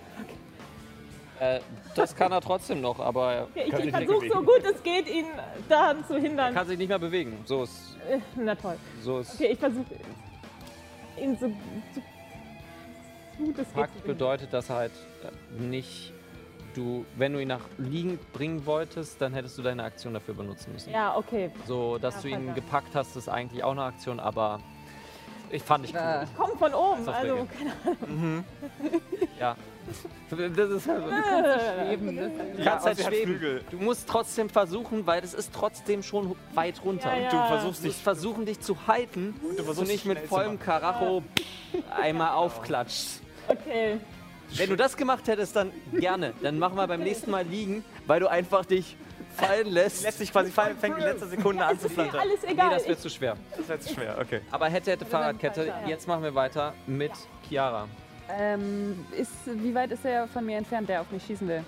Speaker 1: Äh, das kann er trotzdem noch, aber
Speaker 7: Okay, ich
Speaker 2: Kann
Speaker 7: ich
Speaker 2: sich nicht
Speaker 7: versuche so
Speaker 2: bewegen.
Speaker 7: gut es geht, ihn daran zu
Speaker 1: er
Speaker 7: hindern.
Speaker 1: kann sich nicht mehr bewegen. So ist,
Speaker 7: Äh, Na toll.
Speaker 1: so ist
Speaker 7: Okay, ich versuche ihn so, so so gut es geht zu
Speaker 1: Packt
Speaker 7: bewegen.
Speaker 1: bedeutet das halt äh, nicht, du, wenn du ihn nach liegen bringen wolltest, dann hättest du deine Aktion dafür benutzen müssen.
Speaker 7: Ja, okay.
Speaker 1: So, dass
Speaker 7: Ja,
Speaker 1: du ihn
Speaker 7: verdammt.
Speaker 1: gepackt hast, ist eigentlich auch eine Aktion, aber ich fand ich cool.
Speaker 7: Komm von oben.
Speaker 1: auf
Speaker 7: Also,
Speaker 1: Regeln. Ja. Das ist halt, du kannst halt
Speaker 3: sie hat
Speaker 1: schweben.
Speaker 3: Flügel.
Speaker 1: Du musst trotzdem versuchen, weil das ist trotzdem schon ho- weit runter.
Speaker 7: Ja, ja.
Speaker 3: Du versuchst
Speaker 1: Du musst
Speaker 3: dich.
Speaker 1: versuchen, dich zu halten, dass du
Speaker 3: versuchst,
Speaker 1: nicht mit
Speaker 3: schnell zu
Speaker 1: vollem Karacho einmal aufklatschst.
Speaker 7: okay.
Speaker 1: Wenn du das gemacht hättest, dann gerne. Dann machen wir beim nächsten Mal liegen, weil du einfach dich fallen lässt.
Speaker 3: Lässt sich quasi fallen, fängt in letzter Sekunde an zu
Speaker 7: Ist mir
Speaker 3: flattern.
Speaker 7: alles
Speaker 1: Nee,
Speaker 7: egal.
Speaker 1: das wird zu schwer.
Speaker 3: Das ist jetzt schwer, okay.
Speaker 1: Aber hätte, hätte Fahrradkette. Jetzt machen wir weiter mit Chiara.
Speaker 7: ich
Speaker 5: Ähm, ist, wie weit ist er von mir entfernt, der auf mich schießen will?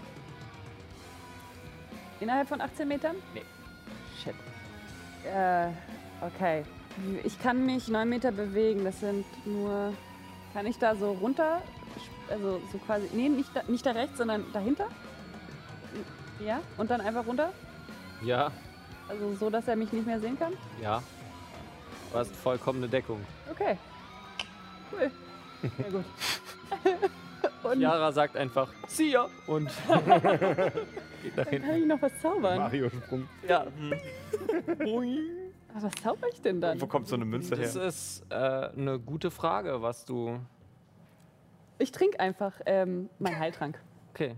Speaker 5: Innerhalb von 18 Metern?
Speaker 1: Nee.
Speaker 5: Shit. Äh, okay. Ich kann mich 9 Meter bewegen, das sind nur... Kann ich da so runter? Also so quasi... Nee, nicht da, nicht da rechts, sondern dahinter? Ja? Und dann einfach runter?
Speaker 1: Ja,
Speaker 5: Also so, dass er mich nicht mehr sehen kann?
Speaker 1: ja. Du hast vollkommene Deckung.
Speaker 5: Okay. Cool. Sehr gut. Und
Speaker 1: Chiara sagt einfach, see ya! Und geht nach
Speaker 5: kann
Speaker 1: hinten.
Speaker 5: ich noch was zaubern?
Speaker 2: Mario-Sprung.
Speaker 1: Ja,
Speaker 5: Ach, was zauber ich denn dann?
Speaker 3: Wo kommt so eine Münze
Speaker 1: das
Speaker 3: her?
Speaker 1: ist äh, eine gute Frage, was du...
Speaker 5: Ich trinke einfach ähm, meinen Heiltrank.
Speaker 1: Okay,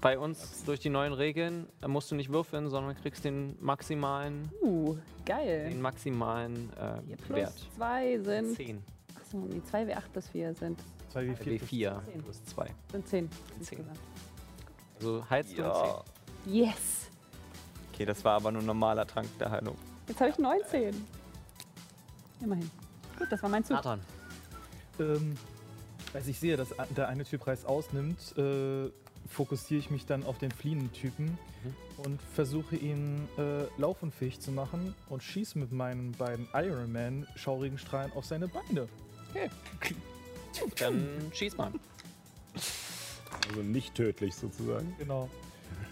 Speaker 1: bei uns durch die neuen Regeln äh, musst du nicht würfeln, sondern kriegst den maximalen,
Speaker 5: Uh, geil.
Speaker 1: den maximalen äh,
Speaker 5: Vier plus
Speaker 1: Wert.
Speaker 5: zwei sind.
Speaker 1: 10.
Speaker 5: Achso, nee, zwei W8 plus 4 sind.
Speaker 6: 2G4.
Speaker 1: B4
Speaker 5: Zehn.
Speaker 1: Äh, plus 2.
Speaker 5: Sind 10.
Speaker 1: Zehn. Also heizt du
Speaker 3: Ja.
Speaker 1: um
Speaker 5: Yes!
Speaker 3: Okay, das war aber nur ein normaler Trank der Heilung.
Speaker 5: Jetzt habe ich 19. Immerhin. Gut, das war mein
Speaker 1: 10.
Speaker 5: Zug.
Speaker 1: Nathan.
Speaker 6: Ähm, als ich sehe, dass a- der eine Typ Reis ausnimmt, äh, fokussiere ich mich dann auf den fliehenden Typen und versuche ihn äh, laufunfähig zu machen und schieße mit meinen beiden Iron Man schaurigen Strahlen auf seine Beine.
Speaker 1: Dann schieß mal.
Speaker 2: Also nicht tödlich sozusagen.
Speaker 6: Genau.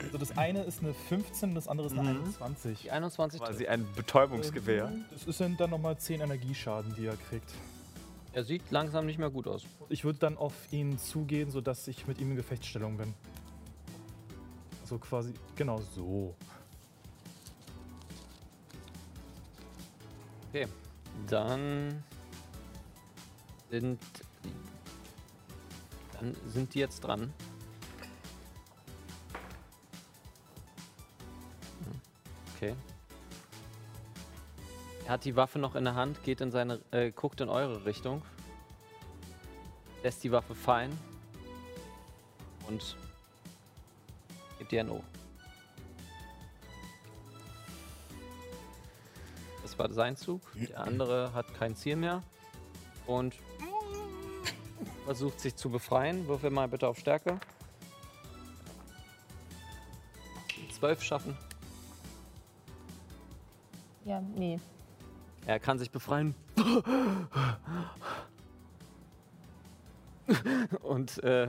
Speaker 6: Also das eine ist eine 15, das andere ist eine 21.
Speaker 1: Die 21
Speaker 3: Quasi ein Betäubungsgewehr.
Speaker 6: Ähm, Das ist dann, dann nochmal 10 Energieschaden, die er kriegt.
Speaker 1: Er sieht langsam nicht mehr gut aus.
Speaker 6: Ich würde dann auf ihn zugehen, sodass ich mit ihm in Gefechtsstellung bin. So quasi, genau so.
Speaker 1: Dann sind dann sind die jetzt dran. Hm, Okay. Er hat die Waffe noch in der Hand, geht in seine äh, guckt in eure Richtung. Lässt die Waffe fallen und gibt dir ein O. Das war sein Zug. Der andere hat kein Ziel mehr und versucht sich zu befreien. Würfel mal bitte auf Stärke. Zwölf schaffen.
Speaker 7: Ja, nee.
Speaker 1: Er kann sich befreien. Und äh,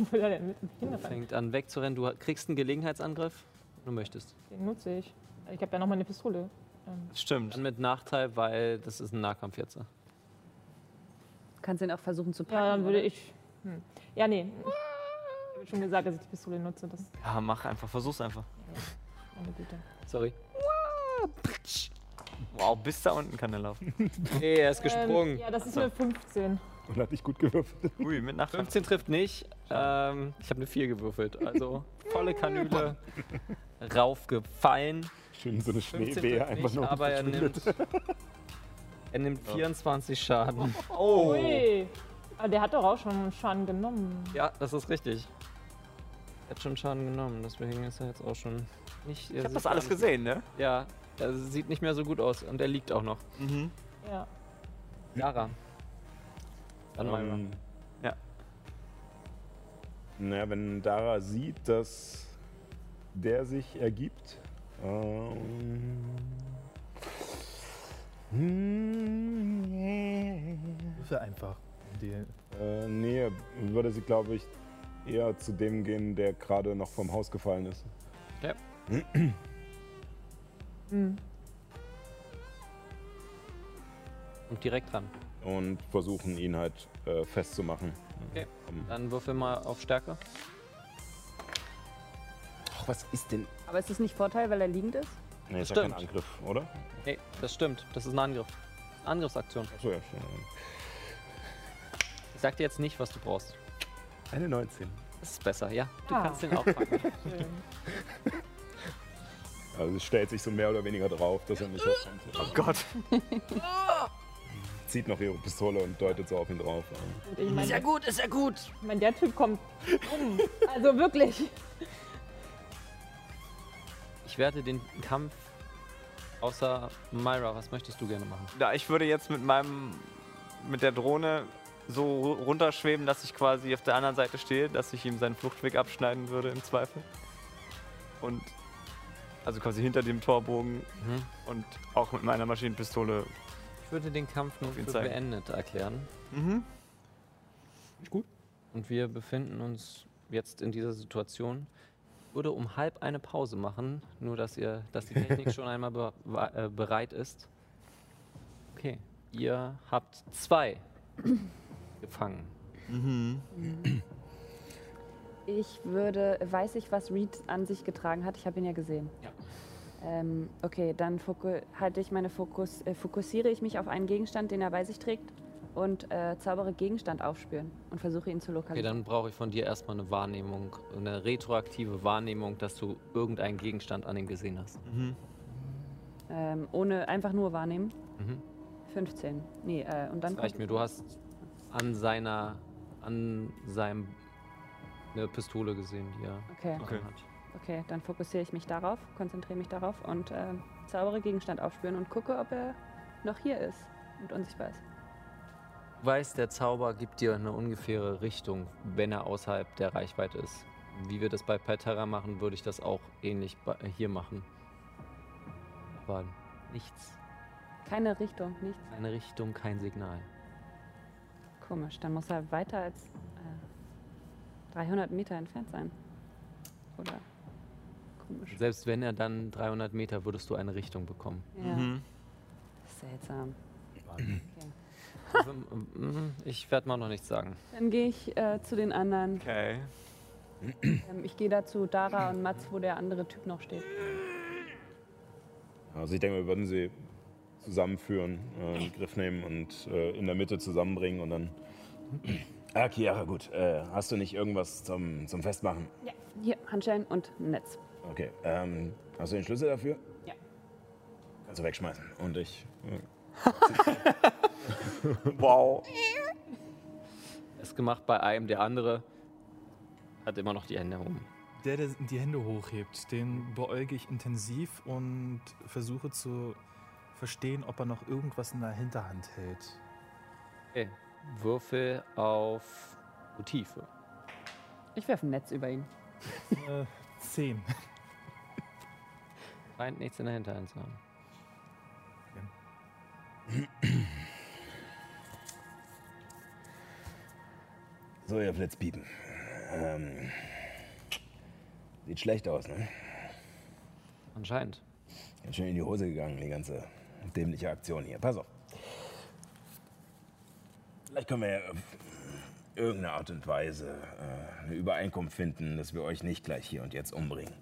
Speaker 7: Obwohl er mit dem Finger rein.
Speaker 1: fängt an wegzurennen. Du kriegst einen Gelegenheitsangriff, wenn du möchtest.
Speaker 7: Den nutze ich. Ich habe ja noch mal eine Pistole. Ähm,
Speaker 3: Stimmt.
Speaker 1: Dann mit Nachteil, weil das ist ein Nahkampf jetzt.
Speaker 5: Du kannst ihn auch versuchen zu packen.
Speaker 7: ja, dann würde
Speaker 5: oder?
Speaker 7: ich. Hm. Ja, nee. Ich habe schon gesagt, dass ich die Pistole nutze. Das ist
Speaker 3: Ja, mach einfach, versuch's einfach.
Speaker 7: meine Güte.
Speaker 1: Sorry.
Speaker 3: Wow, bis da unten kann er laufen.
Speaker 1: Nee, er ist
Speaker 7: Ähm,
Speaker 1: gesprungen.
Speaker 7: ja, das ist
Speaker 3: Ach so.
Speaker 7: eine 15.
Speaker 2: Und hat nicht gut gewürfelt.
Speaker 3: Ui, mit Nacht.
Speaker 1: 15 trifft nicht. Ähm, ich habe eine 4 gewürfelt. Also volle Kanüle raufgefallen.
Speaker 2: Schön so eine
Speaker 1: 15
Speaker 2: Schneewehe
Speaker 1: trifft
Speaker 2: einfach
Speaker 1: nicht,
Speaker 2: nur.
Speaker 1: aber er nimmt, er nimmt 24 Schaden.
Speaker 3: Oh.
Speaker 7: Oh. Ui. Aber der hat doch auch schon Schaden genommen.
Speaker 1: Ja, das ist richtig. Er hat schon Schaden genommen, deswegen ist er jetzt auch schon nicht.
Speaker 3: Ich hab das alles gesehen, ne?
Speaker 1: Ja, er sieht nicht mehr so gut aus und er liegt auch noch.
Speaker 3: Mhm.
Speaker 7: Ja.
Speaker 1: Yara. Dann mal.
Speaker 2: Ähm,
Speaker 3: Ja.
Speaker 2: Naja, wenn Dara sieht, dass der sich ergibt. Ähm,
Speaker 6: Würfel einfach. um Die,
Speaker 2: äh, nee, würde sie, glaube ich, eher zu dem gehen, der gerade noch vom Haus gefallen ist.
Speaker 7: Hm.
Speaker 1: Und direkt dran.
Speaker 2: Und versuchen, ihn halt äh, festzumachen.
Speaker 1: Okay.
Speaker 2: Ähm,
Speaker 1: Dann würfel mal auf Stärke.
Speaker 2: ach, was ist denn?
Speaker 5: Aber ist es nicht Vorteil, weil er liegend ist?
Speaker 2: Nee, ist ja
Speaker 1: Stimmt.
Speaker 2: kein Angriff, oder?
Speaker 1: Nee, das stimmt. Das ist ein Angriff. Angriffsaktion.
Speaker 2: Achso, ja, schon.
Speaker 1: Ich sag dir jetzt nicht, was du brauchst.
Speaker 2: Eine 19.
Speaker 1: Das ist besser, ja. Du
Speaker 7: Ah.
Speaker 1: kannst den aufpacken.
Speaker 7: Schön.
Speaker 2: Also es stellt sich so mehr oder weniger drauf, dass er nicht aufkommt.
Speaker 3: Oh Gott.
Speaker 2: Zieht noch ihre Pistole und deutet so auf ihn drauf.
Speaker 7: Und ich meine,
Speaker 1: gut, ist ja gut.
Speaker 7: ich mein, der Typ kommt um. Also wirklich.
Speaker 1: Ich werde den Kampf. Außer Myra, was möchtest du gerne machen?
Speaker 3: Na, ich würde jetzt mit meinem. mit der Drohne so runterschweben, dass ich quasi auf der anderen Seite stehe, dass ich ihm seinen Fluchtweg abschneiden würde im Zweifel. Und also quasi hinter dem Torbogen und auch mit meiner Maschinenpistole.
Speaker 1: Ich würde den Kampf nun
Speaker 3: Auf ihn
Speaker 1: für
Speaker 3: zeigen.
Speaker 1: beendet erklären.
Speaker 3: Mhm.
Speaker 1: Und wir befinden uns jetzt in dieser Situation. Ich würde um halb eine Pause machen, nur dass ihr, dass die Technik schon einmal be wa- äh, bereit ist. Okay. Ihr habt zwei gefangen.
Speaker 5: Ich würde, weiß ich, was Reed an sich getragen hat? Ich habe ihn ja gesehen.
Speaker 1: Ja.
Speaker 5: Ähm, okay, dann foku- halte ich meine Fokus, äh, fokussiere ich mich auf einen Gegenstand, den er bei sich trägt und äh, zaubere Gegenstand aufspüren und versuche ihn zu
Speaker 1: Okay,
Speaker 5: lokalisieren.
Speaker 1: dann brauche ich von dir erstmal eine Wahrnehmung, eine retroaktive Wahrnehmung, dass du irgendeinen Gegenstand an ihm gesehen hast.
Speaker 5: ähm, ohne einfach nur wahrnehmen.
Speaker 1: Mhm.
Speaker 5: 15. Nee, äh, und dann
Speaker 1: Das reicht mir. Du hast an seiner, an seinem eine Pistole gesehen, die er
Speaker 5: Okay,
Speaker 1: dran hat.
Speaker 5: okay, dann fokussiere ich mich darauf, konzentriere mich darauf und äh, zaubere Gegenstand aufspüren und gucke, ob er noch hier ist und unsichtbar ist.
Speaker 1: Du weißt, der Zauber gibt dir eine ungefähre Richtung, wenn er außerhalb der Reichweite ist. Wie wir das bei Patera machen, würde ich das auch ähnlich bei- äh, hier machen. Aber nichts.
Speaker 5: Keine Richtung, nichts.
Speaker 1: Keine Richtung, kein Signal.
Speaker 5: Komisch, dann muss er weiter als äh, 300 Meter entfernt sein. Oder? Komisch.
Speaker 1: Selbst wenn er dann 300 Meter, würdest du eine Richtung bekommen.
Speaker 5: Ja,
Speaker 1: Mhm.
Speaker 5: seltsam.
Speaker 1: Also, mm, ich werde mal noch nichts sagen.
Speaker 5: Dann gehe ich äh, zu den anderen.
Speaker 3: Okay.
Speaker 5: Ähm, ich gehe da zu Dara und Mats, wo der andere Typ noch steht.
Speaker 2: Also ich denke, wir würden sie zusammenführen, äh, in den Griff nehmen und äh, in der Mitte zusammenbringen und dann. Ah, Chiara, gut. Äh, hast du nicht irgendwas zum, zum Festmachen?
Speaker 5: Hier, Handschellen und Netz.
Speaker 2: Okay. Ähm, hast du den Schlüssel dafür?
Speaker 5: Ja.
Speaker 2: Kannst du wegschmeißen. Und ich. Äh,
Speaker 3: Wow.
Speaker 1: Ist gemacht bei einem, der andere hat immer noch die Hände oben.
Speaker 6: Der, der die Hände hochhebt, den beäuge ich intensiv und versuche zu verstehen, ob er noch irgendwas in der Hinterhand hält.
Speaker 1: Okay. Würfel auf Tiefe.
Speaker 5: Ich werfe ein Netz über ihn.
Speaker 6: Äh, zehn.
Speaker 1: Scheint nichts in der Hinterhand zu haben.
Speaker 2: so, ihr Flitzpiepen. Ähm, sieht schlecht aus, ne?
Speaker 1: Anscheinend.
Speaker 2: Ganz schön in die Hose gegangen, die ganze dämliche Aktion hier. Pass auf. Vielleicht können wir ja auf irgendeine Art und Weise äh, eine Übereinkunft finden, dass wir euch nicht gleich hier und jetzt umbringen.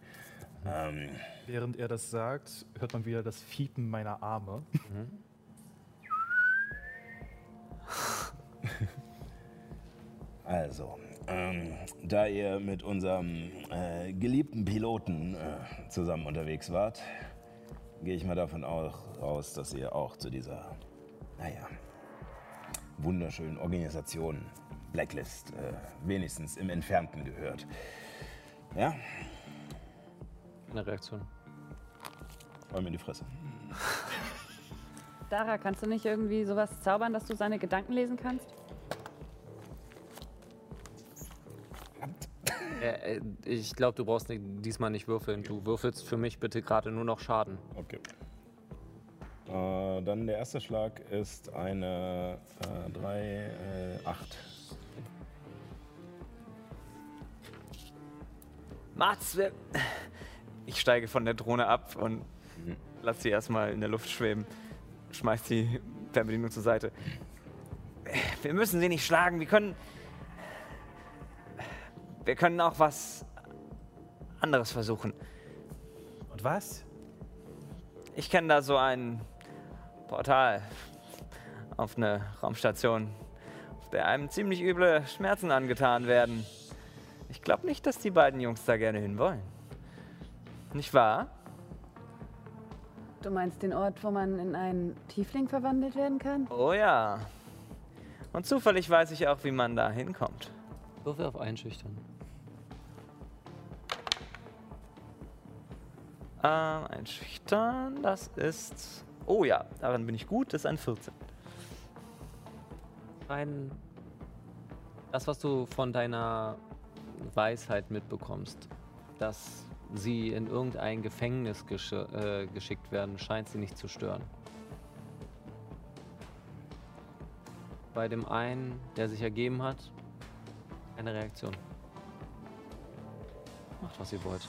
Speaker 2: Ähm,
Speaker 6: Während er das sagt, hört man wieder das Fiepen meiner Arme.
Speaker 2: also, ähm, da ihr mit unserem äh, geliebten Piloten äh, zusammen unterwegs wart, gehe ich mal davon auch aus, dass ihr auch zu dieser, naja, wunderschönen Organisation Blacklist äh, wenigstens im Entfernten gehört. Ja,
Speaker 1: Eine Reaktion.
Speaker 2: voll mir in die Fresse.
Speaker 5: Dara, kannst du nicht irgendwie sowas zaubern, dass du seine Gedanken lesen kannst?
Speaker 1: Äh, äh, ich glaube, du brauchst ni- diesmal nicht würfeln. Du würfelst für mich bitte gerade nur noch Schaden.
Speaker 2: Okay. Äh, dann der erste Schlag ist eine 3, äh, 8.
Speaker 3: Mats, wer- ich steige von der Drohne ab und lass sie erstmal in der Luft schweben. Schmeiß die Fernbedienung zur Seite. Wir müssen sie nicht schlagen, wir können. Wir können auch was anderes versuchen.
Speaker 6: Und was?
Speaker 3: Ich kenne da so ein Portal auf eine Raumstation, auf der einem ziemlich üble Schmerzen angetan werden. Ich glaube nicht, dass die beiden Jungs da gerne hinwollen. Nicht wahr?
Speaker 5: Du meinst den Ort, wo man in einen Tiefling verwandelt werden kann?
Speaker 3: Oh ja. Und zufällig weiß ich auch, wie man da hinkommt.
Speaker 1: Würfel auf Einschüchtern.
Speaker 3: Ähm, einschüchtern, das ist. Oh ja, daran bin ich gut, das ist ein 14.
Speaker 1: Rein Das, was du von deiner Weisheit mitbekommst, dass sie in irgendein Gefängnis gesch äh, geschickt werden, scheint sie nicht zu stören. Bei dem einen, der sich ergeben hat, eine Reaktion. Macht, was ihr wollt.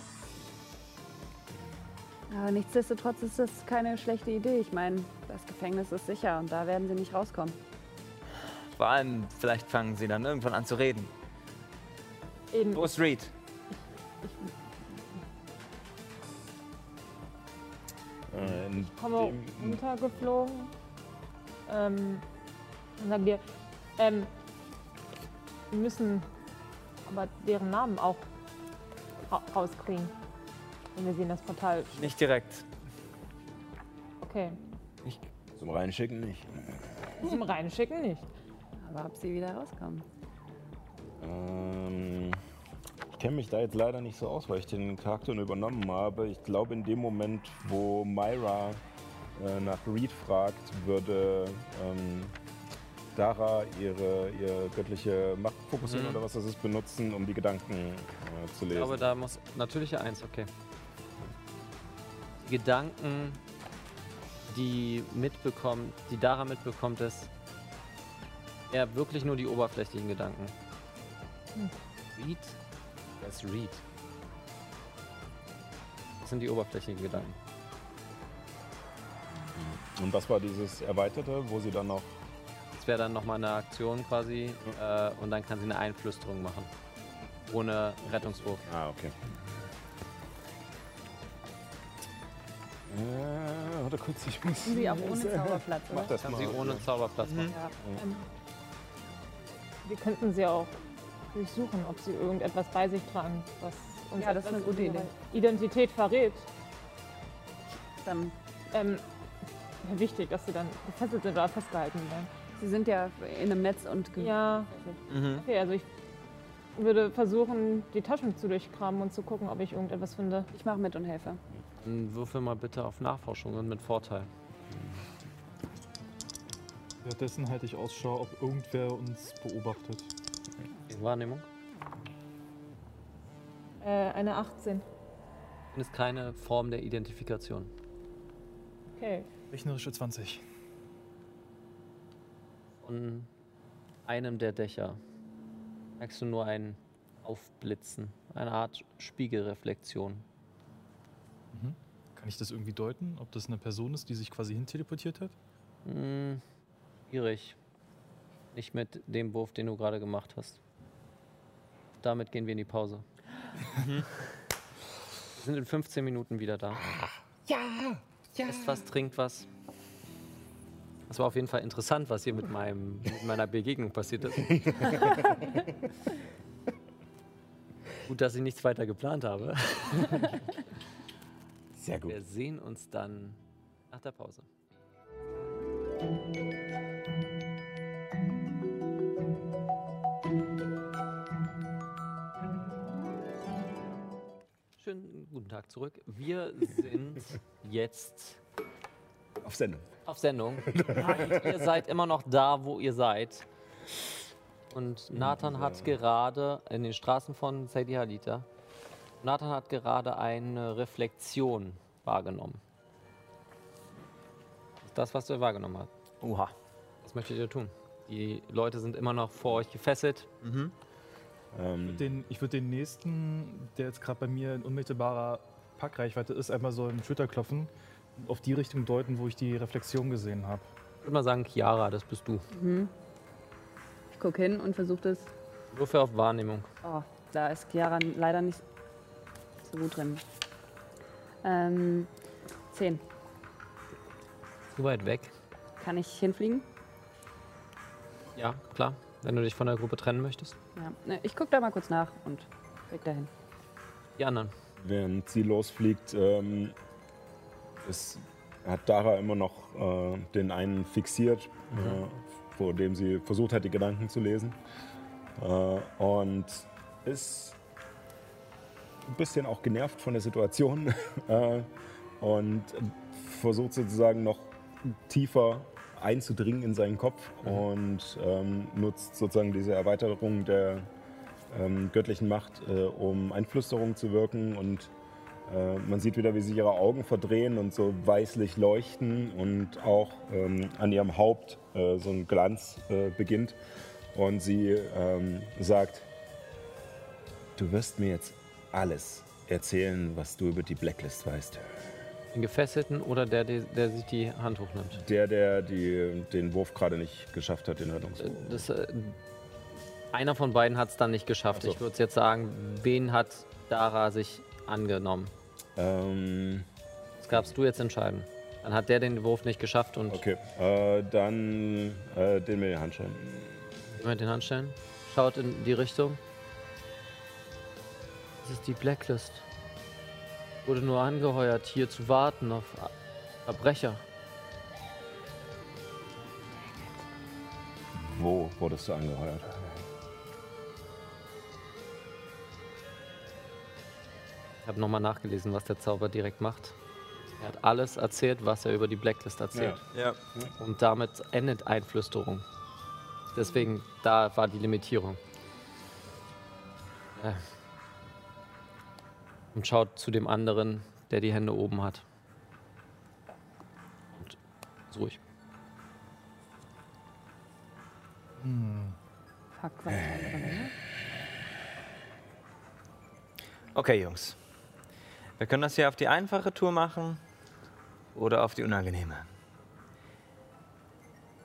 Speaker 5: Aber nichtsdestotrotz ist das keine schlechte Idee. Ich meine, das Gefängnis ist sicher und da werden sie nicht rauskommen.
Speaker 3: Vor allem, vielleicht fangen sie dann irgendwann an zu reden.
Speaker 7: Eben.
Speaker 3: Wo ist Reed?
Speaker 2: Äh, in
Speaker 7: komme
Speaker 2: dem-
Speaker 7: runtergeflogen. Ähm, dann sagen wir, ähm, wir müssen aber deren Namen auch ra- rauskriegen, wenn wir sie in das Portal. sch-
Speaker 3: Nicht direkt.
Speaker 7: Okay,
Speaker 2: Zum Reinschicken nicht.
Speaker 7: zum Reinschicken nicht.
Speaker 5: Aber ob sie wieder rauskommen.
Speaker 2: Ähm, ich kenne mich da jetzt leider nicht so aus, weil ich den Charakter nur übernommen habe. Ich glaube, in dem Moment, wo Myra äh, nach Reed fragt, würde ähm, Dara ihre, ihre göttliche Macht fokussieren
Speaker 1: Mhm.
Speaker 2: oder was das ist, benutzen, um die Gedanken äh, zu
Speaker 1: Ich
Speaker 2: lesen.
Speaker 1: glaube, da muss. Natürliche Eins, okay. Die Gedanken, die mitbekommt, die Dara mitbekommt, ist eher wirklich nur die oberflächlichen Gedanken. Read? Das ist Read. Das sind die oberflächlichen Gedanken.
Speaker 2: Und das war dieses Erweiterte, wo sie dann noch.
Speaker 1: Das wäre dann nochmal eine Aktion quasi äh, und dann kann sie eine Einflüsterung machen. Ohne Rettungswurf.
Speaker 2: Ah, okay. Äh, warte kurz, ich muss.
Speaker 5: Sie auch ohne Zauberplatz,
Speaker 2: Mach
Speaker 5: oder?
Speaker 2: das
Speaker 1: Kann
Speaker 2: mal.
Speaker 1: sie ohne Zauberplatz machen.
Speaker 5: Ja.
Speaker 7: Wir könnten sie auch durchsuchen, ob sie irgendetwas bei sich tragen, was uns
Speaker 5: Ja, das ist
Speaker 7: etwas
Speaker 5: eine gute
Speaker 7: über
Speaker 5: Idee.
Speaker 7: Identität verrät.
Speaker 5: Dann,
Speaker 7: Ähm, wäre wichtig, dass sie dann gefesselt sind oder festgehalten werden.
Speaker 5: sie sind ja in einem Netz und ge-
Speaker 7: Ja, okay, also ich würde versuchen, die Taschen zu durchkramen und zu gucken, ob ich irgendetwas finde.
Speaker 5: ich mache mit und helfe.
Speaker 1: Dann Würfel mal bitte auf Nachforschungen mit Vorteil.
Speaker 6: Währenddessen halte ich Ausschau, ob irgendwer uns beobachtet.
Speaker 1: Wahrnehmung.
Speaker 7: Äh, eine 18.
Speaker 1: ist keine Form der Identifikation.
Speaker 7: Okay.
Speaker 6: Rechnerische 20.
Speaker 1: Von einem der Dächer merkst du nur ein Aufblitzen, eine Art Spiegelreflexion.
Speaker 6: Kann ich das irgendwie deuten, ob das eine Person ist, die sich quasi hinteleportiert hat?
Speaker 1: Hm, schwierig. Nicht mit dem Wurf, den du gerade gemacht hast. Damit gehen wir in die Pause. wir sind in 15 Minuten wieder da. Ja! Esst was, trinkt was. Das war auf jeden Fall interessant, was hier mit, meinem, mit meiner Begegnung passiert ist. Gut, dass ich nichts weiter geplant habe.
Speaker 2: Sehr gut.
Speaker 1: Wir sehen uns dann nach der Pause. Schönen guten Tag zurück. Wir sind jetzt
Speaker 2: Auf Sendung.
Speaker 1: auf Sendung. ihr seid immer noch da, wo ihr seid. Und Nathan hat gerade in den Straßen von Sadie Halita, Nathan hat gerade eine Reflexion wahrgenommen. Das ist Das, was er wahrgenommen hat.
Speaker 9: Oha.
Speaker 1: Was möchtet ihr tun? Die Leute sind immer noch vor euch gefesselt.
Speaker 2: Ähm,
Speaker 6: Den, ich würde den nächsten, der jetzt gerade bei mir in unmittelbarer Packreichweite ist, einmal so im Schulter klopfen und auf die Richtung deuten, wo ich die Reflexion gesehen habe.
Speaker 1: Ich würde mal sagen, Chiara, das bist du.
Speaker 5: Ich gucke hin und versuche das.
Speaker 1: Würfel auf Wahrnehmung.
Speaker 5: Oh, da ist Chiara leider nicht so gut drin. Ähm, 10.
Speaker 1: Zu weit weg.
Speaker 5: Kann ich hinfliegen?
Speaker 1: Ja, klar. Wenn du dich von der Gruppe trennen möchtest.
Speaker 5: Ja. Ne, Ich gucke da mal kurz nach und flieg dahin.
Speaker 1: Die anderen.
Speaker 2: während sie losfliegt, ähm, ist, hat Dara immer noch äh, den einen fixiert, äh, vor dem sie versucht hat, die Gedanken zu lesen. Äh, und ist ein bisschen auch genervt von der Situation äh, und versucht sozusagen noch tiefer einzudringen in seinen Kopf und ähm, nutzt sozusagen diese Erweiterung der ähm, göttlichen Macht, äh, um Einflüsterung zu wirken. Und äh, man sieht wieder, wie sich ihre Augen verdrehen und so weißlich leuchten und auch ähm, an ihrem Haupt äh, so ein Glanz äh, beginnt. Und sie ähm, sagt, du wirst mir jetzt alles erzählen, was du über die Blacklist weißt.
Speaker 1: Den Gefesselten oder der, der, der sich die Hand hochnimmt?
Speaker 2: Der, der die, den Wurf gerade nicht geschafft hat, den Rettungswurf.
Speaker 1: Das, äh, einer von beiden hat es dann nicht geschafft.
Speaker 2: Ach so.
Speaker 1: Ich würde jetzt sagen, wen hat Dara sich angenommen?
Speaker 2: Ähm,
Speaker 1: Das darfst du jetzt entscheiden. Dann hat der den Wurf nicht geschafft und
Speaker 2: okay, äh, dann äh, den mit den Handschellen.
Speaker 1: Jemand den Handstellen? Schaut in die Richtung. Das ist die Blacklist. Wurde nur angeheuert, hier zu warten auf A- Verbrecher.
Speaker 2: Wo wurdest du angeheuert?
Speaker 1: Ich habe nochmal nachgelesen, was der Zauber direkt macht. Er hat alles erzählt, was er über die Blacklist erzählt.
Speaker 3: Ja.
Speaker 1: Und damit endet Einflüsterung. Deswegen, da war die Limitierung. Äh. Und schaut zu dem anderen, der die Hände oben hat. Und ist ruhig.
Speaker 5: Fuck, was
Speaker 3: Okay, Jungs. Wir können das hier auf die einfache Tour machen oder auf die unangenehme.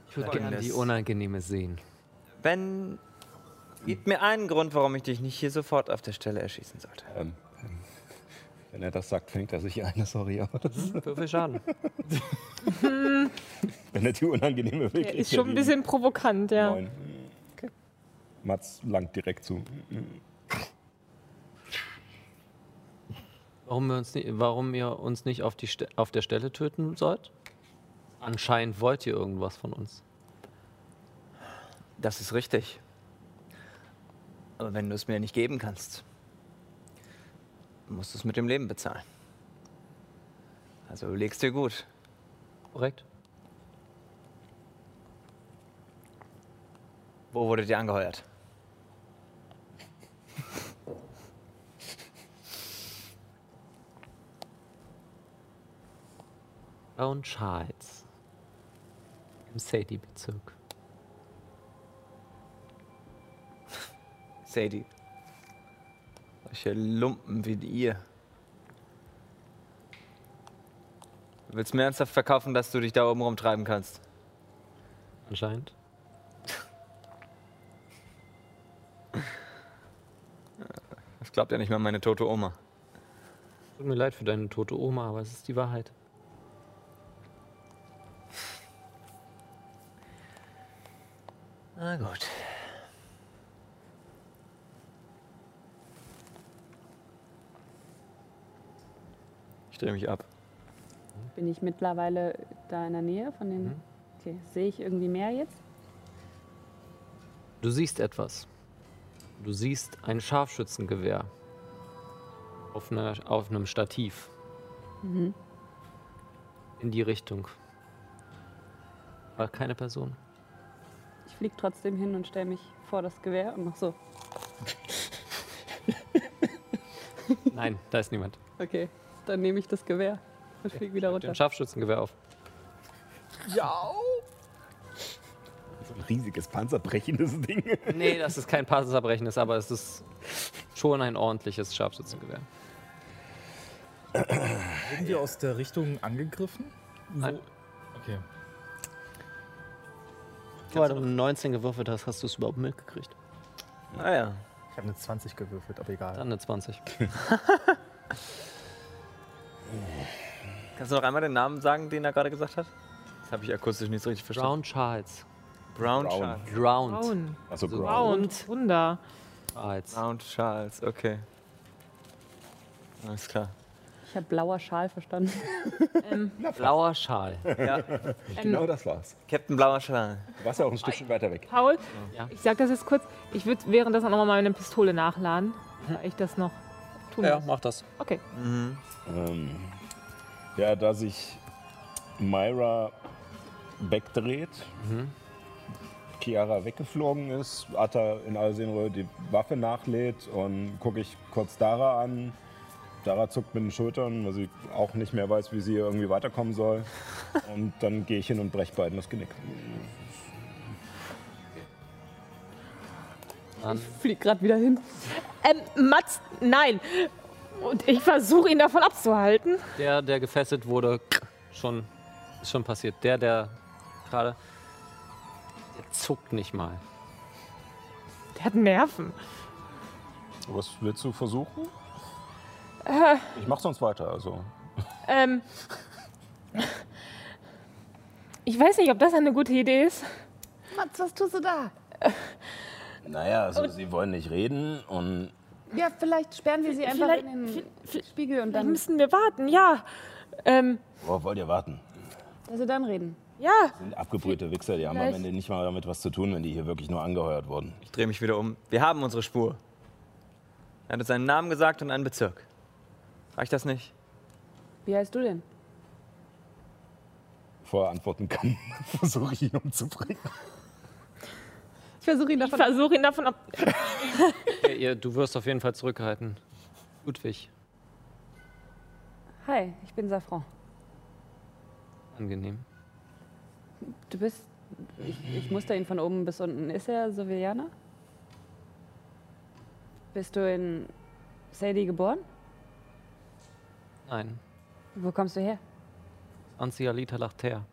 Speaker 1: Ich würde
Speaker 3: Folgendes.
Speaker 1: gerne die Unangenehme sehen.
Speaker 3: Wenn. Gib mir einen Grund, warum ich dich nicht hier sofort auf der Stelle erschießen sollte.
Speaker 2: Ähm, wenn er das sagt, fängt er sich eine, sorry, aber das,
Speaker 1: Würfel Schaden.
Speaker 2: wenn er die unangenehme will,
Speaker 7: Der
Speaker 2: kriegt
Speaker 7: Äh, ist
Speaker 2: er
Speaker 7: schon ein
Speaker 2: die
Speaker 7: bisschen provokant, ja.
Speaker 2: neun. Mats langt direkt zu.
Speaker 1: Warum, wir uns nie, warum ihr uns nicht auf, die Ste auf der Stelle töten sollt? Anscheinend wollt ihr irgendwas von uns.
Speaker 10: Das ist richtig. Aber wenn du es mir nicht geben kannst, musst du es mit dem Leben bezahlen. Also überlegst dir gut.
Speaker 1: Korrekt?
Speaker 10: Wo wurdet ihr angeheuert?
Speaker 1: Crown Charles. Im Sadie-Bezirk.
Speaker 10: Sadie. Solche Lumpen wie ihr. Du willst mir ernsthaft verkaufen, dass du dich da oben rumtreiben kannst?
Speaker 1: Anscheinend.
Speaker 10: Das glaubt ja nicht mal meine tote Oma.
Speaker 1: Tut mir leid für deine tote Oma, aber es ist die Wahrheit.
Speaker 10: Na gut. Ich drehe mich ab.
Speaker 5: Bin ich mittlerweile da in der Nähe von den. Okay, sehe ich irgendwie mehr jetzt?
Speaker 1: Du siehst etwas. Du siehst ein Scharfschützengewehr. Auf, einer, auf einem Stativ. In die Richtung. War keine Person.
Speaker 5: Ich fliege trotzdem hin und stelle mich vor das Gewehr und mach so.
Speaker 1: Nein, da ist niemand.
Speaker 5: Okay, dann nehme ich das Gewehr und fliege wieder runter.
Speaker 1: Ein Scharfschützengewehr auf.
Speaker 2: So ein riesiges, panzerbrechendes Ding.
Speaker 1: Nee, das ist kein Passesabbrechendes, aber es ist schon ein ordentliches Scharfschützengewehr.
Speaker 6: Wurden wir aus der Richtung angegriffen?
Speaker 1: Nein.
Speaker 6: Okay.
Speaker 1: Weil du 19 gewürfelt hast, hast du es überhaupt mitgekriegt.
Speaker 3: Ah ja.
Speaker 11: Ich habe eine 20 gewürfelt, aber egal.
Speaker 1: Dann eine 20.
Speaker 3: Kannst du noch einmal den Namen sagen, den er gerade gesagt hat? Das habe ich akustisch nicht so richtig verstanden.
Speaker 1: Drowned Charles.
Speaker 3: Brown,
Speaker 2: Brown.
Speaker 3: Charles.
Speaker 1: Drowned
Speaker 7: Braun.
Speaker 2: Also
Speaker 1: So.
Speaker 2: Brown.
Speaker 7: Braun. Wunder.
Speaker 1: Charles.
Speaker 3: Brown Charles, okay. Alles klar.
Speaker 5: Ich habe blauer Schal verstanden.
Speaker 1: Blauer Schal.
Speaker 2: Genau das war's.
Speaker 3: Captain Blauer Schal.
Speaker 2: Du warst ja auch ein Stückchen weiter weg.
Speaker 7: Paul,
Speaker 1: Ja.
Speaker 7: ich sag das jetzt kurz. Ich würde währenddessen auch nochmal meine Pistole nachladen, weil ich das noch tun muss.
Speaker 1: mach das.
Speaker 7: Okay.
Speaker 2: Ähm, ja, da sich Myra wegdreht. Chiara weggeflogen ist, Atta in aller Seelenruhe die Waffe nachlädt und gucke ich kurz Dara an. Dara zuckt mit den Schultern, weil sie auch nicht mehr weiß, wie sie hier irgendwie weiterkommen soll. Und dann gehe ich hin und breche beiden das Genick.
Speaker 7: Ich flieg gerade wieder hin. Ähm, Mats, nein! Und ich versuche ihn davon abzuhalten.
Speaker 1: Der, der gefesselt wurde, schon, ist schon passiert. Der, der gerade, der zuckt nicht mal.
Speaker 7: Der hat Nerven.
Speaker 2: Was willst du versuchen? Ich mach sonst weiter, also.
Speaker 7: Ähm. Ich weiß nicht, ob das eine gute Idee ist.
Speaker 5: Mats, was tust du da?
Speaker 2: Naja, also sie wollen nicht reden und
Speaker 5: Ja, vielleicht sperren wir sie einfach
Speaker 7: vielleicht-
Speaker 5: in den
Speaker 7: vielleicht-
Speaker 5: Spiegel und
Speaker 7: Dann
Speaker 5: dann,
Speaker 7: müssen wir warten, ja. Ähm,
Speaker 2: worauf wollt ihr warten?
Speaker 5: dass sie dann reden.
Speaker 7: ja.
Speaker 2: Sind abgebrühte Wichser, die haben am
Speaker 5: Vielleicht-
Speaker 2: Ende nicht mal damit was zu tun, wenn die hier wirklich nur angeheuert wurden.
Speaker 3: Ich drehe mich wieder um. Wir haben unsere Spur. Er hat uns einen Namen gesagt und einen Bezirk. Reicht das nicht?
Speaker 5: Wie heißt du denn?
Speaker 2: Bevor er antworten kann, versuche ich ihn umzubringen.
Speaker 5: Ich versuche ihn
Speaker 7: Ich
Speaker 5: davon
Speaker 7: versuche ihn davon ab.
Speaker 1: Ihr, ihr, du wirst auf jeden Fall zurückgehalten. Ludwig,
Speaker 5: Hi, ich bin Safran.
Speaker 1: angenehm.
Speaker 5: Du bist. Ich, ich muster ihn von oben bis unten. Ist er Sevillana? Bist du in Sadie geboren?
Speaker 1: Nein,
Speaker 5: Wo kommst du her?
Speaker 1: Anzialita lacht her.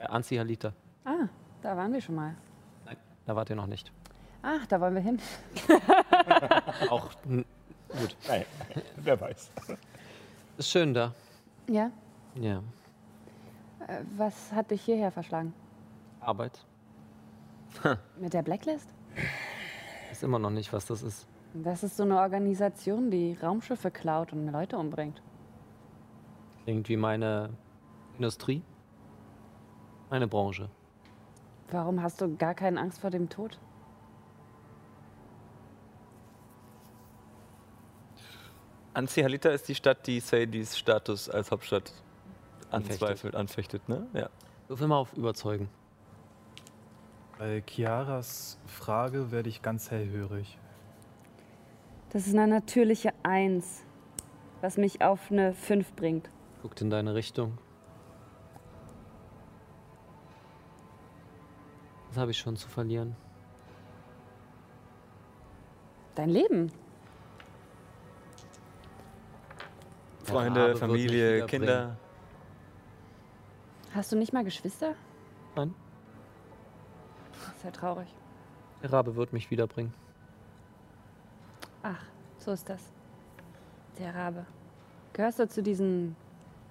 Speaker 1: Äh, Anzialita.
Speaker 5: Ah, da waren wir schon mal.
Speaker 1: Nein, da wart ihr noch nicht.
Speaker 5: Ach, da wollen wir hin.
Speaker 1: Auch n- gut.
Speaker 2: Nein, wer weiß.
Speaker 1: Ist schön da.
Speaker 5: Ja?
Speaker 1: Ja.
Speaker 5: Äh, Was hat dich hierher verschlagen?
Speaker 1: Arbeit.
Speaker 5: Mit der Blacklist?
Speaker 1: Ist immer noch nicht, was das ist.
Speaker 5: Das ist so eine Organisation, die Raumschiffe klaut und Leute umbringt.
Speaker 1: Irgendwie meine Industrie. Meine Branche.
Speaker 5: Warum hast du gar keine Angst vor dem Tod?
Speaker 3: Anzihalita ist die Stadt, die Sadies Status als Hauptstadt anzweifelt,
Speaker 1: Anfechtet.
Speaker 3: anfechtet, ne? Ja.
Speaker 1: Wirf immer auf Überzeugen.
Speaker 6: Bei Chiaras Frage werde ich ganz hellhörig.
Speaker 12: Das ist eine natürliche Eins, was mich auf eine Fünf bringt.
Speaker 1: Guckt in deine Richtung. Was habe ich schon zu verlieren?
Speaker 5: Dein Leben?
Speaker 1: Rabe
Speaker 3: Freunde,
Speaker 1: wird
Speaker 3: Familie,
Speaker 1: mich wiederbringen.
Speaker 3: Kinder.
Speaker 5: Hast du nicht mal Geschwister?
Speaker 1: Nein,
Speaker 5: Das ist ja traurig.
Speaker 1: der Rabe wird mich wiederbringen.
Speaker 5: Ach, so ist das. Der Rabe. Gehörst du zu diesem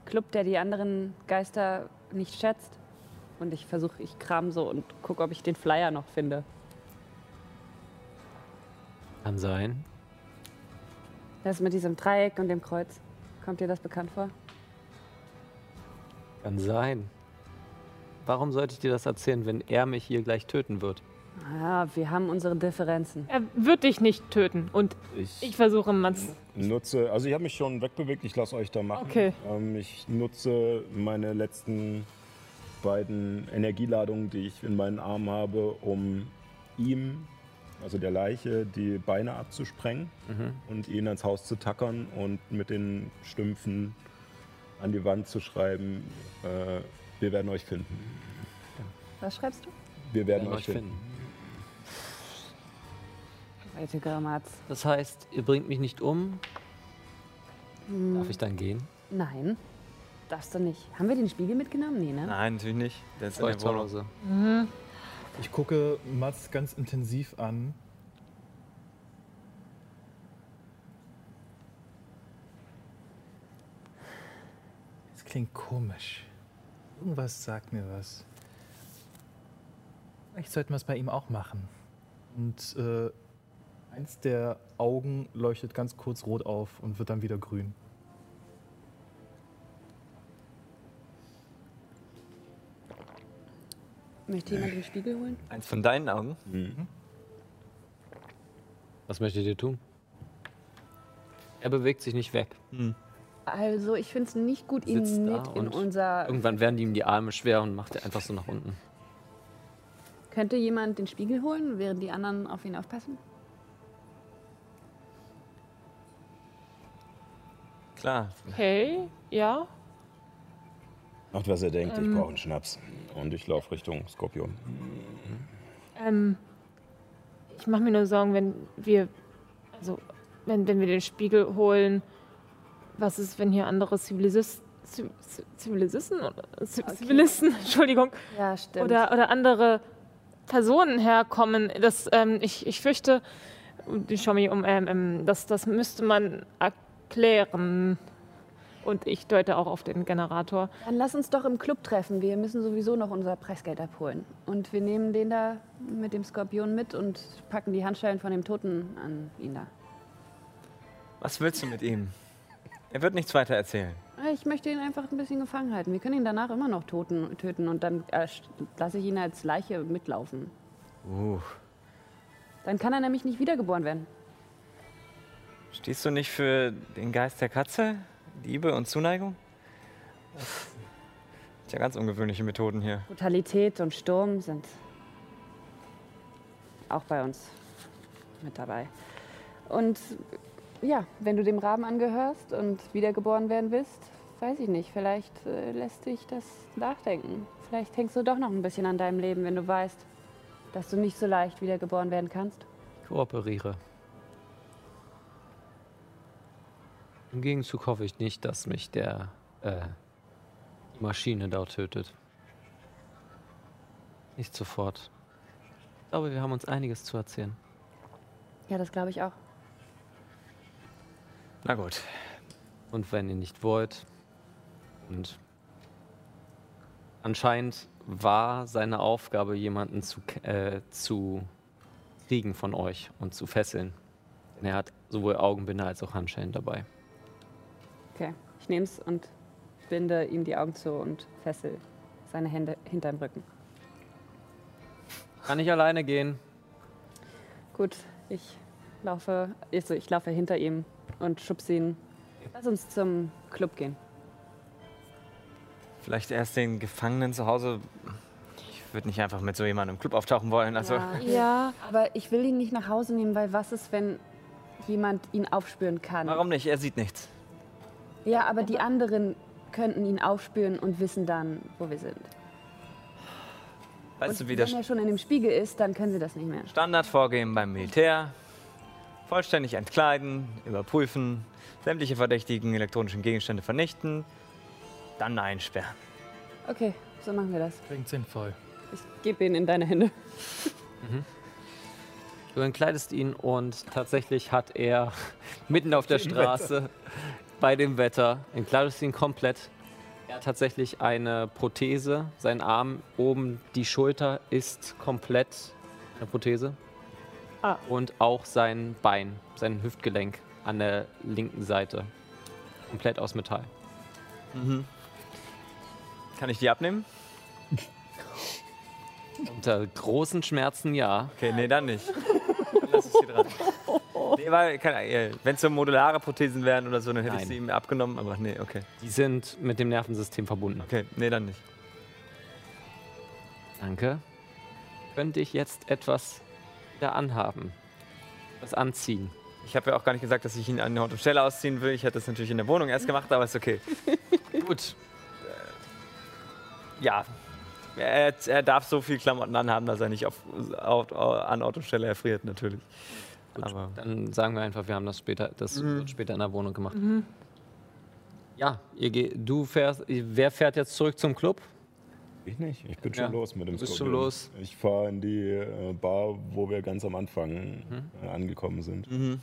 Speaker 5: Club, der die anderen Geister nicht schätzt? Und ich versuche, ich kram so und gucke, ob ich den Flyer noch finde.
Speaker 1: Kann sein.
Speaker 5: Das mit diesem Dreieck und dem Kreuz. Kommt dir das bekannt vor?
Speaker 1: Kann sein. Warum sollte ich dir das erzählen, wenn er mich hier gleich töten wird?
Speaker 5: Ah, wir haben unsere Differenzen.
Speaker 7: Er wird dich nicht töten. Und ich versuche Mats.
Speaker 2: nutze, also ich habe mich schon wegbewegt, ich lasse euch da machen.
Speaker 7: Okay.
Speaker 2: Ähm, ich nutze meine letzten beiden Energieladungen, die ich in meinen Armen habe, um ihm, also der Leiche, die Beine abzusprengen und ihn ans Haus zu tackern und mit den Stümpfen an die Wand zu schreiben, äh, wir werden euch finden.
Speaker 5: Was schreibst du?
Speaker 2: Wir werden
Speaker 1: Werden
Speaker 2: euch finden.
Speaker 5: Alte Grammatz.
Speaker 1: Das heißt, ihr bringt mich nicht um. Darf ich dann gehen?
Speaker 5: Nein, darfst du nicht. Haben wir den Spiegel mitgenommen? Nee, ne?
Speaker 3: Nein, natürlich nicht. Der ist
Speaker 1: Zu
Speaker 3: in
Speaker 1: euch
Speaker 3: der
Speaker 1: zu
Speaker 3: Wohnung.
Speaker 1: Hause.
Speaker 6: Ich gucke Mats ganz intensiv an. Das klingt komisch. Irgendwas sagt mir was. Vielleicht sollten wir es bei ihm auch machen. Und äh, eins der Augen leuchtet ganz kurz rot auf und wird dann wieder grün.
Speaker 5: Möchte jemand den Spiegel holen?
Speaker 3: Eins von deinen Augen.
Speaker 1: Was möchtet ihr tun? Er bewegt sich nicht weg.
Speaker 5: Also, ich finde es nicht gut, ihn
Speaker 1: Sitzt da
Speaker 5: mit in
Speaker 1: und-
Speaker 5: unser.
Speaker 1: Irgendwann werden ihm die Arme schwer und macht er einfach so nach unten.
Speaker 5: Könnte jemand den Spiegel holen, während die anderen auf ihn aufpassen?
Speaker 3: Klar.
Speaker 7: Okay, ja.
Speaker 2: Macht, was er denkt. Ich
Speaker 7: Ähm.
Speaker 2: brauche einen Schnaps. Und ich laufe Richtung Skorpion.
Speaker 7: Ähm, ich mache mir nur Sorgen, wenn wir, also wenn, wenn wir den Spiegel holen, was ist, wenn hier andere Zivilisisten, Zivilisten, Zivilisten, Entschuldigung,
Speaker 5: Ja, stimmt.
Speaker 7: oder, oder andere Personen herkommen. Das, ähm, ich, ich fürchte, ich schaue mich um, ähm, ähm, das, das müsste man erklären. Und ich deute auch auf den Generator.
Speaker 5: Dann lass uns doch im Club treffen. Wir müssen sowieso noch unser Preisgeld abholen. Und wir nehmen den da mit dem Skorpion mit und packen die Handschellen von dem Toten an ihn da.
Speaker 3: Was willst du mit ihm? Er wird nichts weiter erzählen.
Speaker 5: Ich möchte ihn einfach ein bisschen gefangen halten. Wir können ihn danach immer noch toten, töten und dann äh, lasse ich ihn als Leiche mitlaufen.
Speaker 3: Uh,
Speaker 5: Dann kann er nämlich nicht wiedergeboren werden.
Speaker 3: stehst du nicht für den Geist der Katze? Liebe und Zuneigung? Das sind ja ganz ungewöhnliche Methoden hier.
Speaker 5: Brutalität und Sturm sind auch bei uns mit dabei. Und ja, wenn du dem Raben angehörst und wiedergeboren werden willst, weiß ich nicht, vielleicht äh, lässt dich das nachdenken. Vielleicht hängst du doch noch ein bisschen an deinem Leben, wenn du weißt, dass du nicht so leicht wiedergeboren werden kannst.
Speaker 1: Kooperiere. Im Gegenzug hoffe ich nicht, dass mich der äh, die Maschine da tötet. Nicht sofort. Ich glaube, wir haben uns einiges zu erzählen.
Speaker 5: Ja, das glaube ich auch.
Speaker 3: Na gut.
Speaker 1: Und wenn ihr nicht wollt. Und anscheinend war seine Aufgabe, jemanden zu, k- äh, zu kriegen von euch und zu fesseln. Denn er hat sowohl Augenbinde als auch Handschellen dabei.
Speaker 5: Okay, ich nehme es und binde ihm die Augen zu und fessel seine Hände hinterm Rücken.
Speaker 1: Kann ich alleine gehen?
Speaker 5: Gut, ich laufe, also ich laufe hinter ihm und schubse ihn. Lass uns zum Club gehen.
Speaker 3: Vielleicht erst den Gefangenen zu Hause. Ich würde nicht einfach mit so jemandem im Club auftauchen wollen. Also,
Speaker 7: Ja,
Speaker 5: aber ich will ihn nicht nach Hause nehmen, weil was ist, wenn jemand ihn aufspüren kann?
Speaker 3: warum nicht? Er sieht nichts.
Speaker 5: Ja, aber die anderen könnten ihn aufspüren und wissen dann, wo wir sind.
Speaker 3: Weißt
Speaker 5: und
Speaker 3: du, wie das
Speaker 5: wenn er schon in dem Spiegel ist, dann können sie das nicht mehr.
Speaker 3: Standardvorgehen beim Militär. Vollständig entkleiden, überprüfen, sämtliche verdächtigen elektronischen Gegenstände vernichten, dann einsperren.
Speaker 5: Okay, so machen wir das.
Speaker 6: Klingt sinnvoll.
Speaker 5: Ich gebe ihn in deine Hände.
Speaker 1: Du entkleidest ihn und tatsächlich hat er mitten auf der Straße bei dem Wetter, entkleidest ihn komplett. Er hat tatsächlich eine Prothese, sein Arm oben, die Schulter ist komplett eine Prothese.
Speaker 7: Ah.
Speaker 1: Und auch sein Bein, sein Hüftgelenk an der linken Seite. Komplett aus Metall.
Speaker 3: Kann ich die abnehmen?
Speaker 1: Unter großen Schmerzen ja.
Speaker 3: Okay, nee, dann nicht. Dann lass ich sie dran. Nee, weil, wenn es so modulare Prothesen wären oder so, dann hätte
Speaker 1: Nein.
Speaker 3: ich sie ihm abgenommen, aber nee, okay.
Speaker 1: Die sind mit dem Nervensystem verbunden.
Speaker 3: Okay, nee, dann nicht.
Speaker 1: Danke. Könnte ich jetzt etwas wieder anhaben? Was anziehen?
Speaker 3: Ich habe ja auch gar nicht gesagt, dass ich ihn an der Ort und Stelle ausziehen will. Ich hätte das natürlich in der Wohnung erst gemacht, aber ist okay.
Speaker 1: Gut.
Speaker 3: Ja. Er, er darf so viel Klamotten anhaben, dass er nicht auf, auf, an Ort und Stelle erfriert, natürlich. Aber
Speaker 1: Dann sagen wir einfach, wir haben das später, das wird später in der Wohnung gemacht. Ja, ihr geht, du fährst, wer fährt jetzt zurück zum Club?
Speaker 2: Ich nicht. Ich bin
Speaker 1: Ja.
Speaker 2: schon los mit dem
Speaker 1: Du bist
Speaker 2: Skorpion.
Speaker 1: schon los.
Speaker 2: Ich fahre in die äh, Bar, wo wir ganz am Anfang äh,
Speaker 1: Mhm.
Speaker 2: angekommen sind.
Speaker 7: ähm,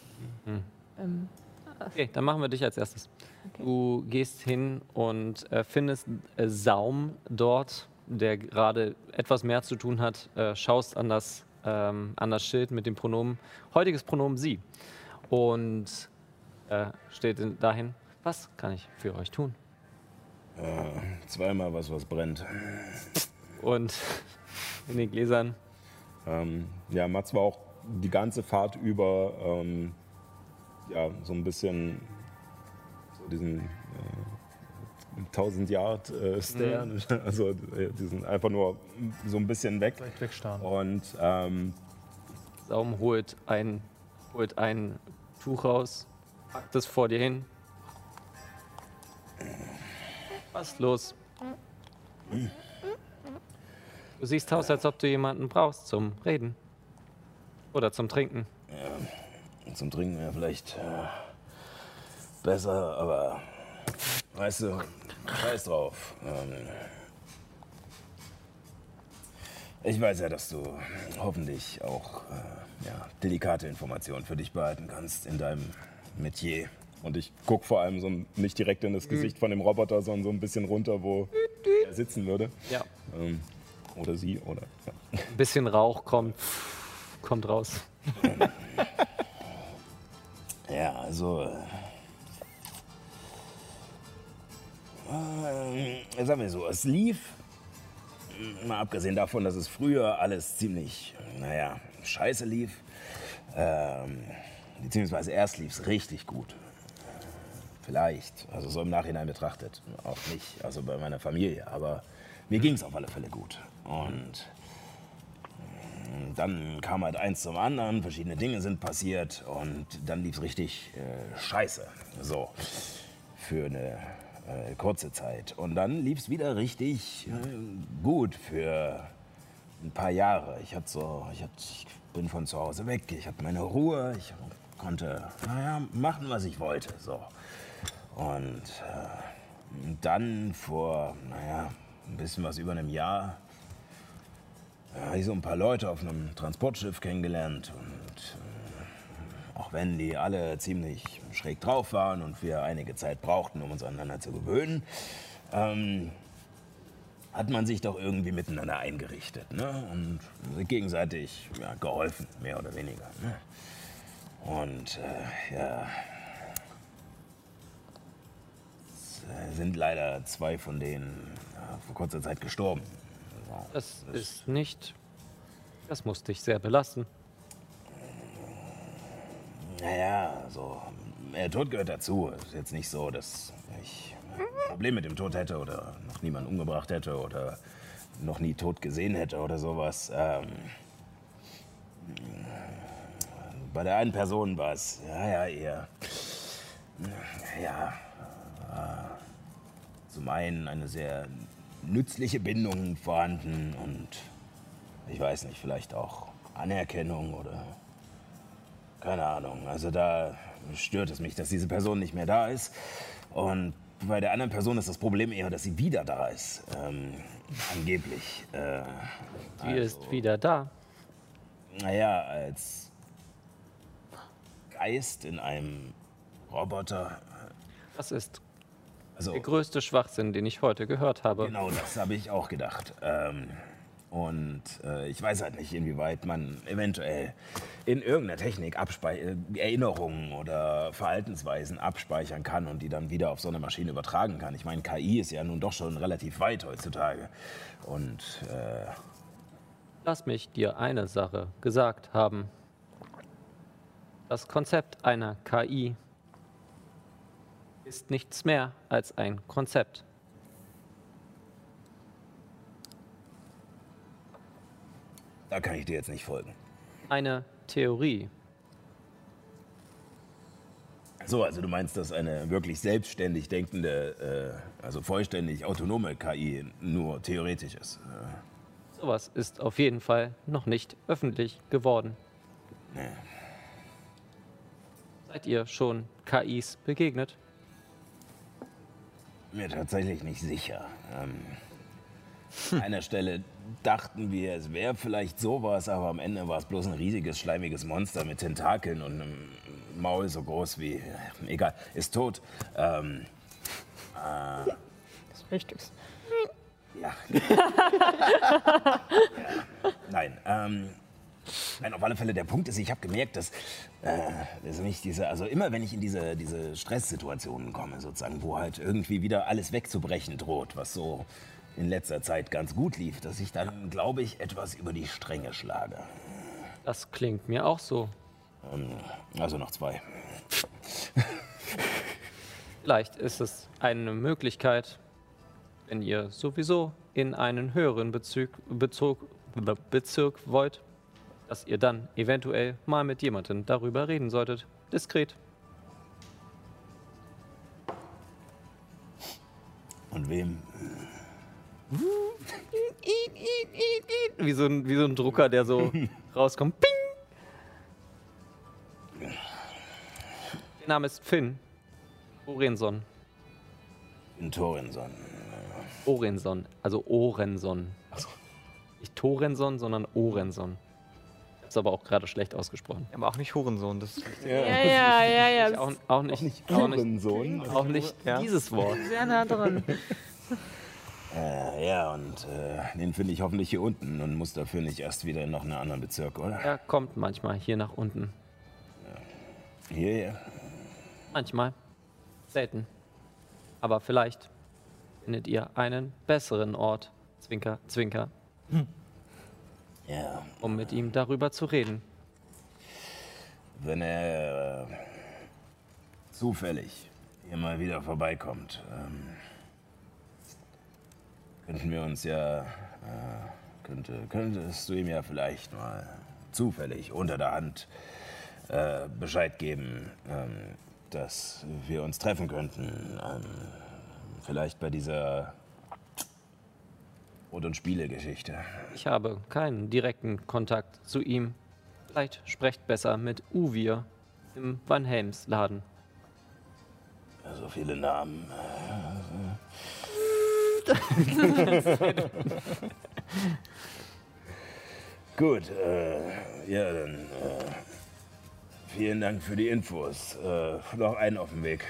Speaker 1: Okay, dann machen wir dich als erstes. Du gehst hin und äh, findest äh, Saum dort, der gerade etwas mehr zu tun hat. Äh, schaust an das, ähm, an das Schild mit dem Pronomen, heutiges Pronomen sie. Und äh, steht in- dahin, was kann ich für euch tun?
Speaker 2: Zweimal was, was brennt.
Speaker 1: Und in den Gläsern
Speaker 2: Ähm, ja, Mats war auch die ganze Fahrt über ähm, ja, so ein bisschen so diesen äh, 1000 Yard äh, Stare,
Speaker 1: Mhm.
Speaker 2: also äh, diesen einfach nur so ein bisschen weg.
Speaker 6: Vielleicht wegstarren.
Speaker 2: Und ähm,
Speaker 13: Saum holt ein, holt ein Tuch raus, packt es vor dir hin. Was ist los? Du siehst aus, als ob du jemanden brauchst zum Reden. Oder zum Trinken.
Speaker 2: zum Trinken wäre vielleicht äh, besser, aber weißt du, scheiß drauf. Ähm, ich weiß ja, dass du hoffentlich auch äh, ja, delikate Informationen für dich behalten kannst in deinem Metier. Und ich gucke vor allem so ein- nicht direkt in das Gesicht von dem Roboter, sondern so ein bisschen runter, wo er sitzen würde.
Speaker 13: Ja.
Speaker 2: Ähm, oder sie, oder. Ja.
Speaker 13: Ein bisschen Rauch kommt, kommt raus.
Speaker 2: Ja, also. äh, äh, sagen wir so, es lief. Mal abgesehen davon, dass es früher alles ziemlich, naja, scheiße lief. Ähm, beziehungsweise erst lief es richtig gut. Vielleicht, also so im Nachhinein betrachtet, auch nicht, also bei meiner Familie, aber mir ging es auf alle Fälle gut. Und und dann kam halt eins zum anderen, verschiedene Dinge sind passiert und dann lief es richtig äh, scheiße. So, für eine äh, kurze Zeit. Und dann lief es wieder richtig äh, gut für ein paar Jahre. Ich, hatte so, ich, hab, ich bin von zu Hause weg, ich hatte meine Ruhe, ich konnte naja, machen, was ich wollte. So. Und äh, dann vor, naja, ein bisschen was über einem Jahr da habe ich so ein paar Leute auf einem Transportschiff kennengelernt und äh, auch wenn die alle ziemlich schräg drauf waren und wir einige Zeit brauchten, um uns aneinander zu gewöhnen, ähm, hat man sich doch irgendwie miteinander eingerichtet ne? und sich gegenseitig ja, geholfen, mehr oder weniger. Ne? Und äh, ja, es äh, sind leider zwei von denen ja, vor kurzer Zeit gestorben.
Speaker 13: Das ist nicht. Das muss dich sehr belasten.
Speaker 2: Naja, so. also, Der Tod gehört dazu. Es ist jetzt nicht so, dass ich ein Problem mit dem Tod hätte oder noch niemanden umgebracht hätte oder noch nie tot gesehen hätte oder sowas. Ähm, bei der einen Person war es, ja, ja, eher. Ja. Äh, zum einen eine sehr nützliche Bindung vorhanden und ich weiß nicht, vielleicht auch Anerkennung oder keine Ahnung. Also da stört es mich, dass diese Person nicht mehr da ist. Und bei der anderen Person ist das Problem eher, dass sie wieder da ist. Ähm, angeblich. Äh,
Speaker 13: Die ist wieder da.
Speaker 2: naja, als Geist in einem Roboter.
Speaker 13: Das ist
Speaker 2: Also,
Speaker 13: der größte Schwachsinn, den ich heute gehört habe.
Speaker 2: Genau, das habe ich auch gedacht. Ähm, und äh, ich weiß halt nicht, inwieweit man eventuell in irgendeiner Technik abspei- äh, Erinnerungen oder Verhaltensweisen abspeichern kann und die dann wieder auf so eine Maschine übertragen kann. Ich meine, KI ist ja nun doch schon relativ weit heutzutage. Und äh,
Speaker 13: Lass mich dir eine Sache gesagt haben. Das Konzept einer KI ist nichts mehr als ein Konzept.
Speaker 2: da kann ich dir jetzt nicht folgen.
Speaker 13: Eine Theorie.
Speaker 2: So, also du meinst, dass eine wirklich selbstständig denkende, äh, also vollständig autonome KI nur theoretisch ist? Äh,
Speaker 13: Sowas ist auf jeden Fall noch nicht öffentlich geworden.
Speaker 2: Nee.
Speaker 13: Seid ihr schon KIs begegnet?
Speaker 2: Mir tatsächlich nicht sicher. Ähm, An einer Stelle dachten wir, es wäre vielleicht sowas, aber am Ende war es bloß ein riesiges, schleimiges Monster mit Tentakeln und einem Maul so groß wie. Egal, ist tot. Ähm,
Speaker 7: Richtig.
Speaker 2: ja. ja. Nein, ähm, nein, auf alle Fälle, der Punkt ist, ich habe gemerkt, dass, äh, dass mich diese, also immer wenn ich in diese, diese Stresssituationen komme, sozusagen, wo halt irgendwie wieder alles wegzubrechen droht, was so in letzter Zeit ganz gut lief, dass ich dann, glaube ich, etwas über die Stränge schlage.
Speaker 13: Das klingt mir auch so.
Speaker 2: Ähm, also noch zwei.
Speaker 1: Vielleicht ist es eine Möglichkeit, wenn ihr sowieso in einen höheren Bezug, Bezug, Be- Bezirk wollt, dass ihr dann eventuell mal mit jemandem darüber reden solltet. Diskret.
Speaker 2: Und wem?
Speaker 1: Wie so ein, wie so ein Drucker, der so rauskommt. Ping! Der Name ist Finn. Orenson.
Speaker 2: In Torinson.
Speaker 1: Orenson. Also Orenson.
Speaker 2: Achso.
Speaker 1: Nicht Torenson, sondern Orenson. Ich hab's aber auch gerade schlecht ausgesprochen.
Speaker 14: Aber auch nicht Hurensohn. Das
Speaker 7: Ja, ja, ja, ja.
Speaker 1: Auch,
Speaker 7: das ist
Speaker 1: auch nicht, auch nicht,
Speaker 2: Torinson.
Speaker 1: auch nicht
Speaker 14: Ja.
Speaker 1: dieses Wort.
Speaker 7: Sehr nah dran.
Speaker 2: Äh, ja, und äh, den finde ich hoffentlich hier unten und muss dafür nicht erst wieder in noch einen anderen Bezirk, oder?
Speaker 1: Er kommt manchmal hier nach unten.
Speaker 2: Hier, hier.
Speaker 1: Manchmal. Selten. Aber vielleicht findet ihr einen besseren Ort, Zwinker, Zwinker,
Speaker 2: Ja.
Speaker 1: um mit ihm darüber zu reden.
Speaker 2: Wenn er äh, zufällig hier mal wieder vorbeikommt, ähm, könnten wir uns ja, äh, könnte, könntest du ihm ja vielleicht mal zufällig unter der Hand äh, Bescheid geben, ähm, dass wir uns treffen könnten. Ähm, vielleicht bei dieser Brot- und Spiele-Geschichte.
Speaker 1: Ich habe keinen direkten Kontakt zu ihm. Vielleicht sprecht besser mit Uvir im Van Helms Laden.
Speaker 2: So Also viele Namen. Gut, äh, ja, dann äh, vielen Dank für die Infos. Äh, noch einen auf dem Weg.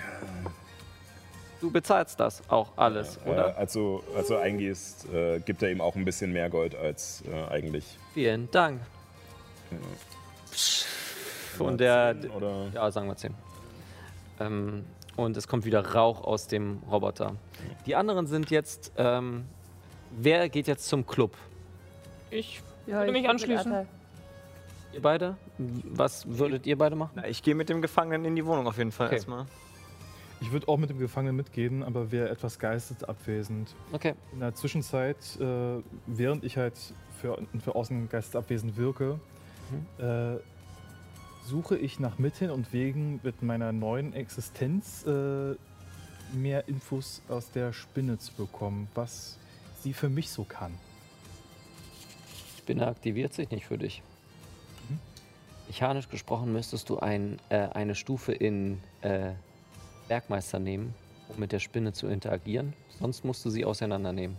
Speaker 1: Du bezahlst das auch alles, oder?
Speaker 2: Äh, als, du, als du eingehst, äh, gibt er ihm auch ein bisschen mehr Gold als äh, eigentlich.
Speaker 1: Vielen Dank. Und der,
Speaker 2: Oder?
Speaker 1: Ja, sagen wir 10. Ähm, und es kommt wieder Rauch aus dem Roboter. Die anderen sind jetzt. Ähm, wer geht jetzt zum Club?
Speaker 7: Ich
Speaker 15: Ja,
Speaker 7: würde
Speaker 15: ich bin
Speaker 7: mich
Speaker 15: mit
Speaker 7: anschließen.
Speaker 15: Atta.
Speaker 1: Ihr beide? Was würdet ihr beide machen?
Speaker 3: Na, ich gehe mit dem Gefangenen in die Wohnung auf jeden Fall
Speaker 1: Okay.
Speaker 3: erstmal.
Speaker 6: Ich würde auch mit dem Gefangenen mitgehen, aber wäre etwas geistet abwesend.
Speaker 1: Okay.
Speaker 6: In der Zwischenzeit, äh, während ich halt für, für außen geistet abwesend wirke, äh, suche ich nach Mitteln und Wegen mit meiner neuen Existenz äh, mehr Infos aus der Spinne zu bekommen, was sie für mich so kann.
Speaker 1: Spinne aktiviert sich nicht für dich. Mechanisch gesprochen müsstest du ein, äh, eine Stufe in äh, Bergmeister nehmen, um mit der Spinne zu interagieren. Sonst musst du sie auseinandernehmen.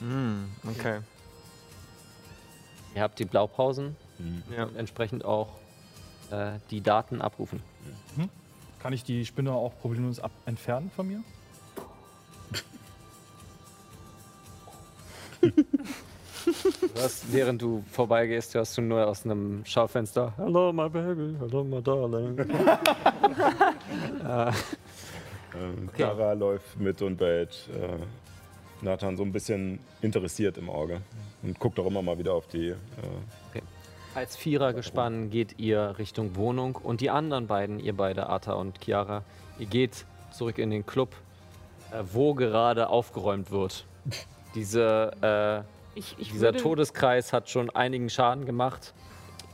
Speaker 3: Mm, okay.
Speaker 1: Ihr habt die Blaupausen
Speaker 3: Ja.
Speaker 1: und entsprechend auch äh, die Daten abrufen.
Speaker 6: Kann ich die Spinne auch problemlos ab entfernen von mir?
Speaker 1: Hörst, während du vorbeigehst, hörst du nur aus einem Schaufenster Hello my baby, hello my darling. Okay.
Speaker 2: Clara läuft mit und behält äh, Nathan so ein bisschen interessiert im Auge und guckt auch immer mal wieder auf die. Äh,
Speaker 1: Als Vierergespann geht ihr Richtung Wohnung und die anderen beiden, ihr beide, Atta und Chiara, ihr geht zurück in den Club, äh, wo gerade aufgeräumt wird. Diese,
Speaker 7: Ich,
Speaker 1: äh,
Speaker 7: ich
Speaker 1: dieser
Speaker 7: würde,
Speaker 1: Todeskreis hat schon einigen Schaden gemacht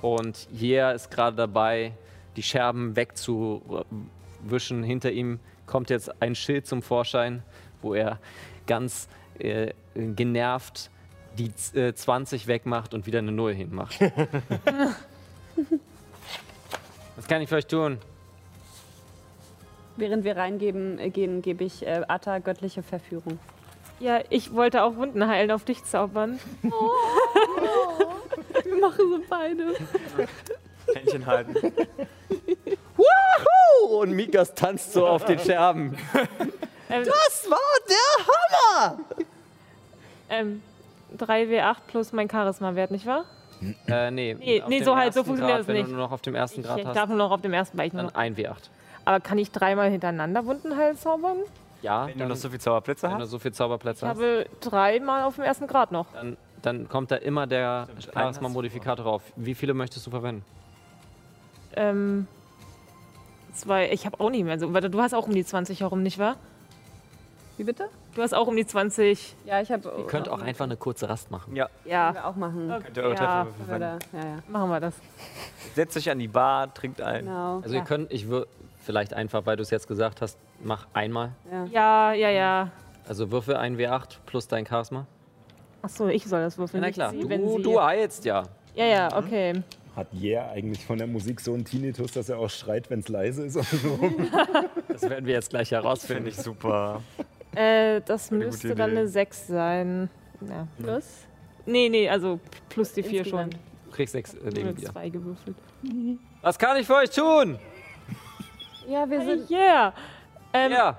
Speaker 1: und Jea ist gerade dabei, die Scherben wegzuwischen. Hinter ihm kommt jetzt ein Schild zum Vorschein, wo er ganz äh, genervt die Z- äh, 20 wegmacht und wieder eine 0 hinmacht. Was kann ich für euch tun?
Speaker 5: Während wir reingeben äh, gehen, gebe ich äh, Atta göttliche Verführung.
Speaker 7: ja, ich wollte auch Wunden heilen, auf dich zaubern.
Speaker 15: Wir machen so beide.
Speaker 3: Händchen halten.
Speaker 1: Wahoo! Oh, Und Mikas tanzt so auf den Scherben.
Speaker 7: Ähm,
Speaker 1: Das war der Hammer!
Speaker 7: ähm, 3W8 plus mein Charisma-Wert, nicht wahr?
Speaker 1: Äh, nee.
Speaker 7: Nee,
Speaker 1: auf
Speaker 7: nee,
Speaker 1: dem
Speaker 7: so halt, so
Speaker 1: ersten
Speaker 7: funktioniert
Speaker 1: Grad,
Speaker 7: das
Speaker 1: wenn
Speaker 7: nicht.
Speaker 1: Wenn du nur noch auf dem ersten
Speaker 7: Ich,
Speaker 1: Grad
Speaker 7: ich
Speaker 1: hast,
Speaker 7: darf nur noch auf dem ersten, weil ich nur
Speaker 1: dann
Speaker 7: noch.
Speaker 1: 1W8.
Speaker 7: Aber kann ich dreimal hintereinander Wunden heilen zaubern?
Speaker 1: Ja,
Speaker 3: Wenn du
Speaker 1: dann,
Speaker 3: noch so viel Zauberplätze
Speaker 1: wenn du
Speaker 3: hast.
Speaker 1: so viele Zauberplätze
Speaker 7: Ich
Speaker 1: hast,
Speaker 7: habe dreimal auf dem ersten Grad noch.
Speaker 1: dann, dann kommt da immer der
Speaker 3: einen hast du
Speaker 1: Charisma-Modifikator drauf. Wie viele möchtest du verwenden?
Speaker 7: Ähm, zwei. Ich habe auch nicht mehr so. Warte, du hast auch um die 20 herum, nicht wahr?
Speaker 5: Wie bitte?
Speaker 7: Du hast auch um die 20.
Speaker 5: Ja, ich Oh, habe.
Speaker 1: Ihr könnt auch einfach eine kurze Rast machen.
Speaker 3: Ja,
Speaker 7: Ja,
Speaker 5: wir auch machen.
Speaker 3: könnt ihr eure
Speaker 7: Ja,
Speaker 3: Trefferwürfel
Speaker 5: Wenn wir
Speaker 3: verwenden.
Speaker 5: da- Ja, ja.
Speaker 7: machen wir das.
Speaker 3: Setzt euch an die Bar, trinkt ein.
Speaker 5: Genau.
Speaker 1: Also ihr könnt, ich würde vielleicht einfach, weil du es jetzt gesagt hast, mach einmal.
Speaker 7: Ja, ja, ja.
Speaker 1: Also würfel ein W8 plus dein Charisma.
Speaker 7: Achso, ich soll das würfeln.
Speaker 1: Na
Speaker 7: nicht
Speaker 1: klar,
Speaker 7: sie, wenn
Speaker 1: du,
Speaker 7: sie-
Speaker 1: du heilst ja.
Speaker 7: Ja, ja, okay.
Speaker 2: Hat Yeah eigentlich von der Musik so einen Tinnitus, dass er auch schreit, wenn es leise ist? Oder so?
Speaker 1: Das werden wir jetzt gleich herausfinden.
Speaker 3: ich super.
Speaker 7: Äh, das
Speaker 3: Eine gute
Speaker 7: müsste dann
Speaker 3: Idee.
Speaker 7: eine 6 sein. Ja.
Speaker 5: Plus?
Speaker 7: Nee, nee, also plus die 4 schon.
Speaker 5: Insgesamt.
Speaker 1: Du kriegst sechs äh,
Speaker 7: Nur
Speaker 1: Leben wieder.
Speaker 7: zwei gewürfelt.
Speaker 1: Was kann ich für euch tun?
Speaker 5: Ja, wir sind.
Speaker 7: Yeah. Ähm,
Speaker 1: Ja.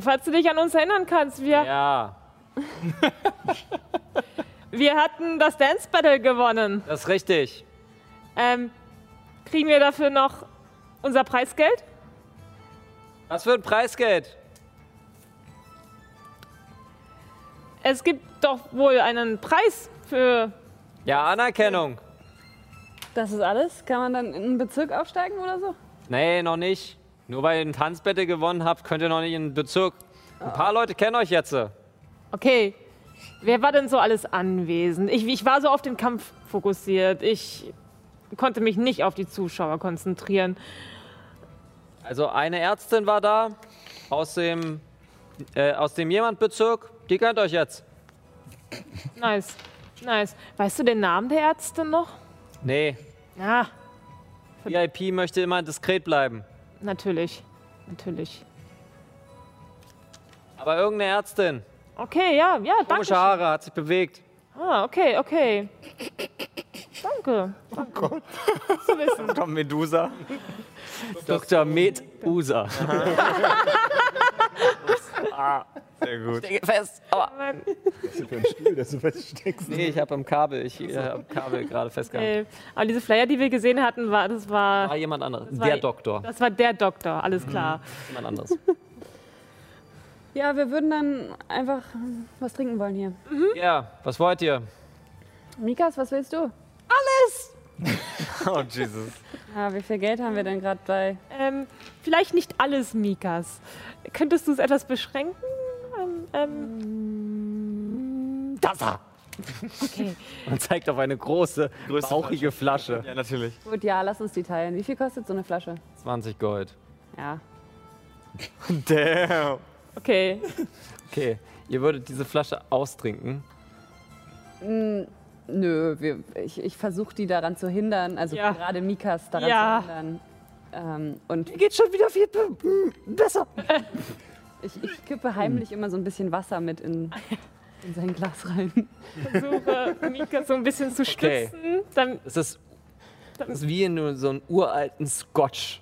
Speaker 7: Falls du dich an uns erinnern kannst, wir,
Speaker 1: Ja,
Speaker 7: wir hatten das Dance Battle gewonnen.
Speaker 1: das ist richtig.
Speaker 7: Ähm, kriegen wir dafür noch unser Preisgeld?
Speaker 1: Was für ein Preisgeld?
Speaker 7: Es gibt doch wohl einen Preis für.
Speaker 1: Ja, Anerkennung.
Speaker 5: Das ist alles? Kann man dann in einen Bezirk aufsteigen oder so?
Speaker 1: Nee, noch nicht. Nur weil ihr ein Tanzbattle gewonnen habt, könnt ihr noch nicht in den Bezirk. Ein paar Leute kennen euch jetzt.
Speaker 7: Okay. Wer war denn so alles anwesend? Ich, ich war so auf den Kampf fokussiert. Ich konnte mich nicht auf die Zuschauer konzentrieren.
Speaker 1: Also eine Ärztin war da aus dem, äh, aus dem Jemand-Bezirk. Die kennt euch jetzt.
Speaker 7: Nice. Nice. Weißt du den Namen der Ärzte noch? Ah,
Speaker 1: Nee,
Speaker 7: Ja,
Speaker 1: VIP möchte immer diskret bleiben.
Speaker 7: natürlich. Natürlich.
Speaker 1: Aber irgendeine Ärztin.
Speaker 7: Okay, ja, ja, danke.
Speaker 1: Komische Haare, hat sich bewegt.
Speaker 7: Ah, okay, okay. Danke. Oh Gott. Zu wissen.
Speaker 3: Komm, Medusa.
Speaker 1: Dr. Med Usa.
Speaker 3: Sehr gut.
Speaker 1: Fest. Aber
Speaker 7: Mann.
Speaker 2: Was ist das für ein Stuhl, dass du feststeckst?
Speaker 1: nee, ich habe am Kabel, ich äh, hab Kabel gerade festgehalten.
Speaker 7: Äh, aber diese Flyer, die wir gesehen hatten, war, das war,
Speaker 1: War jemand anderes.
Speaker 7: war-
Speaker 1: Der Doktor.
Speaker 7: das war der Doktor, alles klar.
Speaker 1: Jemand anderes.
Speaker 5: Ja, wir würden dann einfach was trinken wollen hier.
Speaker 1: Ja, was wollt ihr?
Speaker 5: Mikas, was willst du?
Speaker 3: Oh, Jesus.
Speaker 5: Ja, wie viel Geld haben wir denn gerade bei?
Speaker 7: Ähm, vielleicht nicht alles, Mikas. Könntest du es etwas beschränken? Ähm, ähm,
Speaker 1: Das da.
Speaker 7: okay.
Speaker 1: Man zeigt auf eine große,
Speaker 3: Größte
Speaker 1: bauchige Flasche.
Speaker 3: Ja, natürlich.
Speaker 5: Gut, ja, lass uns die teilen. Wie viel kostet so eine Flasche?
Speaker 1: 20 Gold.
Speaker 5: Ja.
Speaker 3: Damn.
Speaker 7: Okay.
Speaker 1: Okay, ihr würdet diese Flasche austrinken.
Speaker 5: Nö, wir, ich, ich versuche die daran zu hindern, also
Speaker 7: Ja.
Speaker 5: gerade Mikas daran
Speaker 7: Ja.
Speaker 5: zu hindern. Ähm, und
Speaker 1: Geht schon wieder viel hm, besser.
Speaker 5: ich, ich kippe heimlich immer so ein bisschen Wasser mit in, in sein Glas rein.
Speaker 7: Versuche, Mikas so ein bisschen zu
Speaker 1: Okay.
Speaker 7: stützen. Dann,
Speaker 1: Es ist, das ist wie wenn du so einen uralten Scotch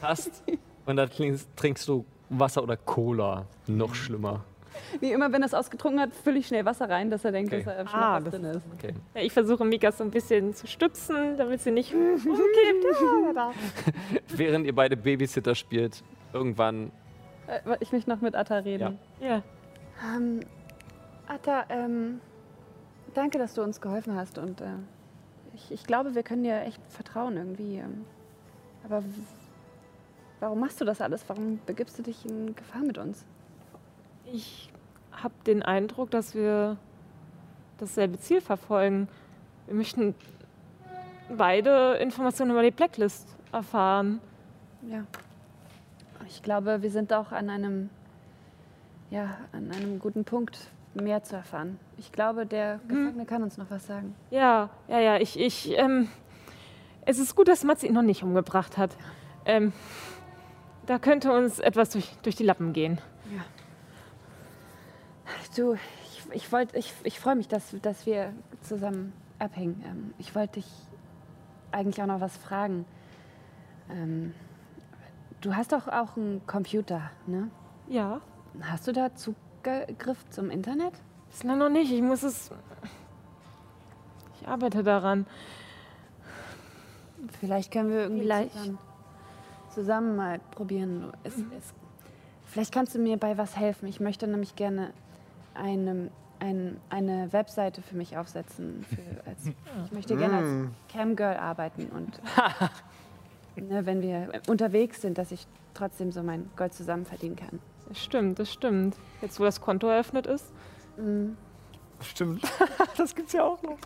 Speaker 1: hast und dann klingst- trinkst du Wasser oder Cola. Noch schlimmer.
Speaker 5: Wie immer, wenn er es ausgetrunken hat, fülle ich schnell Wasser rein, dass er denkt,
Speaker 1: Okay.
Speaker 5: dass er schon
Speaker 7: Ah,
Speaker 5: was
Speaker 7: das-
Speaker 5: drin ist.
Speaker 7: ja, ich versuche, Mikas so ein bisschen zu stützen, damit sie nicht umkippt. Ja, da.
Speaker 1: Während ihr beide Babysitter spielt, irgendwann
Speaker 5: Äh, wa- ich möchte noch mit Atta reden.
Speaker 7: Ja.
Speaker 5: Ähm, Atta, ähm, danke, dass du uns geholfen hast und äh, ich, ich glaube, wir können dir echt vertrauen irgendwie. Ähm, aber w- warum machst du das alles? Warum begibst du dich in Gefahr mit uns?
Speaker 7: Ich habe den Eindruck, dass wir dasselbe Ziel verfolgen. Wir möchten beide Informationen über die Blacklist erfahren.
Speaker 5: Ja. Ich glaube, wir sind auch an einem, ja, an einem guten Punkt, mehr zu erfahren. Ich glaube, der Gefangene kann uns noch was sagen.
Speaker 7: Ja, ja, ja, ich, ich, ähm, es ist gut, dass Matze ihn noch nicht umgebracht hat. Ähm, da könnte uns etwas durch, durch die Lappen gehen.
Speaker 5: Du, ich, ich, wollt- ich, ich freue mich, dass, dass wir zusammen abhängen. Ähm, ich wollte dich eigentlich auch noch was fragen. Ähm, du hast doch auch einen Computer, ne?
Speaker 7: Ja,
Speaker 5: Hast du da Zugriff zum Internet?
Speaker 7: bislang noch nicht. Ich muss es. Ich arbeite daran.
Speaker 5: Vielleicht können wir irgendwie
Speaker 7: Vielleicht.
Speaker 5: zusammen, zusammen mal probieren. Es, es, vielleicht kannst du mir bei was helfen. Ich möchte nämlich gerne eine, ein, eine Webseite für mich aufsetzen. Für, als, ich möchte gerne als Camgirl arbeiten und ne, wenn wir unterwegs sind, dass ich trotzdem so mein Gold zusammen verdienen kann.
Speaker 7: Das stimmt, das stimmt. Jetzt, wo das Konto eröffnet ist.
Speaker 5: Mhm.
Speaker 3: Stimmt. das gibt's ja auch noch.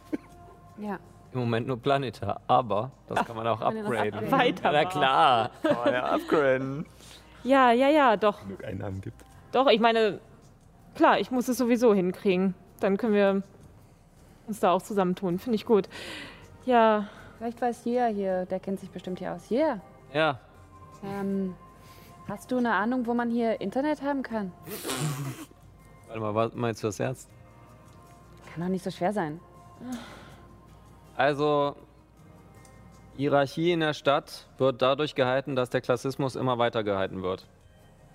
Speaker 5: Ja.
Speaker 1: Im Moment nur Planeta, aber das kann man auch
Speaker 5: kann man das
Speaker 1: upgraden.
Speaker 5: upgraden.
Speaker 7: Weiter
Speaker 1: Na
Speaker 7: war.
Speaker 1: klar.
Speaker 3: Kann man ja upgraden.
Speaker 7: Ja, ja, ja, doch.
Speaker 2: genug Einnahmen gibt.
Speaker 7: Doch, ich meine, klar, ich muss es sowieso hinkriegen. Dann können wir uns da auch zusammentun. Finde ich gut. Ja,
Speaker 5: Vielleicht weiß Jia hier, der kennt sich bestimmt hier aus. Jia,
Speaker 1: Ja,
Speaker 5: ähm, hast du eine Ahnung, wo man hier Internet haben kann?
Speaker 1: warte mal, was meinst du das ernst?
Speaker 5: Kann doch nicht so schwer sein.
Speaker 1: Also, Hierarchie in der Stadt wird dadurch gehalten, dass der Klassismus immer weiter gehalten wird.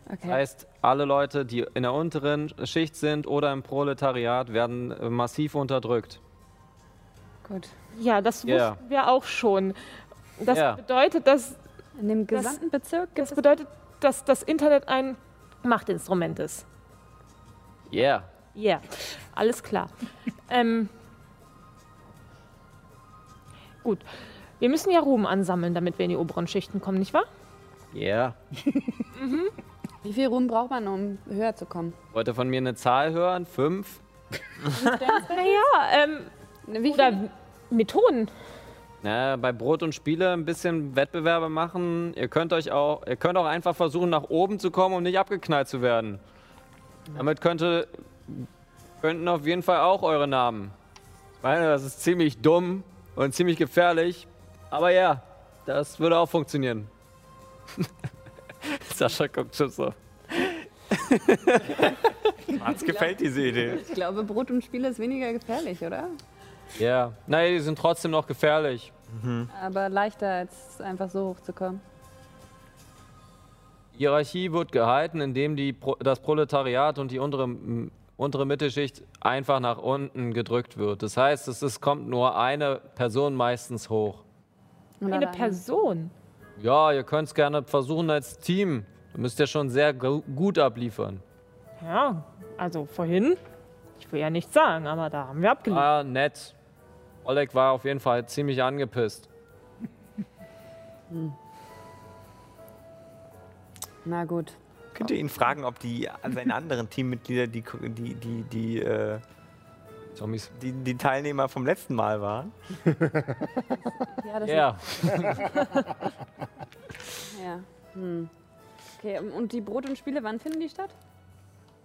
Speaker 5: Okay.
Speaker 1: Das heißt, alle Leute, die in der unteren Schicht sind oder im Proletariat, werden äh, massiv unterdrückt.
Speaker 5: Gut.
Speaker 7: ja, das
Speaker 1: Ja.
Speaker 7: wussten wir auch schon. Das
Speaker 1: Ja.
Speaker 7: bedeutet, dass
Speaker 5: In dem
Speaker 7: Das-
Speaker 5: gesamten Bezirk gibt
Speaker 7: das
Speaker 5: es
Speaker 7: bedeutet, dass das Internet ein Machtinstrument ist.
Speaker 1: Yeah.
Speaker 7: Ja, alles klar. ähm, gut. Wir müssen ja Ruhm ansammeln, damit wir in die oberen Schichten kommen, nicht wahr?
Speaker 1: Yeah.
Speaker 5: Wie viel Ruhm braucht man, um höher zu kommen?
Speaker 1: Wollt ihr von mir eine Zahl hören? Fünf?
Speaker 7: Naja, ähm,
Speaker 5: Ne, Wie viel?
Speaker 7: oder Methoden.
Speaker 1: Na, Ne, bei Brot und Spiele ein bisschen Wettbewerbe machen. Ihr könnt euch auch, ihr könnt auch einfach versuchen, nach oben zu kommen, um nicht abgeknallt zu werden. Damit könnte, könnten auf jeden Fall auch eure Namen. Ich meine, das ist ziemlich dumm und ziemlich gefährlich. Aber ja, das würde auch funktionieren. Sascha guckt schon so.
Speaker 3: Mats gefällt diese Idee.
Speaker 5: Ich glaube, Brot und Spiele ist weniger gefährlich, oder?
Speaker 1: Ja. Nein, die sind trotzdem noch gefährlich.
Speaker 5: Aber leichter, als einfach so hochzukommen.
Speaker 1: Hierarchie wird gehalten, indem die Pro das Proletariat und die untere, m, untere Mittelschicht einfach nach unten gedrückt wird. Das heißt, es ist, kommt nur eine Person meistens hoch.
Speaker 5: Oder
Speaker 7: Eine
Speaker 5: alleine.
Speaker 7: Person.
Speaker 1: Ja, ihr könnt es gerne versuchen als Team. Da müsst ihr schon sehr gu- gut abliefern.
Speaker 7: Ja, also vorhin. Ich will ja nichts sagen, aber da haben wir abgelehnt.
Speaker 1: Ah, nett. Oleg war auf jeden Fall ziemlich angepisst.
Speaker 5: Na gut.
Speaker 3: Könnt ihr ihn fragen, ob die also seine anderen Teammitglieder die, die, die, die, äh,
Speaker 1: Zombies.
Speaker 3: die, die Teilnehmer vom letzten Mal waren?
Speaker 5: Ja, das
Speaker 1: Ja,
Speaker 5: ist. Ja. Hm. Okay, ähm, und die Brot und Spiele, wann finden die statt?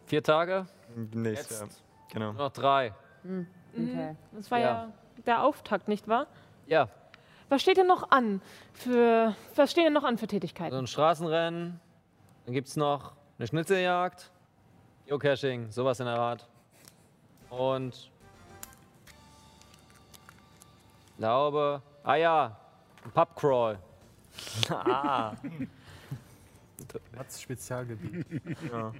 Speaker 1: vier Tage,
Speaker 3: Demnächst, ja. Genau.
Speaker 1: nur noch drei.
Speaker 5: Okay.
Speaker 7: Das war ja.
Speaker 1: ja.
Speaker 7: der Auftakt, nicht wahr?
Speaker 1: Ja,
Speaker 7: Was steht denn noch an für was steht denn noch an für
Speaker 1: so
Speaker 7: Tätigkeiten?
Speaker 1: ein Straßenrennen. Dann gibt es noch eine Schnitzeljagd, Geocaching, sowas in der Art. Und glaube, ah ja, ein Pubcrawl.
Speaker 6: Mats Spezialgebiet.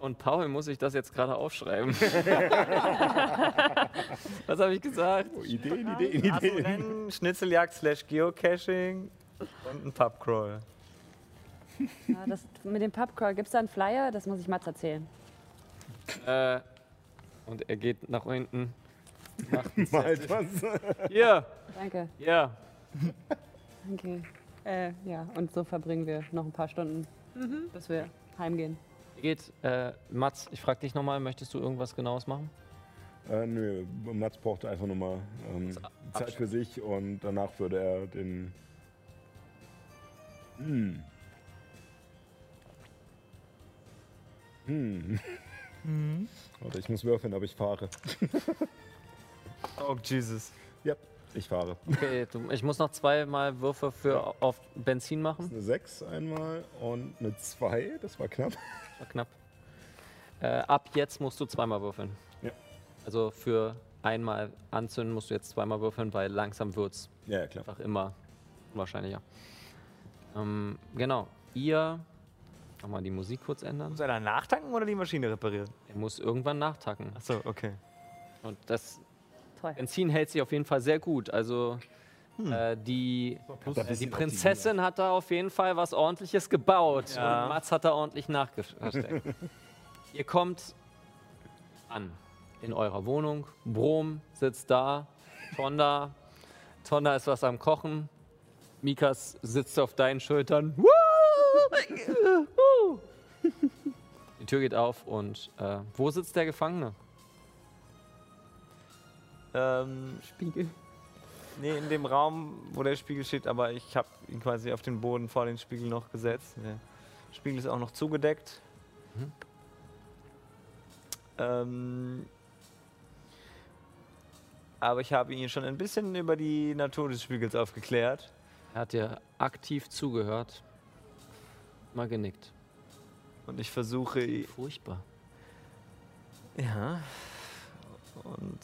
Speaker 1: Und Paul muss ich das jetzt gerade aufschreiben. Was habe ich gesagt?
Speaker 2: Oh, Ideen, Ideen, Ideen.
Speaker 3: Rennen, Schnitzeljagd slash Geocaching und ein Pubcrawl.
Speaker 5: Ja, das, mit dem Pubcrawl, gibt es da einen Flyer? Das muss ich Mats erzählen.
Speaker 1: Äh, und er geht nach hinten.
Speaker 2: Mal was.
Speaker 1: Hier,
Speaker 5: Danke.
Speaker 1: hier.
Speaker 5: Okay. Äh, ja, und so verbringen wir noch ein paar Stunden, bis wir heimgehen.
Speaker 1: Geht, äh, Mats, ich frage dich nochmal, möchtest du irgendwas Genaues machen?
Speaker 2: Äh, nö, Mats brauchte einfach nur mal ähm, Zeit für sich und danach würde er den. Hm. Hm. Warte, ich muss würfeln, aber ich fahre.
Speaker 3: Oh, Jesus.
Speaker 2: Ja, ich fahre.
Speaker 1: Okay, du, ich muss noch zweimal Würfe für auf Benzin machen.
Speaker 2: Eine 6 einmal und eine 2, das war knapp.
Speaker 1: War knapp. Äh, ab jetzt musst du zweimal würfeln.
Speaker 2: Ja.
Speaker 1: Also für einmal anzünden musst du jetzt zweimal würfeln, weil langsam wird's
Speaker 2: Ja, ja, klar.
Speaker 1: einfach immer unwahrscheinlicher. Ähm, genau. Ihr. Nochmal die Musik kurz ändern.
Speaker 3: Muss einer nachtanken oder die Maschine reparieren?
Speaker 1: Er muss irgendwann nachtacken.
Speaker 3: Achso, okay.
Speaker 1: Und das
Speaker 5: Toll.
Speaker 1: Benzin hält sich auf jeden Fall sehr gut. Also äh, die, äh, die Prinzessin hat da auf jeden Fall was ordentliches gebaut. Und Mats hat da ordentlich nachgesteckt. Ihr kommt an in eurer Wohnung. Brom sitzt da, Tonda. Tonda ist was am Kochen. Mikas sitzt auf deinen Schultern. Die Tür geht auf und äh, wo sitzt der Gefangene?
Speaker 3: Ähm,
Speaker 1: Spiegel.
Speaker 3: nee, in dem Raum, wo der Spiegel steht, aber ich habe ihn quasi auf den Boden vor den Spiegel noch gesetzt. Der Spiegel ist auch noch zugedeckt.
Speaker 1: Mhm.
Speaker 3: Ähm, aber ich habe ihn schon ein bisschen über die Natur des Spiegels aufgeklärt.
Speaker 1: Er hat dir aktiv zugehört. Mal genickt.
Speaker 3: Und ich versuche
Speaker 1: Furchtbar.
Speaker 3: Ja. Und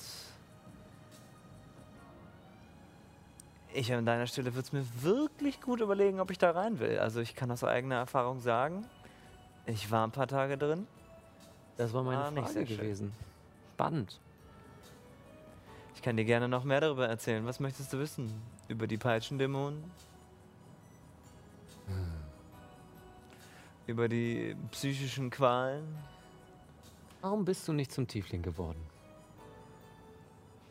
Speaker 3: ich an deiner Stelle würde es mir wirklich gut überlegen, ob ich da rein will. Also ich kann aus eigener Erfahrung sagen, ich war ein paar Tage drin.
Speaker 1: Das war meine
Speaker 3: Ah, nicht
Speaker 1: Frage
Speaker 3: sehr schön.
Speaker 1: gewesen. Spannend.
Speaker 3: Ich kann dir gerne noch mehr darüber erzählen. Was möchtest du wissen? Über die Peitschendämonen? Über die psychischen Qualen?
Speaker 1: Warum bist du nicht zum Tiefling geworden?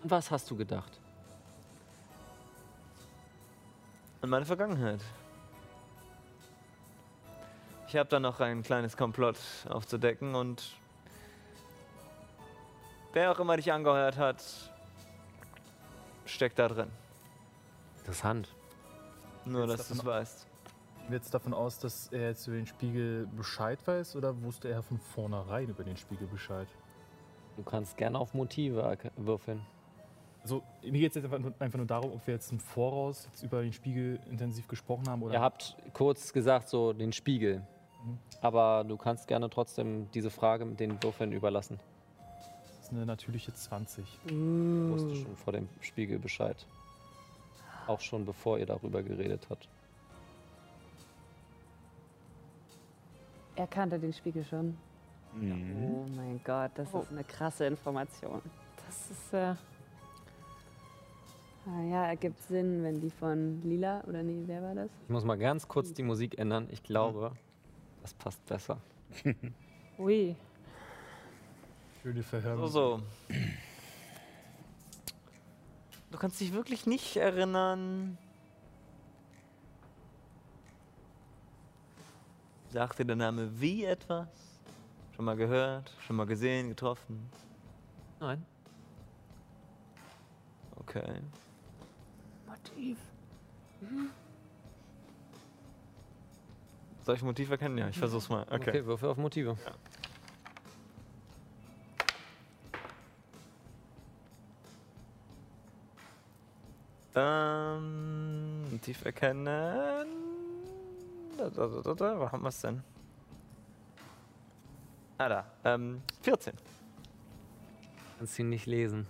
Speaker 1: An was hast du gedacht?
Speaker 3: An meine Vergangenheit. Ich habe da noch ein kleines Komplott aufzudecken und wer auch immer dich angeheuert hat, steckt da drin.
Speaker 1: Interessant.
Speaker 3: Nur,
Speaker 6: Jetzt
Speaker 3: dass du
Speaker 6: davon
Speaker 3: es weißt.
Speaker 6: Gehen wir jetzt davon aus, dass er jetzt über den Spiegel Bescheid weiß oder wusste er von vornherein über den Spiegel Bescheid?
Speaker 1: Du kannst gerne auf Motive erk- würfeln.
Speaker 6: Also mir geht es jetzt einfach nur, einfach nur darum, ob wir jetzt im Voraus jetzt über den Spiegel intensiv gesprochen haben oder
Speaker 1: Ihr habt kurz gesagt so den Spiegel.
Speaker 6: Mhm.
Speaker 1: Aber du kannst gerne trotzdem diese Frage mit den Würfeln überlassen.
Speaker 6: das ist eine natürliche 20.
Speaker 1: Ich wusste schon vor dem Spiegel Bescheid. Auch schon bevor ihr darüber geredet habt.
Speaker 5: Er kannte den Spiegel schon.
Speaker 16: Mhm.
Speaker 5: Oh mein Gott, das ist eine krasse Information.
Speaker 7: Das ist äh,
Speaker 5: Ah ja, ergibt Sinn, wenn die von Lila oder nee, wer war das?
Speaker 1: Ich muss mal ganz
Speaker 3: Hm.
Speaker 1: kurz die Musik ändern. Ich glaube, das passt besser.
Speaker 7: ui.
Speaker 6: Schöne Verhörung.
Speaker 3: So,
Speaker 1: Also
Speaker 3: so. Du kannst dich wirklich nicht erinnern. Sagt dir der Name wie etwas? Schon mal gehört, schon mal gesehen, getroffen?
Speaker 1: Nein.
Speaker 3: Okay.
Speaker 5: Motiv.
Speaker 3: Soll ich ein Motiv erkennen? Ja, ich versuch's mal.
Speaker 1: Okay,
Speaker 3: Okay.
Speaker 1: Würfel auf Motive.
Speaker 3: Ähm, Motiv erkennen. Da, da, da, da, da. Wo haben wir's denn? Ah, da. Ähm, 14.
Speaker 1: Kannst ihn nicht lesen.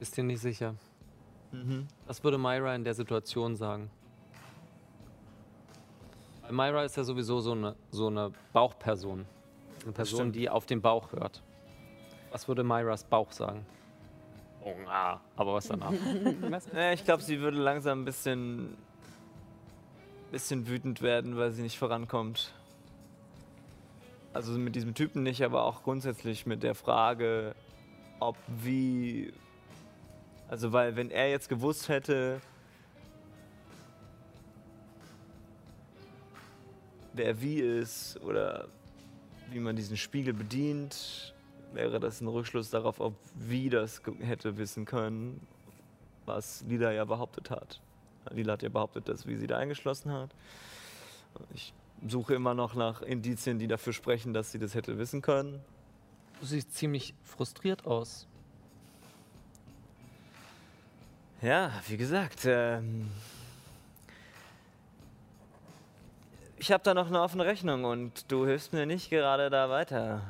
Speaker 1: Ist dir nicht sicher.
Speaker 3: Mhm.
Speaker 1: Was würde Myra in der Situation sagen? Weil Myra ist ja sowieso so eine, so eine Bauchperson. Eine Person,
Speaker 3: stimmt.
Speaker 1: die auf den Bauch hört. Was würde Myras Bauch sagen? Oh, ah, aber was danach?
Speaker 3: Ja, ich glaube, sie würde langsam ein bisschen, bisschen wütend werden, weil sie nicht vorankommt. Also mit diesem Typen nicht, aber auch grundsätzlich mit der Frage, ob wie. Also, weil, wenn er jetzt gewusst hätte. Wer wie ist oder wie man diesen Spiegel bedient, wäre das ein Rückschluss darauf, ob wie das ge- hätte wissen können was Lila ja behauptet hat. Lila hat ja behauptet, dass wie sie da eingeschlossen hat. Ich suche immer noch nach Indizien, die dafür sprechen, dass sie das hätte wissen können.
Speaker 1: Du siehst ziemlich frustriert aus.
Speaker 3: Ja, wie gesagt, ähm, ich habe da noch eine offene Rechnung und du hilfst mir nicht gerade da weiter.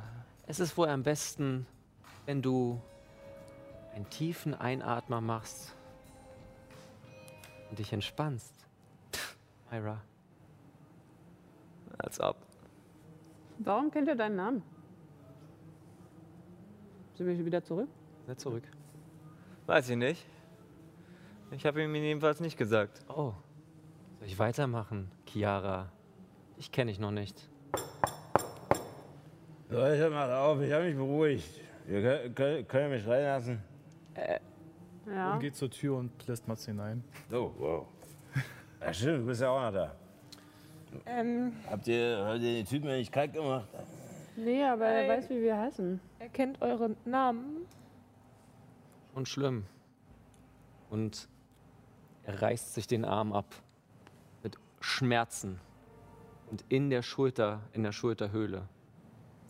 Speaker 1: Es ist wohl am besten, wenn du einen tiefen Einatmer machst und dich entspannst. Myra.
Speaker 3: Als ob.
Speaker 5: Warum kennt er deinen Namen? Sind wir schon wieder zurück?
Speaker 1: Nicht zurück.
Speaker 3: Weiß ich nicht. Ich habe ihm jedenfalls nicht gesagt.
Speaker 1: Oh. Soll ich weitermachen, Chiara? Ich kenne dich noch nicht.
Speaker 2: Leute, macht auf, ich habe mich beruhigt. Ihr könnt, könnt, könnt ihr mich reinlassen.
Speaker 5: Ja.
Speaker 6: Und geht zur Tür und lässt Mats hinein.
Speaker 2: Oh, wow. Ja, stimmt, du bist ja auch noch da.
Speaker 5: Ähm,
Speaker 2: Habt ihr, habt ihr den Typen ja nicht kalt gemacht?
Speaker 5: nee, aber er
Speaker 7: Hi.
Speaker 5: weiß, wie wir heißen.
Speaker 7: Er kennt eure Namen.
Speaker 1: Und schlimm. Und er reißt sich den Arm ab. Mit Schmerzen. Und in der Schulter, in der Schulterhöhle,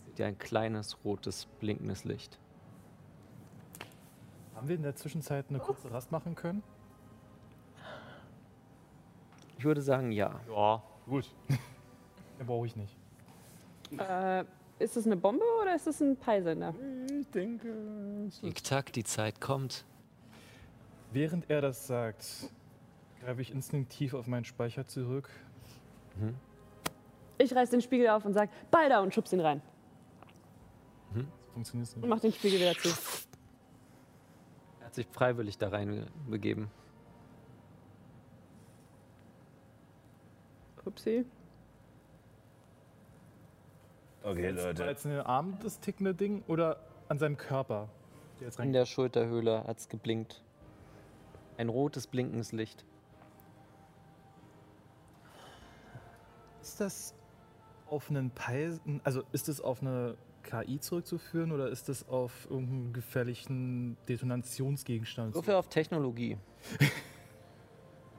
Speaker 1: seht ihr ein kleines, rotes, blinkendes Licht.
Speaker 6: Haben wir in der Zwischenzeit eine kurze Rast machen können?
Speaker 1: Ich würde sagen, ja.
Speaker 3: Ja.
Speaker 6: Gut. Mehr brauche ich nicht.
Speaker 5: Äh, ist das eine Bombe oder ist das ein Peilsender?
Speaker 17: Ich denke.
Speaker 1: Tick-Tack, die Zeit kommt.
Speaker 6: Während er das sagt, greife ich instinktiv auf meinen Speicher zurück.
Speaker 5: Ich reiß den Spiegel auf und sag, Balda und schub's ihn rein.
Speaker 6: Funktioniert
Speaker 5: Und
Speaker 6: nicht.
Speaker 5: mach den Spiegel wieder zu.
Speaker 1: Er hat sich freiwillig da rein begeben.
Speaker 5: Upsi.
Speaker 2: Okay, Leute.
Speaker 6: Als eine Arm das tickende Ding oder an seinem Körper? Der jetzt
Speaker 1: In
Speaker 6: rein
Speaker 1: der Schulterhöhle hat es geblinkt. Ein rotes, blinkendes Licht.
Speaker 6: Ist das auf einen Peil, also ist das auf eine KI zurückzuführen oder ist das auf irgendeinen gefährlichen Detonationsgegenstand?
Speaker 1: Würfel auf Technologie.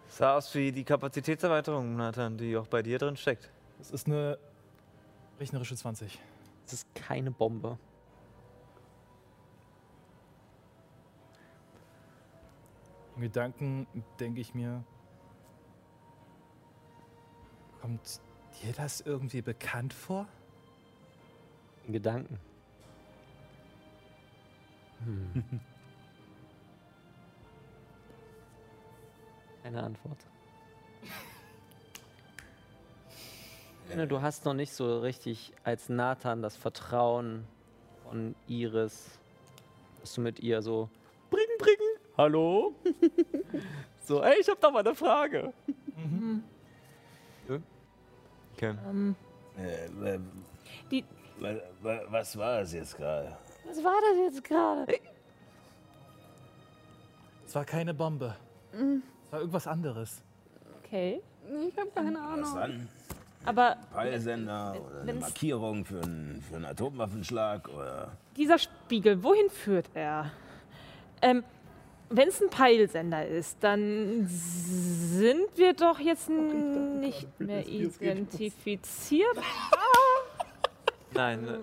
Speaker 3: Sah aus wie die Kapazitätserweiterung, Nathan, die auch bei dir drin steckt.
Speaker 6: Es ist eine rechnerische 20.
Speaker 1: Es ist keine Bombe.
Speaker 6: In Gedanken denke ich mir, kommt dir das irgendwie bekannt vor?
Speaker 1: In Gedanken. Hm. Keine Antwort. Ich finde, Du hast noch nicht so richtig als Nathan das Vertrauen von Iris, dass du mit ihr so bring, bring, hallo? so, ey, ich hab da mal eine Frage.
Speaker 3: Okay.
Speaker 2: Äh, wa-
Speaker 7: Die-
Speaker 2: wa- wa- was war es jetzt gerade?
Speaker 7: Was war das jetzt gerade?
Speaker 6: Es war keine Bombe. Es war irgendwas anderes.
Speaker 7: Okay.
Speaker 5: Ich hab keine
Speaker 2: Was
Speaker 5: Ahnung.
Speaker 2: an?
Speaker 7: Aber
Speaker 2: Peilsender oder eine
Speaker 7: Äh, wenn's-
Speaker 2: Markierung für einen, für einen Atomwaffenschlag oder.
Speaker 7: dieser Spiegel, wohin führt er? Ähm, Wenn es ein Peilsender ist, dann sind wir doch jetzt nicht mehr identifiziert.
Speaker 3: Nein,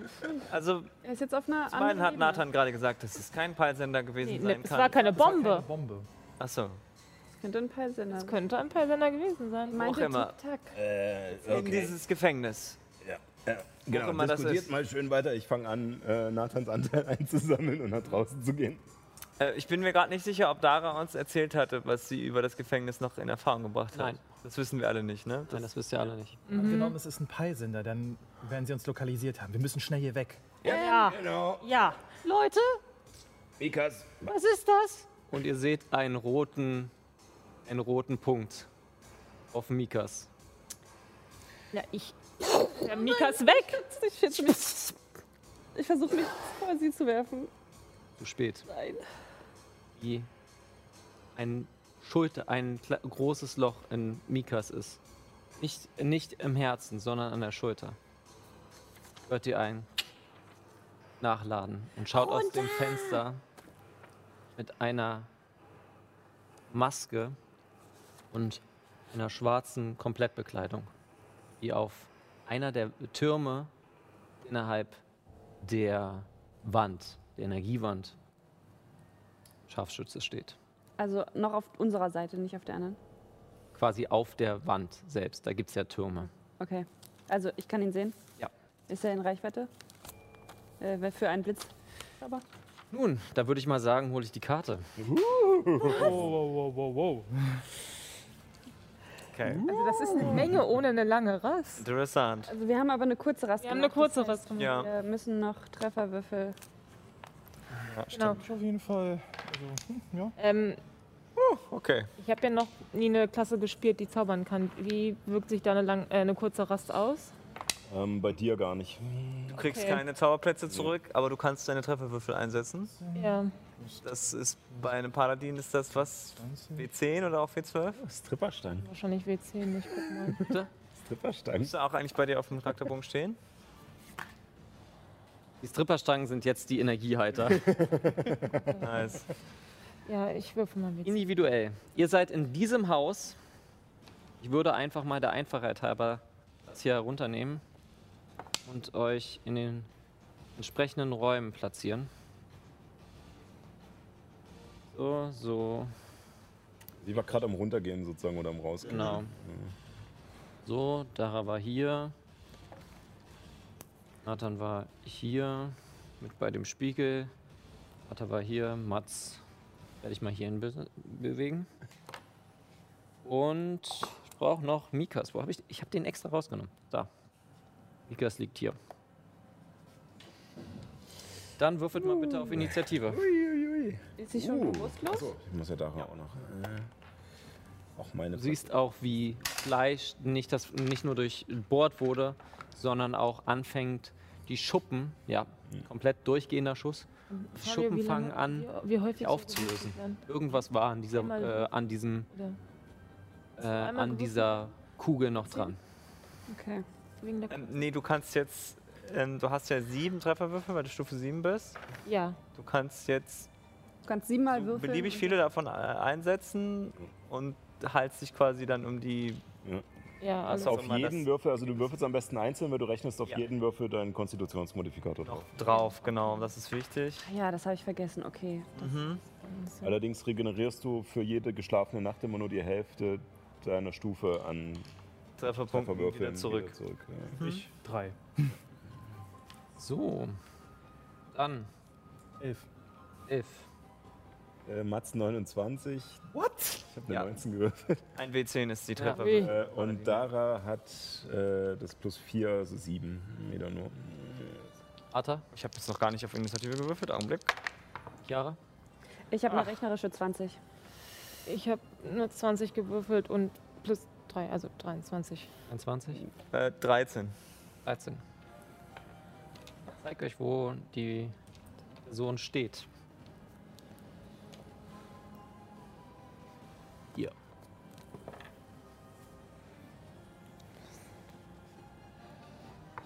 Speaker 3: also
Speaker 5: Er ist jetzt auf einer
Speaker 3: zum einen
Speaker 5: anderen
Speaker 3: hat
Speaker 5: Ebene.
Speaker 3: Nathan gerade gesagt, dass es kein Peilsender gewesen
Speaker 7: Nee,
Speaker 3: sein
Speaker 7: ne, es
Speaker 3: kann.
Speaker 7: war keine Bombe.
Speaker 6: Keine Bombe.
Speaker 3: Achso.
Speaker 5: Das könnte ein Peilsender sein.
Speaker 7: Könnte ein Peilsender gewesen sein.
Speaker 5: Meinte
Speaker 3: auch immer.
Speaker 5: Tic-Tac.
Speaker 2: Äh,
Speaker 3: In
Speaker 2: okay.
Speaker 3: dieses Gefängnis.
Speaker 2: Ja, ja, genau,
Speaker 3: immer das
Speaker 2: diskutiert
Speaker 3: ist.
Speaker 2: mal schön weiter. Ich fange an, äh, Nathans Anteil einzusammeln und nach draußen zu gehen.
Speaker 3: Äh, ich bin mir gerade nicht sicher, ob Dara uns erzählt hatte, was sie über das Gefängnis noch in Erfahrung gebracht hat.
Speaker 1: Nein.
Speaker 3: Das wissen wir alle nicht, ne?
Speaker 1: Nein, das wisst ihr alle nicht.
Speaker 6: Angenommen, es ist ein Peilsender, dann werden sie uns lokalisiert haben. Wir müssen schnell hier weg.
Speaker 7: Ja.
Speaker 2: Genau.
Speaker 7: ja. Leute,
Speaker 2: Mikas,
Speaker 7: was ist das?
Speaker 1: Und ihr seht einen roten, einen roten Punkt auf Mikas.
Speaker 7: Na, ich. Der Mika ist weg.
Speaker 5: Ich, jetzt mich, ich versuche mich vor sie zu werfen.
Speaker 1: Zu spät.
Speaker 5: Nein.
Speaker 1: Wie ein Schulter, ein kle- großes Loch in Mikas ist. Nicht, nicht im Herzen, sondern an der Schulter. Hört ihr ein Nachladen und schaut aus dem Fenster mit einer Maske und einer schwarzen Komplettbekleidung, die auf einer der Türme innerhalb der Wand, der Energiewand, Scharfschütze steht.
Speaker 5: Also noch auf unserer Seite, nicht auf der anderen.
Speaker 1: Quasi auf der Wand selbst. Da gibt es ja Türme.
Speaker 5: Okay. Also ich kann ihn sehen.
Speaker 1: Ja.
Speaker 5: Ist er in Reichweite? Äh, wer für einen Blitz? Aber
Speaker 1: Nun, da würde ich mal sagen, hole ich die Karte.
Speaker 6: Wow, wow, wow, wow, wow.
Speaker 3: Okay.
Speaker 7: Also das ist eine Menge ohne eine lange Rast.
Speaker 3: Interessant.
Speaker 5: also wir haben aber eine kurze Rast.
Speaker 7: Wir haben eine
Speaker 5: gemacht.
Speaker 7: kurze Rast.
Speaker 3: Ja.
Speaker 5: Wir müssen noch Trefferwürfel.
Speaker 7: Genau.
Speaker 6: Ich auf jeden Fall. Also, hm, ja.
Speaker 7: Ähm,
Speaker 3: Okay.
Speaker 7: ich habe ja noch nie eine Klasse gespielt, die zaubern kann. Wie wirkt sich da eine, lang, äh, eine kurze Rast aus?
Speaker 2: Ähm, bei dir gar nicht.
Speaker 3: Du kriegst keine Zauberplätze zurück, aber du kannst deine Trefferwürfel einsetzen.
Speaker 1: Mhm.
Speaker 7: Ja.
Speaker 3: Das ist bei einem Paladin ist das was? W10 oder auch W12?
Speaker 2: Stripperstein.
Speaker 7: Wahrscheinlich W10, ich guck mal.
Speaker 2: Stripperstein.
Speaker 3: Müsste auch eigentlich bei dir auf dem Charakterbogen stehen.
Speaker 1: Die Stripperstangen sind jetzt die Energiehalter.
Speaker 3: nice.
Speaker 7: Ja, ich würfel mal W10.
Speaker 1: Individuell. Ihr seid in diesem Haus. Ich würde einfach mal der Einfachheit halber das hier runternehmen und euch in den entsprechenden Räumen platzieren. So, so,
Speaker 2: Sie war gerade am runtergehen sozusagen oder am rausgehen.
Speaker 1: Genau. So, Dara war hier. Nathan war hier mit bei dem Spiegel. Atta war hier. Mats werde ich mal hierhin be bewegen. Und ich brauche noch Mikas. Wo habe ich? Ich habe den extra rausgenommen. Da. Mikas liegt hier. Dann würfelt mal bitte auf Initiative.
Speaker 13: Ist sie schon bewusstlos?
Speaker 2: Uh. Ich muss ja Dara auch noch. Äh, auch meine
Speaker 1: Du siehst auch, wie Fleisch nicht, das, nicht nur durchbohrt wurde, sondern auch anfängt, die Schuppen, ja, komplett durchgehender Schuss, die
Speaker 7: Fabio,
Speaker 1: Schuppen
Speaker 7: wie lange-
Speaker 1: fangen an,
Speaker 7: wie- wie häufig
Speaker 1: sich aufzulösen.
Speaker 7: so werden?
Speaker 1: Irgendwas war an
Speaker 7: Einmal-
Speaker 1: dieser, äh, an diesem,
Speaker 7: Oder-
Speaker 1: äh, an
Speaker 7: gewürfelt?
Speaker 1: dieser Kugel noch dran.
Speaker 13: Okay.
Speaker 7: Wegen der
Speaker 3: Ähm, nee, du kannst jetzt. Ähm, du hast ja sieben Trefferwürfel, weil du Stufe 7 bist.
Speaker 7: ja,
Speaker 3: Du kannst jetzt
Speaker 13: Du kannst siebenmal würfeln.
Speaker 3: beliebig
Speaker 13: und
Speaker 3: viele davon äh, einsetzen und haltst dich quasi dann um die.
Speaker 7: ja,
Speaker 2: Hast
Speaker 7: alles.
Speaker 2: du auf
Speaker 3: Also mal
Speaker 2: jeden
Speaker 3: das-
Speaker 2: Würfel, also du würfelst am besten einzeln, weil du rechnest auf
Speaker 3: Ja.
Speaker 2: jeden Würfel deinen Konstitutionsmodifikator drauf.
Speaker 3: Drauf, genau, das ist wichtig.
Speaker 5: Ah
Speaker 13: dann- Ja, das habe ich vergessen. Okay.
Speaker 2: Allerdings regenerierst du für jede geschlafene Nacht immer nur die Hälfte deiner Stufe an
Speaker 3: Trefferpunkte wieder
Speaker 2: Trefferwürfeln
Speaker 3: zurück.
Speaker 2: ja.
Speaker 18: Ich drei.
Speaker 1: So. Dann,
Speaker 18: Elf.
Speaker 1: Elf.
Speaker 2: Äh, Mats 29.
Speaker 3: What?
Speaker 2: Ich habe eine
Speaker 3: Ja.
Speaker 2: 19 gewürfelt.
Speaker 3: Ein W10 ist die
Speaker 1: Ja.
Speaker 3: Trefferwürfel.
Speaker 2: Äh, und Dara hat äh, das plus 4, also 7. Wieder nur.
Speaker 1: Atta,
Speaker 3: Ich habe jetzt noch gar nicht auf Initiative gewürfelt, Augenblick.
Speaker 1: Chiara.
Speaker 13: Ich habe eine rechnerische 20.
Speaker 1: äh,
Speaker 7: ich habe nur 20 gewürfelt und plus 3, also 23.
Speaker 1: 21,
Speaker 3: Äh, 13.
Speaker 1: 13. Ich zeig euch, wo die Person steht. Hier.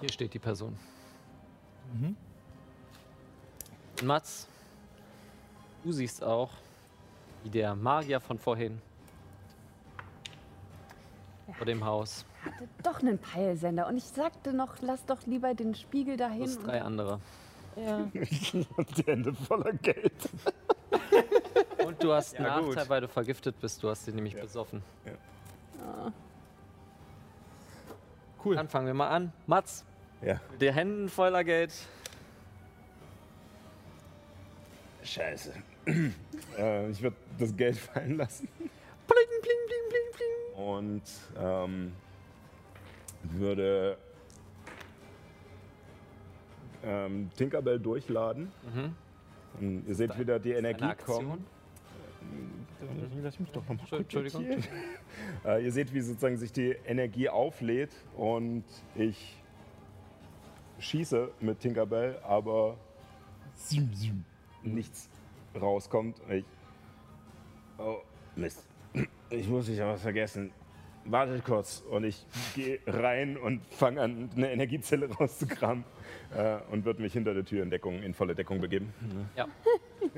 Speaker 1: Hier steht die Person. Und Mats, du siehst auch, wie der Magier von vorhin vor dem Haus
Speaker 13: hatte doch einen Peilsender und ich sagte noch, lass doch lieber den Spiegel dahin.
Speaker 1: plus drei andere.
Speaker 7: Ja,
Speaker 2: Die Hände voller Geld.
Speaker 1: Und du hast einen
Speaker 3: Ja, gut.
Speaker 1: Nachteil, weil du vergiftet bist. Du hast sie nämlich besoffen. Ah.
Speaker 18: Cool.
Speaker 1: Dann fangen wir mal an. Mats,
Speaker 2: Ja.
Speaker 1: mit den Händen voller Geld.
Speaker 2: Scheiße. äh, ich würde das Geld fallen lassen. Und ähm, würde ähm, Tinkerbell durchladen. Und ihr seht wieder die Energie
Speaker 1: Eine
Speaker 2: kommen.
Speaker 1: Aktion.
Speaker 2: Äh, Lass mich doch nochmal
Speaker 1: Entschuldigung.
Speaker 2: äh, ihr seht, wie sozusagen sich die Energie auflädt und ich schieße mit Tinkerbell, aber zoom, zoom, nichts rauskommt. Ich oh, Mist. Ich muss nicht was vergessen. Wartet kurz und ich gehe rein und fange an, eine Energiezelle rauszukramen äh, und wird mich hinter der Tür in Deckung, in volle Deckung begeben.
Speaker 1: Ja. hm.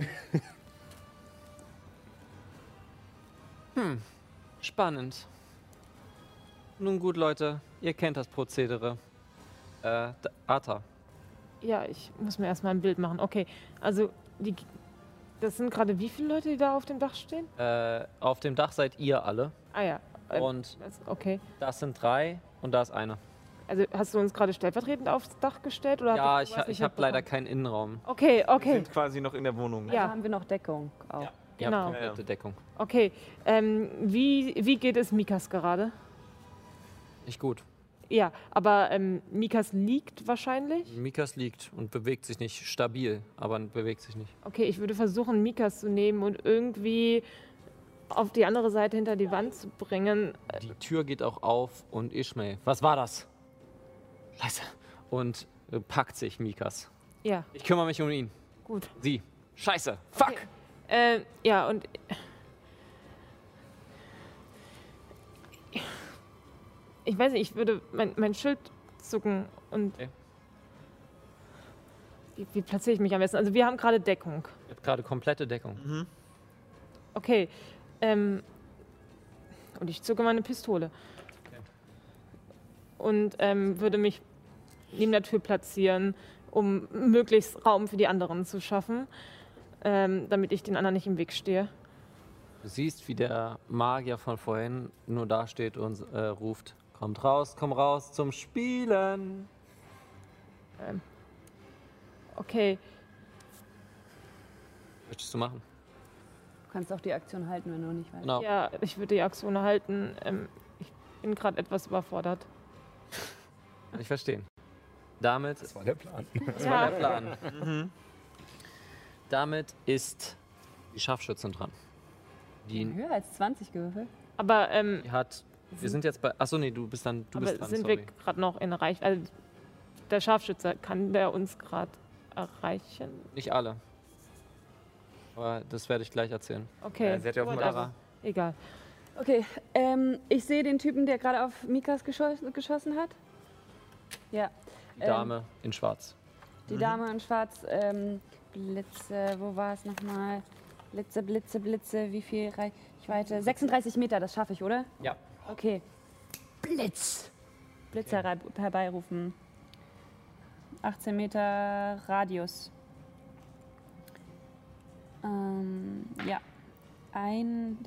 Speaker 1: Spannend. Nun gut, Leute, ihr kennt das Prozedere. Äh, D- Arta,
Speaker 7: ja, ich muss mir erstmal ein Bild machen. Okay, also die, das sind gerade wie viele Leute, die da auf dem Dach stehen?
Speaker 1: äh, auf dem Dach seid ihr alle.
Speaker 7: Ah ja. ähm,
Speaker 1: Und
Speaker 7: das- Okay.
Speaker 1: das sind drei und da ist einer.
Speaker 7: Also hast du uns gerade stellvertretend aufs Dach gestellt? Oder
Speaker 1: Ja,
Speaker 7: hattest
Speaker 1: ich,
Speaker 7: du was
Speaker 1: ha- ich
Speaker 7: nicht
Speaker 1: habe leider
Speaker 7: mitbekommen?
Speaker 1: keinen Innenraum.
Speaker 7: Okay,
Speaker 3: Wir
Speaker 7: okay,
Speaker 3: sind quasi noch in der Wohnung. ne?
Speaker 7: Ja.
Speaker 13: Da haben wir noch Deckung auch.
Speaker 1: Ihr
Speaker 7: Genau.
Speaker 1: habt komplette Deckung.
Speaker 7: okay. Ähm, wie, wie geht es Mikas gerade?
Speaker 1: Nicht gut.
Speaker 7: Ja, aber ähm, Mikas liegt wahrscheinlich.
Speaker 1: Mikas liegt und bewegt sich nicht. Stabil, aber bewegt sich nicht.
Speaker 7: Okay, ich würde versuchen, Mikas zu nehmen und irgendwie auf die andere Seite hinter die Wand zu bringen.
Speaker 1: Die Tür geht auch auf und Ishmael. Was war das? leise. Und äh, packt sich Mikas.
Speaker 7: Ja.
Speaker 1: Ich kümmere mich um ihn.
Speaker 7: Gut.
Speaker 1: Sie. Scheiße. Fuck.
Speaker 7: Äh, ja, und. Ich weiß nicht, ich würde mein, mein Schild zucken und.
Speaker 1: Okay.
Speaker 7: Wie, wie platziere ich mich am besten? Also, wir haben gerade Deckung.
Speaker 1: Ich habe gerade komplette Deckung.
Speaker 7: Mhm. Okay. Ähm, und ich zucke meine Pistole. Und ähm, würde mich neben der Tür platzieren, um möglichst Raum für die anderen zu schaffen, ähm, damit ich den anderen nicht im Weg stehe.
Speaker 1: Du siehst, wie der Magier von vorhin nur dasteht und äh, ruft: Kommt raus, komm raus zum Spielen.
Speaker 7: Ähm, okay,
Speaker 1: Möchtest du machen?
Speaker 5: Du kannst auch die Aktion halten, wenn du nicht weißt.
Speaker 1: Genau.
Speaker 7: ja, ich würde die Aktion halten. Ähm, ich bin gerade etwas überfordert.
Speaker 1: Kann ich verstehen. Damit. Das
Speaker 2: war der Plan.
Speaker 1: Das war der Plan.
Speaker 7: Mhm.
Speaker 1: Damit ist die Scharfschützin dran. Die
Speaker 5: Höher als 20 gewürfelt.
Speaker 7: Aber, ähm,
Speaker 1: hat. Wir sind jetzt bei. Achso, nee, du bist dann. Du
Speaker 7: aber
Speaker 1: bist dran.
Speaker 7: sind
Speaker 1: sorry.
Speaker 7: wir gerade noch in Reich? Also der Scharfschütze, kann der uns gerade erreichen?
Speaker 1: Nicht alle. Aber das werde ich gleich erzählen.
Speaker 7: Okay.
Speaker 1: Äh, sie hat ja auf dem
Speaker 7: whatever.
Speaker 1: Radar.
Speaker 7: Egal.
Speaker 5: Okay, ähm, ich sehe den Typen, der gerade auf Mikas geschossen, geschossen hat. Ja.
Speaker 1: Die
Speaker 5: Ähm.
Speaker 1: Dame in Schwarz. Mhm.
Speaker 5: Die Dame in Schwarz, ähm, Blitze, wo war es nochmal? Blitze, Blitze, Blitze, wie viel Reichweite? 36 Meter, das schaffe ich, oder?
Speaker 1: Ja.
Speaker 5: Okay. Blitz! Blitz herei- herbeirufen. 18 Meter Radius. Ähm, ja. Ein,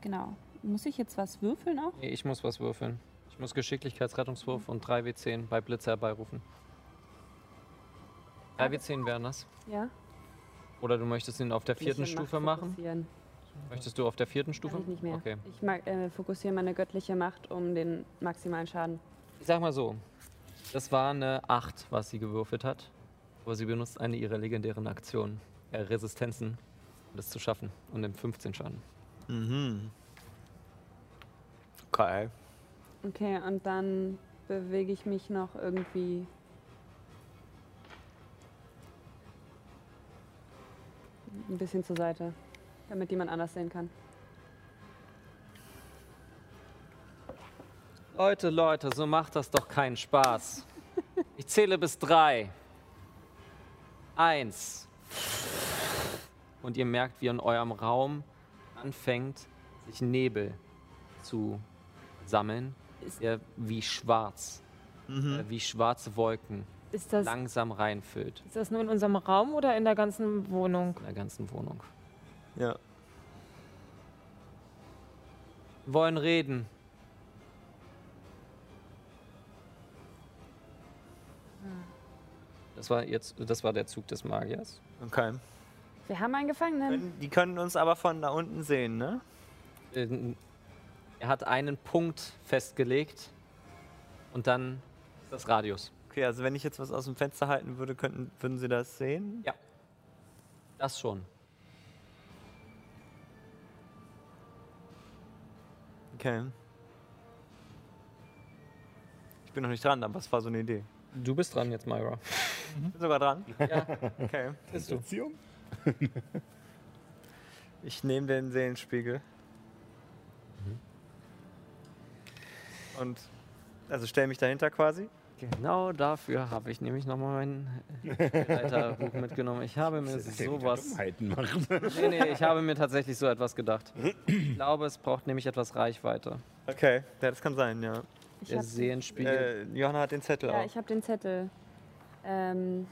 Speaker 5: genau. Muss ich jetzt was würfeln auch?
Speaker 1: Nee, ich muss was würfeln. Ich muss Geschicklichkeitsrettungswurf und 3W10 bei Blitze herbeirufen. 3W10 wären das.
Speaker 5: Ja.
Speaker 1: Oder du möchtest ihn auf der vierten
Speaker 5: Mich in Macht
Speaker 1: Stufe machen?
Speaker 5: fokussieren.
Speaker 1: Möchtest du auf der vierten Stufe?
Speaker 5: Kann ich nicht mehr.
Speaker 1: Okay.
Speaker 5: Ich mag, äh, fokussiere meine göttliche Macht um den maximalen Schaden.
Speaker 1: Ich sag mal so, das war eine 8, was sie gewürfelt hat. Aber sie benutzt eine ihrer legendären Aktionen, äh, Resistenzen, um das zu schaffen. Und nimmt 15 Schaden.
Speaker 3: Mhm. Okay.
Speaker 5: Okay, und dann bewege ich mich noch irgendwie. Ein bisschen zur Seite, damit jemand anders sehen kann.
Speaker 1: Leute, Leute, so macht das doch keinen Spaß. Ich zähle bis drei. Eins. Und ihr merkt, wie in eurem Raum anfängt, sich Nebel zu sammeln. Der wie schwarz, äh, wie schwarze Wolken
Speaker 7: Ist das,
Speaker 1: langsam reinfüllt
Speaker 7: ist das nur in unserem Raum oder in der ganzen Wohnung?
Speaker 1: in der ganzen Wohnung.
Speaker 3: Ja.
Speaker 1: Wir wollen reden. Das war jetzt, das war der Zug des Magiers.
Speaker 3: Okay.
Speaker 5: Wir haben einen Gefangenen.
Speaker 3: Die können uns aber von da unten sehen, ne?
Speaker 1: Ähm, Er hat einen Punkt festgelegt und dann das Radius.
Speaker 3: Okay, also wenn ich jetzt was aus dem Fenster halten würde, könnten, würden sie das sehen?
Speaker 1: Das schon.
Speaker 3: Okay. Ich bin noch nicht dran, aber es war so eine Idee.
Speaker 1: Du bist dran jetzt, Myra. Also,
Speaker 3: Ich bin sogar dran.
Speaker 1: Hm? Ja,
Speaker 3: Okay.
Speaker 1: bist du.
Speaker 2: Beziehung?
Speaker 3: Ich nehme den Seelenspiegel.
Speaker 1: Mhm.
Speaker 3: Und also stell mich dahinter quasi.
Speaker 1: Genau dafür habe ich nämlich nochmal mein Leiterbuch mitgenommen. Ich habe mir sowas.
Speaker 2: Dummheiten machen.
Speaker 1: Nee, nee, ich habe mir tatsächlich so etwas gedacht. Ich glaube, es braucht nämlich etwas Reichweite.
Speaker 3: Okay, ja, das kann sein, ja.
Speaker 5: Ich
Speaker 1: Der
Speaker 5: hab,
Speaker 1: Seelenspiegel.
Speaker 3: Äh, Johanna hat den Zettel
Speaker 5: ja,
Speaker 3: auch.
Speaker 5: ich habe den Zettel. Ähm,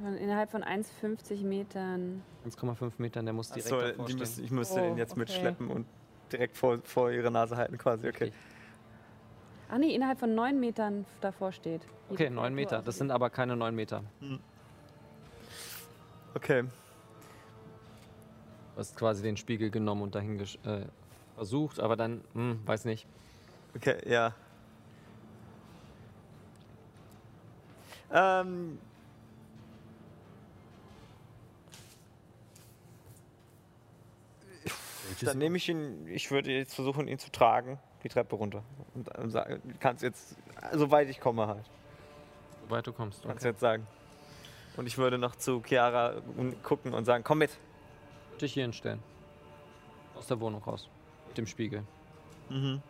Speaker 5: von innerhalb von 1,50 Metern.
Speaker 1: 1,5 Metern, der muss
Speaker 3: Ach
Speaker 1: direkt
Speaker 3: so,
Speaker 1: davor
Speaker 3: die
Speaker 1: stehen.
Speaker 3: müssen, ich müsste
Speaker 5: Oh,
Speaker 3: den jetzt
Speaker 5: okay.
Speaker 3: mitschleppen und direkt vor, vor ihre Nase halten quasi, okay.
Speaker 1: Richtig.
Speaker 5: Ach nee, innerhalb von 9 Metern davor steht.
Speaker 1: Okay, 9 Meter. Das sind aber keine 9 Meter.
Speaker 3: Okay.
Speaker 1: Du hast quasi den Spiegel genommen und dahin gesch- äh, versucht, aber dann, hm, weiß nicht.
Speaker 3: Okay, ja. Ähm. Gut, dann nehme ich ihn, ich würde jetzt versuchen, ihn zu tragen, die Treppe runter. Und äh, sag- kannst jetzt, soweit ich komme halt,
Speaker 1: Soweit du kommst.
Speaker 3: kannst jetzt sagen. Und ich würde noch zu Chiara un- gucken und sagen, komm mit.
Speaker 1: Dich hier hinstellen. Aus der Wohnung raus. Mit dem Spiegel.
Speaker 3: Mhm.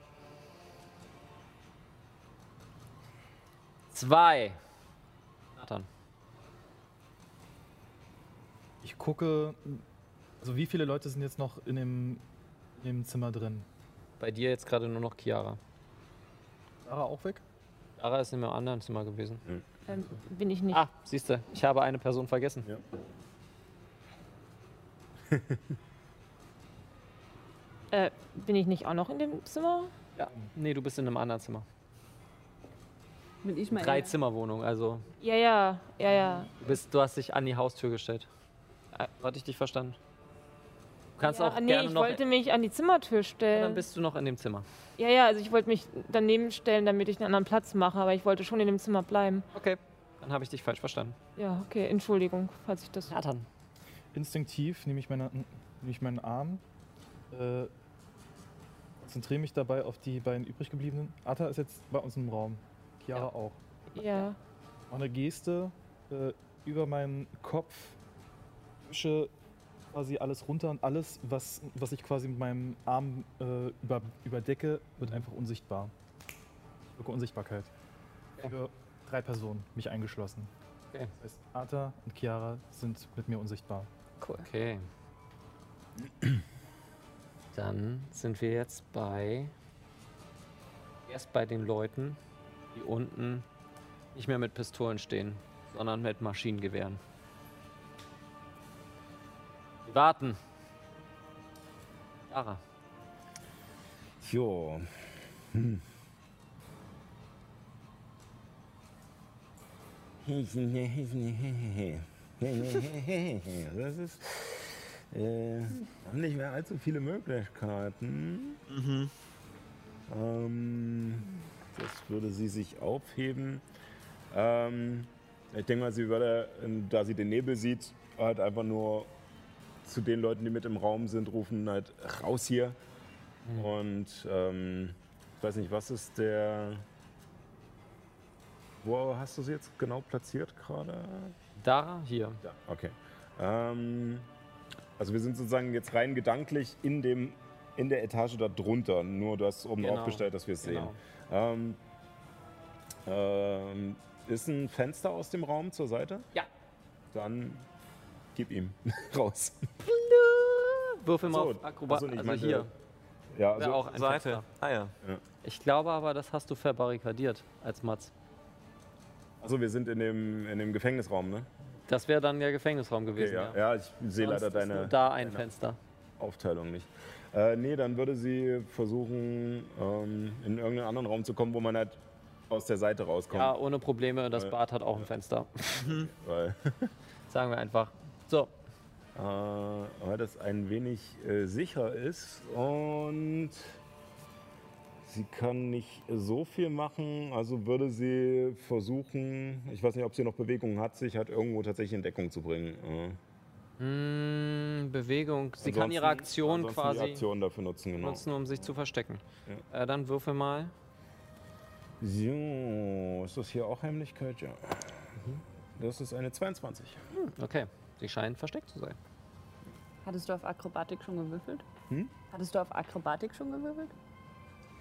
Speaker 3: Zwei.
Speaker 1: Nathan.
Speaker 6: Ich gucke, also wie viele Leute sind jetzt noch in dem, in dem Zimmer drin?
Speaker 1: Bei dir jetzt gerade nur noch Chiara.
Speaker 6: Sarah auch weg?
Speaker 1: Chiara ist in einem anderen Zimmer gewesen.
Speaker 7: Dann Ähm, bin ich nicht.
Speaker 1: Ah, siehst du, ich habe eine Person vergessen.
Speaker 7: Äh, bin ich nicht auch noch in dem Zimmer?
Speaker 1: Ja. Nee, du bist in einem anderen Zimmer.
Speaker 5: Bin ich mal
Speaker 1: Drei
Speaker 5: eher.
Speaker 1: Zimmerwohnung, also
Speaker 7: Ja, ja, ja, ja.
Speaker 1: du, bist, du hast dich an die Haustür gestellt. Äh, Hatte ich dich verstanden? Du kannst
Speaker 7: ja,
Speaker 1: auch
Speaker 7: Ah, nee,
Speaker 1: gerne
Speaker 7: ich
Speaker 1: noch.
Speaker 7: wollte mich an die Zimmertür stellen.
Speaker 1: dann bist du noch in dem Zimmer.
Speaker 7: ja, ja, also ich wollte mich daneben stellen, damit ich einen anderen Platz mache, aber ich wollte schon in dem Zimmer bleiben.
Speaker 1: Okay. Dann habe ich dich falsch verstanden.
Speaker 7: Ja, okay, Entschuldigung, falls ich das.
Speaker 1: Nathan.
Speaker 6: Instinktiv nehme ich, meine, nehme ich meinen Arm, äh, konzentriere mich dabei auf die beiden übrig gebliebenen. Atta ist jetzt bei uns im Raum, Chiara auch.
Speaker 7: Ja.
Speaker 6: Mache eine Geste äh, über meinen Kopf, wische quasi alles runter und alles, was, was ich quasi mit meinem Arm äh, über, überdecke, wird einfach unsichtbar. Ich wirke Unsichtbarkeit. Für drei Personen, mich eingeschlossen.
Speaker 1: Okay.
Speaker 6: Das heißt, Arta und Chiara sind mit mir unsichtbar.
Speaker 1: Cool. Okay. Dann sind wir jetzt bei. Erst bei den Leuten, die unten nicht mehr mit Pistolen stehen, sondern mit Maschinengewehren. Wir warten. Sarah.
Speaker 2: Jo. Hm. Das ist äh, haben nicht mehr allzu viele Möglichkeiten. Ähm, das würde sie sich aufheben. Ähm, ich denke mal, sie würde, ähm, da sie den Nebel sieht, halt einfach nur zu den Leuten, die mit im Raum sind, rufen halt raus hier.
Speaker 1: Mhm.
Speaker 2: Und ähm, ich weiß nicht, was ist der. Wo hast du sie jetzt genau platziert gerade?
Speaker 1: Dara hier.
Speaker 2: Da, okay. Ähm, also wir sind sozusagen jetzt rein gedanklich in dem in der Etage da drunter, nur das oben
Speaker 1: Genau,
Speaker 2: aufgestellt, dass wir es
Speaker 1: genau.
Speaker 2: sehen. Ähm, ähm, ist ein Fenster aus dem Raum zur Seite?
Speaker 1: Ja.
Speaker 2: Dann gib ihm raus.
Speaker 1: Würfel mal
Speaker 2: Ach so,
Speaker 1: auf Akrobat.
Speaker 2: ach so, nee, ich
Speaker 1: also
Speaker 2: meinte-
Speaker 1: hier.
Speaker 2: Ja,
Speaker 1: Wäre
Speaker 2: also,
Speaker 1: auch ein
Speaker 19: Seite.
Speaker 1: Fenster.
Speaker 19: Ah ja.
Speaker 1: Ich glaube aber, das hast du verbarrikadiert als Mats.
Speaker 2: also wir sind in dem, in dem Gefängnisraum, ne?
Speaker 1: Das wäre dann der Gefängnisraum gewesen.
Speaker 2: ja.
Speaker 1: ja.
Speaker 2: ja, ich sehe
Speaker 1: Sonst
Speaker 2: leider
Speaker 1: ist
Speaker 2: deine.
Speaker 1: nur Da ein Fenster.
Speaker 2: Aufteilung nicht. Äh, nee, dann würde sie versuchen, ähm, in irgendeinen anderen Raum zu kommen, wo man halt aus der Seite rauskommt.
Speaker 1: Ja, ohne Probleme. Das Bad hat auch ein Fenster.
Speaker 2: Weil,
Speaker 1: Sagen wir einfach. So,
Speaker 2: äh, weil das ein wenig äh, sicher ist und sie kann nicht so viel machen. Also würde sie versuchen, ich weiß nicht, ob sie noch Bewegungen hat, sich halt irgendwo tatsächlich in Deckung zu bringen. Äh,
Speaker 1: Mm, Bewegung. Sie kann
Speaker 2: ansonsten-
Speaker 1: ihre Aktion
Speaker 2: ansonsten
Speaker 1: quasi
Speaker 2: Die Aktion dafür nutzen, genau.
Speaker 1: nutzen, um sich zu verstecken. Äh, dann würfel mal.
Speaker 2: So, ist das hier auch Heimlichkeit? Ja. Das ist eine 22.
Speaker 1: Okay. Sie scheint versteckt zu sein.
Speaker 5: Hattest du auf Akrobatik schon gewürfelt?
Speaker 2: Hm?
Speaker 5: Hattest du auf Akrobatik schon gewürfelt?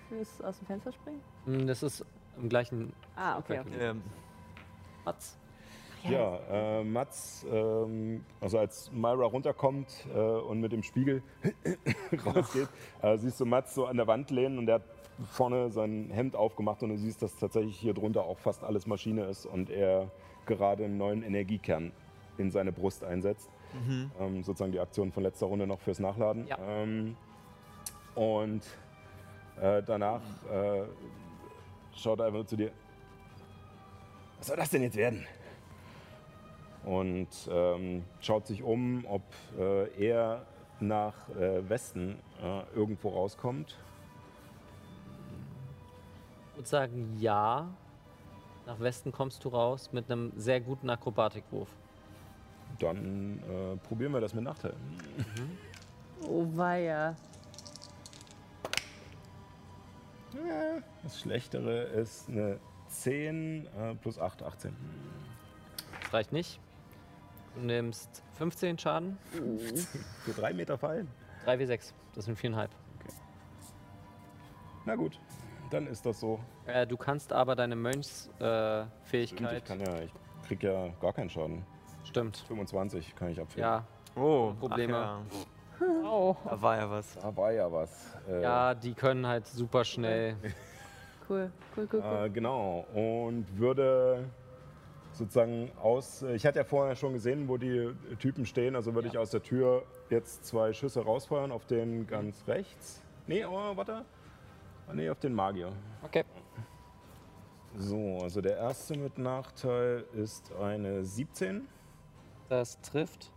Speaker 5: Fürs aus dem Fenster springen?
Speaker 1: Mm, Das ist im gleichen.
Speaker 5: Ah, okay. okay.
Speaker 19: Ähm,
Speaker 1: Mats.
Speaker 2: Ja, äh, Mats, ähm, also als Myra runterkommt äh, und mit dem Spiegel rausgeht, äh, siehst du Mats so an der Wand lehnen und der hat vorne sein Hemd aufgemacht und du siehst, dass tatsächlich hier drunter auch fast alles Maschine ist und er gerade einen neuen Energiekern in seine Brust einsetzt. Ähm, sozusagen die Aktion von letzter Runde noch fürs Nachladen.
Speaker 1: Ja.
Speaker 2: Ähm, und äh, danach äh, schaut er einfach nur zu dir. Was soll das denn jetzt werden? und ähm, schaut sich um, ob äh, er nach äh, Westen äh, irgendwo rauskommt.
Speaker 1: Ich würde sagen, ja. Nach Westen kommst du raus mit einem sehr guten Akrobatikwurf.
Speaker 2: Dann äh, probieren wir das mit Nachteil.
Speaker 5: Oh weia.
Speaker 2: Ja, das Schlechtere ist eine 10 äh, plus 8, 18.
Speaker 1: Das reicht nicht. Du nimmst 15 Schaden.
Speaker 2: Für 3 Meter fallen.
Speaker 1: 3 W6, das sind 4,5.
Speaker 2: Okay. Na gut, dann ist das so.
Speaker 1: Äh, du kannst aber deine Mönchsfähigkeit. Äh,
Speaker 2: ich, kann ja, ich krieg ja gar keinen Schaden.
Speaker 1: Stimmt.
Speaker 2: 25 kann ich abfedern.
Speaker 1: Ja.
Speaker 3: Oh,
Speaker 1: Probleme.
Speaker 3: ach ja. Oh. Da war ja was.
Speaker 2: Da war ja was.
Speaker 1: Äh, ja, die können halt super schnell.
Speaker 5: Cool, cool, cool, cool.
Speaker 2: Äh, genau. Und würde sozusagen aus. Ich hatte ja vorher schon gesehen, wo die Typen stehen. Also würde ja. ich aus der Tür jetzt zwei Schüsse rausfeuern auf den ganz rechts. Nee, oh, warte. Oh, nee, auf den Magier.
Speaker 1: Okay.
Speaker 2: So, also der erste mit Nachteil ist eine 17.
Speaker 1: Das trifft.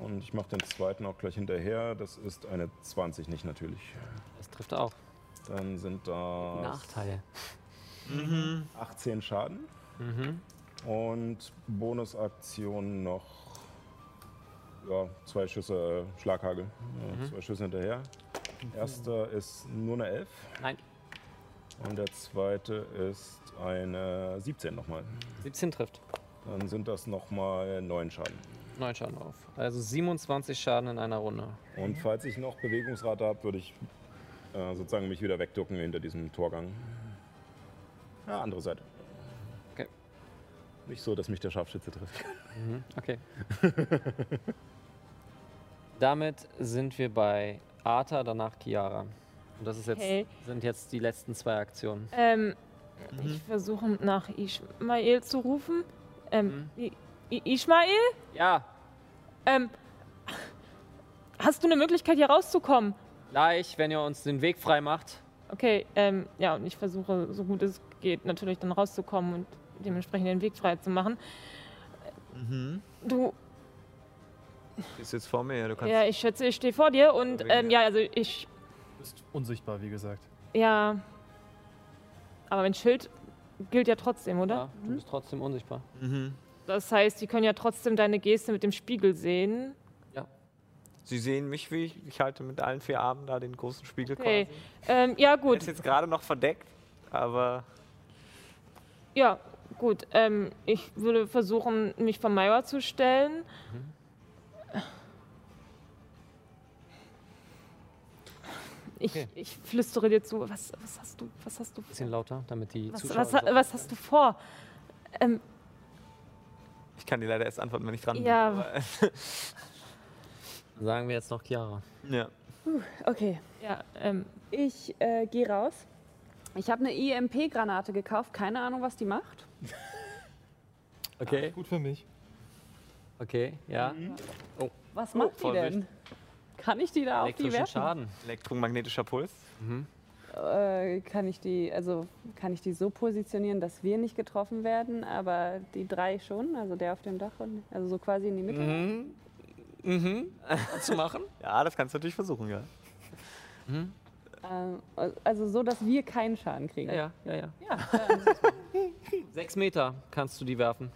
Speaker 2: Und ich mache den zweiten auch gleich hinterher. Das ist eine 20 nicht natürlich.
Speaker 1: Das trifft auch.
Speaker 2: Dann sind da.
Speaker 1: Nachteile.
Speaker 2: Mhm. 18 Schaden.
Speaker 1: Mhm.
Speaker 2: Und Bonusaktion noch. Ja, zwei Schüsse äh, Schlaghagel. Mhm. Ja, zwei Schüsse hinterher. Erster ist nur eine 11.
Speaker 1: Nein.
Speaker 2: Und der zweite ist eine 17 nochmal.
Speaker 1: 17 trifft.
Speaker 2: Dann sind das nochmal 9 Schaden.
Speaker 1: 9 Schaden auf. Also 27 Schaden in einer Runde.
Speaker 2: Und falls ich noch Bewegungsrate habe, würde ich äh, sozusagen mich wieder wegducken hinter diesem Torgang. Ja, andere Seite.
Speaker 1: Okay.
Speaker 2: Nicht so, dass mich der Scharfschütze trifft.
Speaker 1: Mhm, okay. Damit sind wir bei Arta, danach Chiara. Und das ist jetzt,
Speaker 7: Okay.
Speaker 1: sind jetzt die letzten zwei Aktionen.
Speaker 7: Ähm, Ich versuche nach Ishmael zu rufen. Ähm, I- I- Ishmael?
Speaker 1: Ja,
Speaker 7: Ähm, hast du eine Möglichkeit, hier rauszukommen?
Speaker 1: gleich, wenn ihr uns den Weg frei macht.
Speaker 7: Okay, ähm, ja, und ich versuche, so gut es geht, natürlich dann rauszukommen und dementsprechend den Weg frei zu machen. Du,
Speaker 3: Die ist jetzt vor mir, ja, du kannst.
Speaker 7: ja, ich schätze, ich stehe vor dir und, ähm, ja, also ich,
Speaker 6: Du bist unsichtbar, wie gesagt.
Speaker 7: ja. Aber mein Schild gilt ja trotzdem, oder?
Speaker 1: Ja, du bist trotzdem unsichtbar.
Speaker 3: Mhm.
Speaker 7: Das heißt, die können ja trotzdem deine Geste mit dem Spiegel sehen.
Speaker 3: Sie sehen mich, wie ich, ich halte mit allen vier Armen da den großen Spiegel
Speaker 7: Okay.
Speaker 3: quasi.
Speaker 7: Ähm,
Speaker 3: Der
Speaker 7: ja, gut.
Speaker 3: Ist jetzt gerade noch verdeckt, aber
Speaker 7: Ja, gut. Ähm, ich würde versuchen, mich von Myra zu stellen. Ich,
Speaker 1: Okay.
Speaker 7: ich flüstere dir zu. Was, was hast du? Was hast du?
Speaker 1: Bisschen lauter, damit die
Speaker 7: Was,
Speaker 1: Zuschauer...
Speaker 7: was,
Speaker 1: das auch-
Speaker 7: was hast du vor? Ähm,
Speaker 3: ich kann dir leider erst antworten, wenn ich dran
Speaker 7: Ja.
Speaker 3: bin. aber-
Speaker 1: Sagen wir jetzt noch Chiara.
Speaker 3: ja.
Speaker 5: Okay,
Speaker 7: ja, ähm,
Speaker 5: ich äh, gehe raus. Ich habe eine IMP-Granate gekauft, keine Ahnung, was die macht.
Speaker 1: Okay,
Speaker 6: Gut für mich.
Speaker 1: okay, ja.
Speaker 5: Was macht die
Speaker 3: Vorsicht.
Speaker 5: denn? Kann ich die da auf die
Speaker 1: Elektrischen
Speaker 5: werfen?
Speaker 1: Schaden.
Speaker 3: Elektromagnetischer Puls.
Speaker 5: Äh, kann ich die, also kann ich die so positionieren, dass wir nicht getroffen werden, aber die drei schon, also der auf dem Dach und also so quasi in die Mitte.
Speaker 1: Mhm. Mhm. Zu machen?
Speaker 3: Ja, das kannst du natürlich versuchen, ja.
Speaker 5: Ähm, also so, dass wir keinen Schaden kriegen.
Speaker 1: Ja, ja, ja, ja. Sechs Meter kannst du die werfen.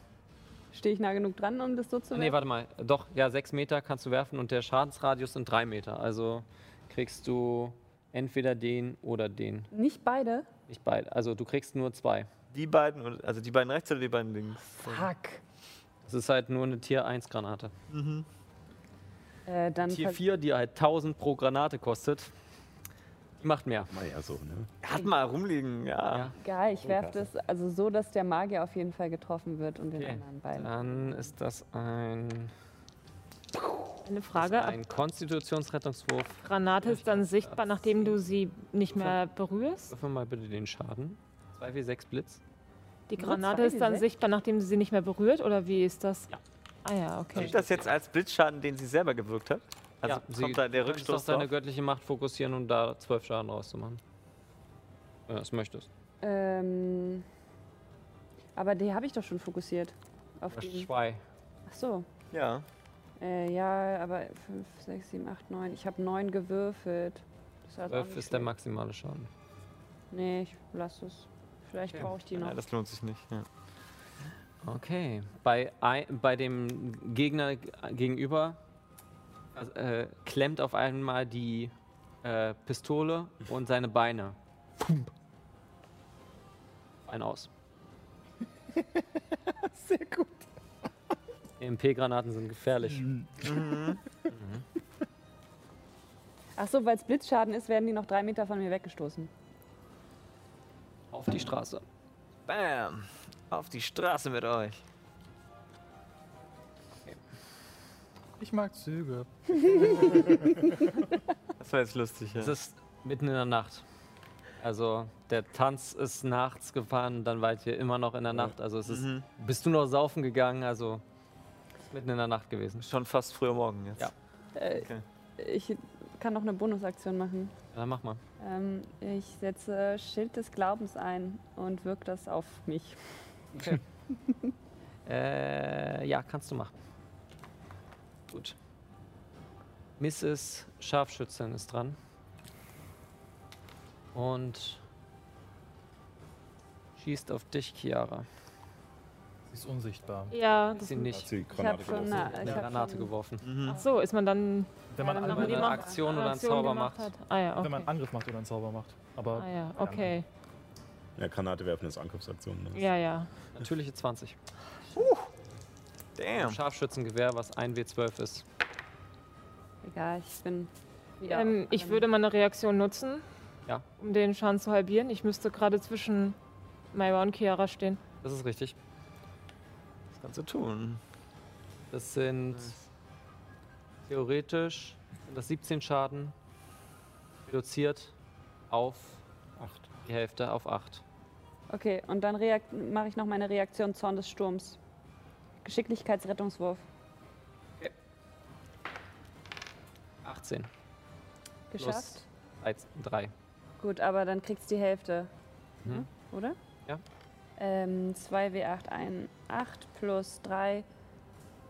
Speaker 5: Stehe ich nah genug dran, um das so zu
Speaker 1: Nee,
Speaker 5: werfen?
Speaker 1: warte mal. Doch, ja, sechs Meter kannst du werfen und der Schadensradius sind drei Meter. Also kriegst du entweder den oder den.
Speaker 5: Nicht beide.
Speaker 1: Nicht beide. Also du kriegst nur zwei.
Speaker 3: Die beiden, und- also die beiden rechts oder die beiden links?
Speaker 5: Fuck.
Speaker 1: Das ist halt nur eine Tier 1 Granate.
Speaker 5: Äh, dann
Speaker 1: Tier
Speaker 5: ver-
Speaker 1: 4, die halt 1000 pro Granate kostet, die macht mehr.
Speaker 2: Mal ja so, ne?
Speaker 3: Hat mal rumliegen, ja.
Speaker 1: Ja.
Speaker 5: Egal, ich werfe das also so, dass der Magier auf jeden Fall getroffen wird und den
Speaker 1: Okay.
Speaker 5: anderen beiden.
Speaker 1: Dann ist das ein,
Speaker 7: eine Frage. Eine
Speaker 1: ein Konstitutionsrettungswurf.
Speaker 7: Granate ist dann sichtbar, nachdem du sie nicht mehr berührst.
Speaker 1: Würfel mal bitte den Schaden. 2W6 Blitz.
Speaker 7: Die
Speaker 5: Nur
Speaker 7: Granate
Speaker 5: zwei
Speaker 7: ist dann
Speaker 5: W6?
Speaker 7: sichtbar, nachdem du sie nicht mehr berührt, oder wie ist das?
Speaker 1: Ja.
Speaker 7: Ah ja, okay.
Speaker 3: Gilt das jetzt als Blitzschaden, den sie selber gewirkt hat? Also kommt da der
Speaker 1: du könntest
Speaker 3: Rückstoß
Speaker 1: auf deine
Speaker 3: drauf?
Speaker 1: göttliche Macht fokussieren und da 12 Schaden rauszumachen. Wenn du das möchtest.
Speaker 5: Ähm, aber die habe ich doch schon fokussiert. Auf die.
Speaker 1: Zwei.
Speaker 5: Ach so.
Speaker 3: Ja.
Speaker 5: Äh, ja, aber 5, 6, 7, 8, 9. Ich habe 9 gewürfelt. Das war jetzt auch
Speaker 1: 12
Speaker 5: nicht
Speaker 1: ist der
Speaker 5: schlecht.
Speaker 1: maximale Schaden.
Speaker 5: Nee, ich lasse es. Vielleicht brauche ich die noch.
Speaker 3: ja, das lohnt sich nicht. Ja.
Speaker 1: Okay. Bei, ei- bei dem Gegner g- gegenüber äh, klemmt auf einmal die äh, Pistole und seine Beine. Pump. einen aus.
Speaker 20: Sehr gut.
Speaker 1: EMP-Granaten E sind gefährlich.
Speaker 5: Ach so, weil es Blitzschaden ist, werden die noch drei Meter von mir weggestoßen.
Speaker 1: Auf die Straße.
Speaker 3: Bam! Auf die Straße mit euch.
Speaker 20: Ich mag Züge.
Speaker 3: Das war jetzt lustig, ja.
Speaker 1: Es ist mitten in der Nacht. Also der Tanz ist nachts gefahren, dann wart ihr immer noch in der Nacht. Also es ist,
Speaker 3: Mhm.
Speaker 1: bist du noch saufen gegangen, also es ist mitten in der Nacht gewesen.
Speaker 3: Schon fast früher Morgen jetzt.
Speaker 1: Ja.
Speaker 5: Äh,
Speaker 3: Okay.
Speaker 5: Ich kann noch eine Bonusaktion machen.
Speaker 1: Dann mach mal.
Speaker 5: Ähm, ich setze Schild des Glaubens ein und wirke das auf mich.
Speaker 1: Äh, ja, kannst du machen. Gut. Mrs. Scharfschützin ist dran. Und schießt auf dich, Chiara.
Speaker 6: Sie ist unsichtbar.
Speaker 7: Ja,
Speaker 1: Ist
Speaker 7: das
Speaker 1: sie nicht.
Speaker 2: Hat sie
Speaker 5: Ich habe
Speaker 2: Granate
Speaker 5: schon
Speaker 2: geworfen.
Speaker 5: eine, ich
Speaker 1: eine
Speaker 5: hab
Speaker 1: Granate
Speaker 5: schon,
Speaker 1: geworfen.
Speaker 7: Ach so, ist man dann.
Speaker 6: Wenn
Speaker 7: ja,
Speaker 6: man, einen
Speaker 7: dann haben wir
Speaker 1: Angriff-
Speaker 7: die
Speaker 6: Angriff,
Speaker 7: Ma-
Speaker 1: eine Aktion oder einen
Speaker 7: Aktion
Speaker 1: Zauber
Speaker 7: gemacht
Speaker 1: macht.
Speaker 7: Hat. Ah ja,
Speaker 6: wenn man einen
Speaker 7: okay.
Speaker 6: Angriff macht oder einen Zauber macht. Aber
Speaker 7: Ah ja, okay.
Speaker 2: Ja, Granate werfen ist Angriffsaktion. ne?
Speaker 7: Ja, ja.
Speaker 1: Natürliche 20.
Speaker 3: Damn.
Speaker 1: Scharfschützengewehr, was 1W12 ist.
Speaker 5: Egal, ich bin wieder.
Speaker 7: Ähm,
Speaker 5: auf
Speaker 7: ich
Speaker 5: allem.
Speaker 7: würde meine Reaktion nutzen,
Speaker 1: Ja.
Speaker 7: um den Schaden zu halbieren. Ich müsste gerade zwischen Myra und Chiara stehen.
Speaker 1: Das ist richtig.
Speaker 3: Das kannst du tun.
Speaker 1: Das sind theoretisch sind das 17 Schaden reduziert auf die Hälfte auf 8.
Speaker 5: Okay, und dann reakt- mache ich noch meine Reaktion Zorn des Sturms. Geschicklichkeitsrettungswurf.
Speaker 1: 18
Speaker 5: Geschafft?
Speaker 1: plus 3.
Speaker 5: Gut, aber dann kriegst du die Hälfte. Hm?
Speaker 1: Mhm.
Speaker 5: Oder?
Speaker 1: Ja.
Speaker 5: Ähm, 2W8, ein 8 plus 3,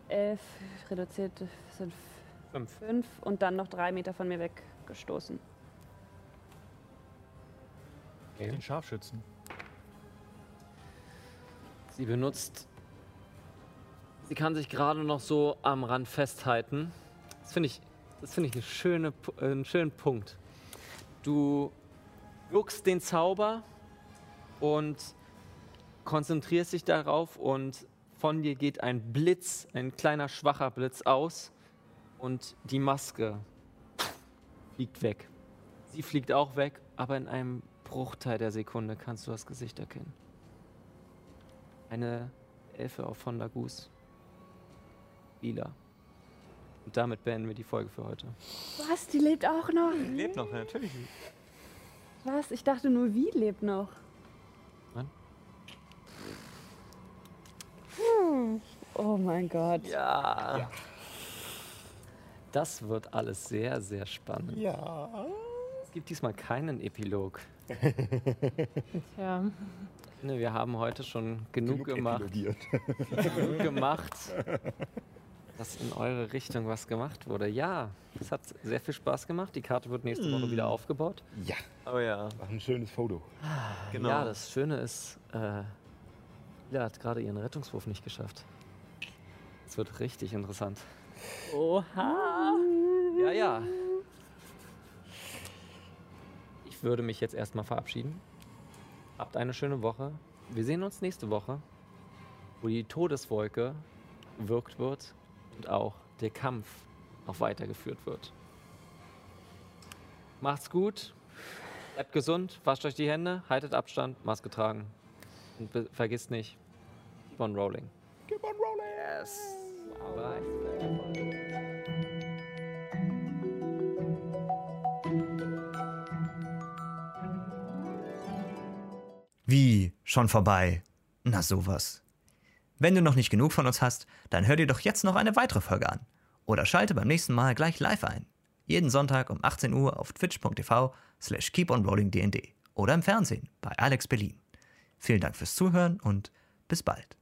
Speaker 5: 11, reduziert sind
Speaker 1: 5.
Speaker 5: 5 und dann noch 3 Meter von mir weggestoßen.
Speaker 6: den Scharfschützen.
Speaker 1: Sie benutzt. Sie kann sich gerade noch so am Rand festhalten. Das finde ich, das finde ich eine schöne, Pu- äh, einen schönen Punkt. Du wirkst den Zauber und konzentrierst dich darauf und von dir geht ein Blitz, ein kleiner schwacher Blitz aus und die Maske fliegt weg. Sie fliegt auch weg, aber in einem Bruchteil der Sekunde kannst du das Gesicht erkennen. Eine Elfe auf von Lagus. Lila. Und damit beenden wir die Folge für heute.
Speaker 5: Was? Die lebt auch noch?
Speaker 3: Lebt noch, ja, natürlich.
Speaker 5: Was? Ich dachte nur, wie lebt noch?
Speaker 1: Nein.
Speaker 5: Hm. Oh mein Gott.
Speaker 3: Ja.
Speaker 1: Das wird alles sehr, sehr spannend.
Speaker 20: Ja.
Speaker 1: Es gibt diesmal keinen Epilog.
Speaker 7: Tja.
Speaker 1: Ne, Wir haben heute schon genug, gemacht,
Speaker 2: epilogiert.
Speaker 1: genug gemacht, dass in eure Richtung was gemacht wurde. Ja, es hat sehr viel Spaß gemacht. Die Karte wird nächste Woche wieder aufgebaut.
Speaker 2: Ja,
Speaker 3: Oh ja,
Speaker 2: war ein schönes Foto.
Speaker 3: genau.
Speaker 1: Ja, das Schöne ist, äh, Lila hat gerade ihren Rettungswurf nicht geschafft. Es wird richtig interessant.
Speaker 7: Oha.
Speaker 1: Ja, ja. Ich würde mich jetzt erstmal verabschieden. Habt eine schöne Woche. Wir sehen uns nächste Woche, wo die Todeswolke gewirkt wird und auch der Kampf noch weitergeführt wird. Macht's gut, bleibt gesund, wascht euch die Hände, haltet Abstand, Maske tragen und be- vergisst nicht, keep on rolling. Keep on rolling! Yes! Bye.
Speaker 21: Wie? Schon vorbei? Na sowas. Wenn du noch nicht genug von uns hast, dann hör dir doch jetzt noch eine weitere Folge an. Oder schalte beim nächsten Mal gleich live ein. Jeden Sonntag um 18 Uhr auf twitch.tv slash keeponrollingdnd oder im Fernsehen bei Alex Berlin. Vielen Dank fürs Zuhören und bis bald.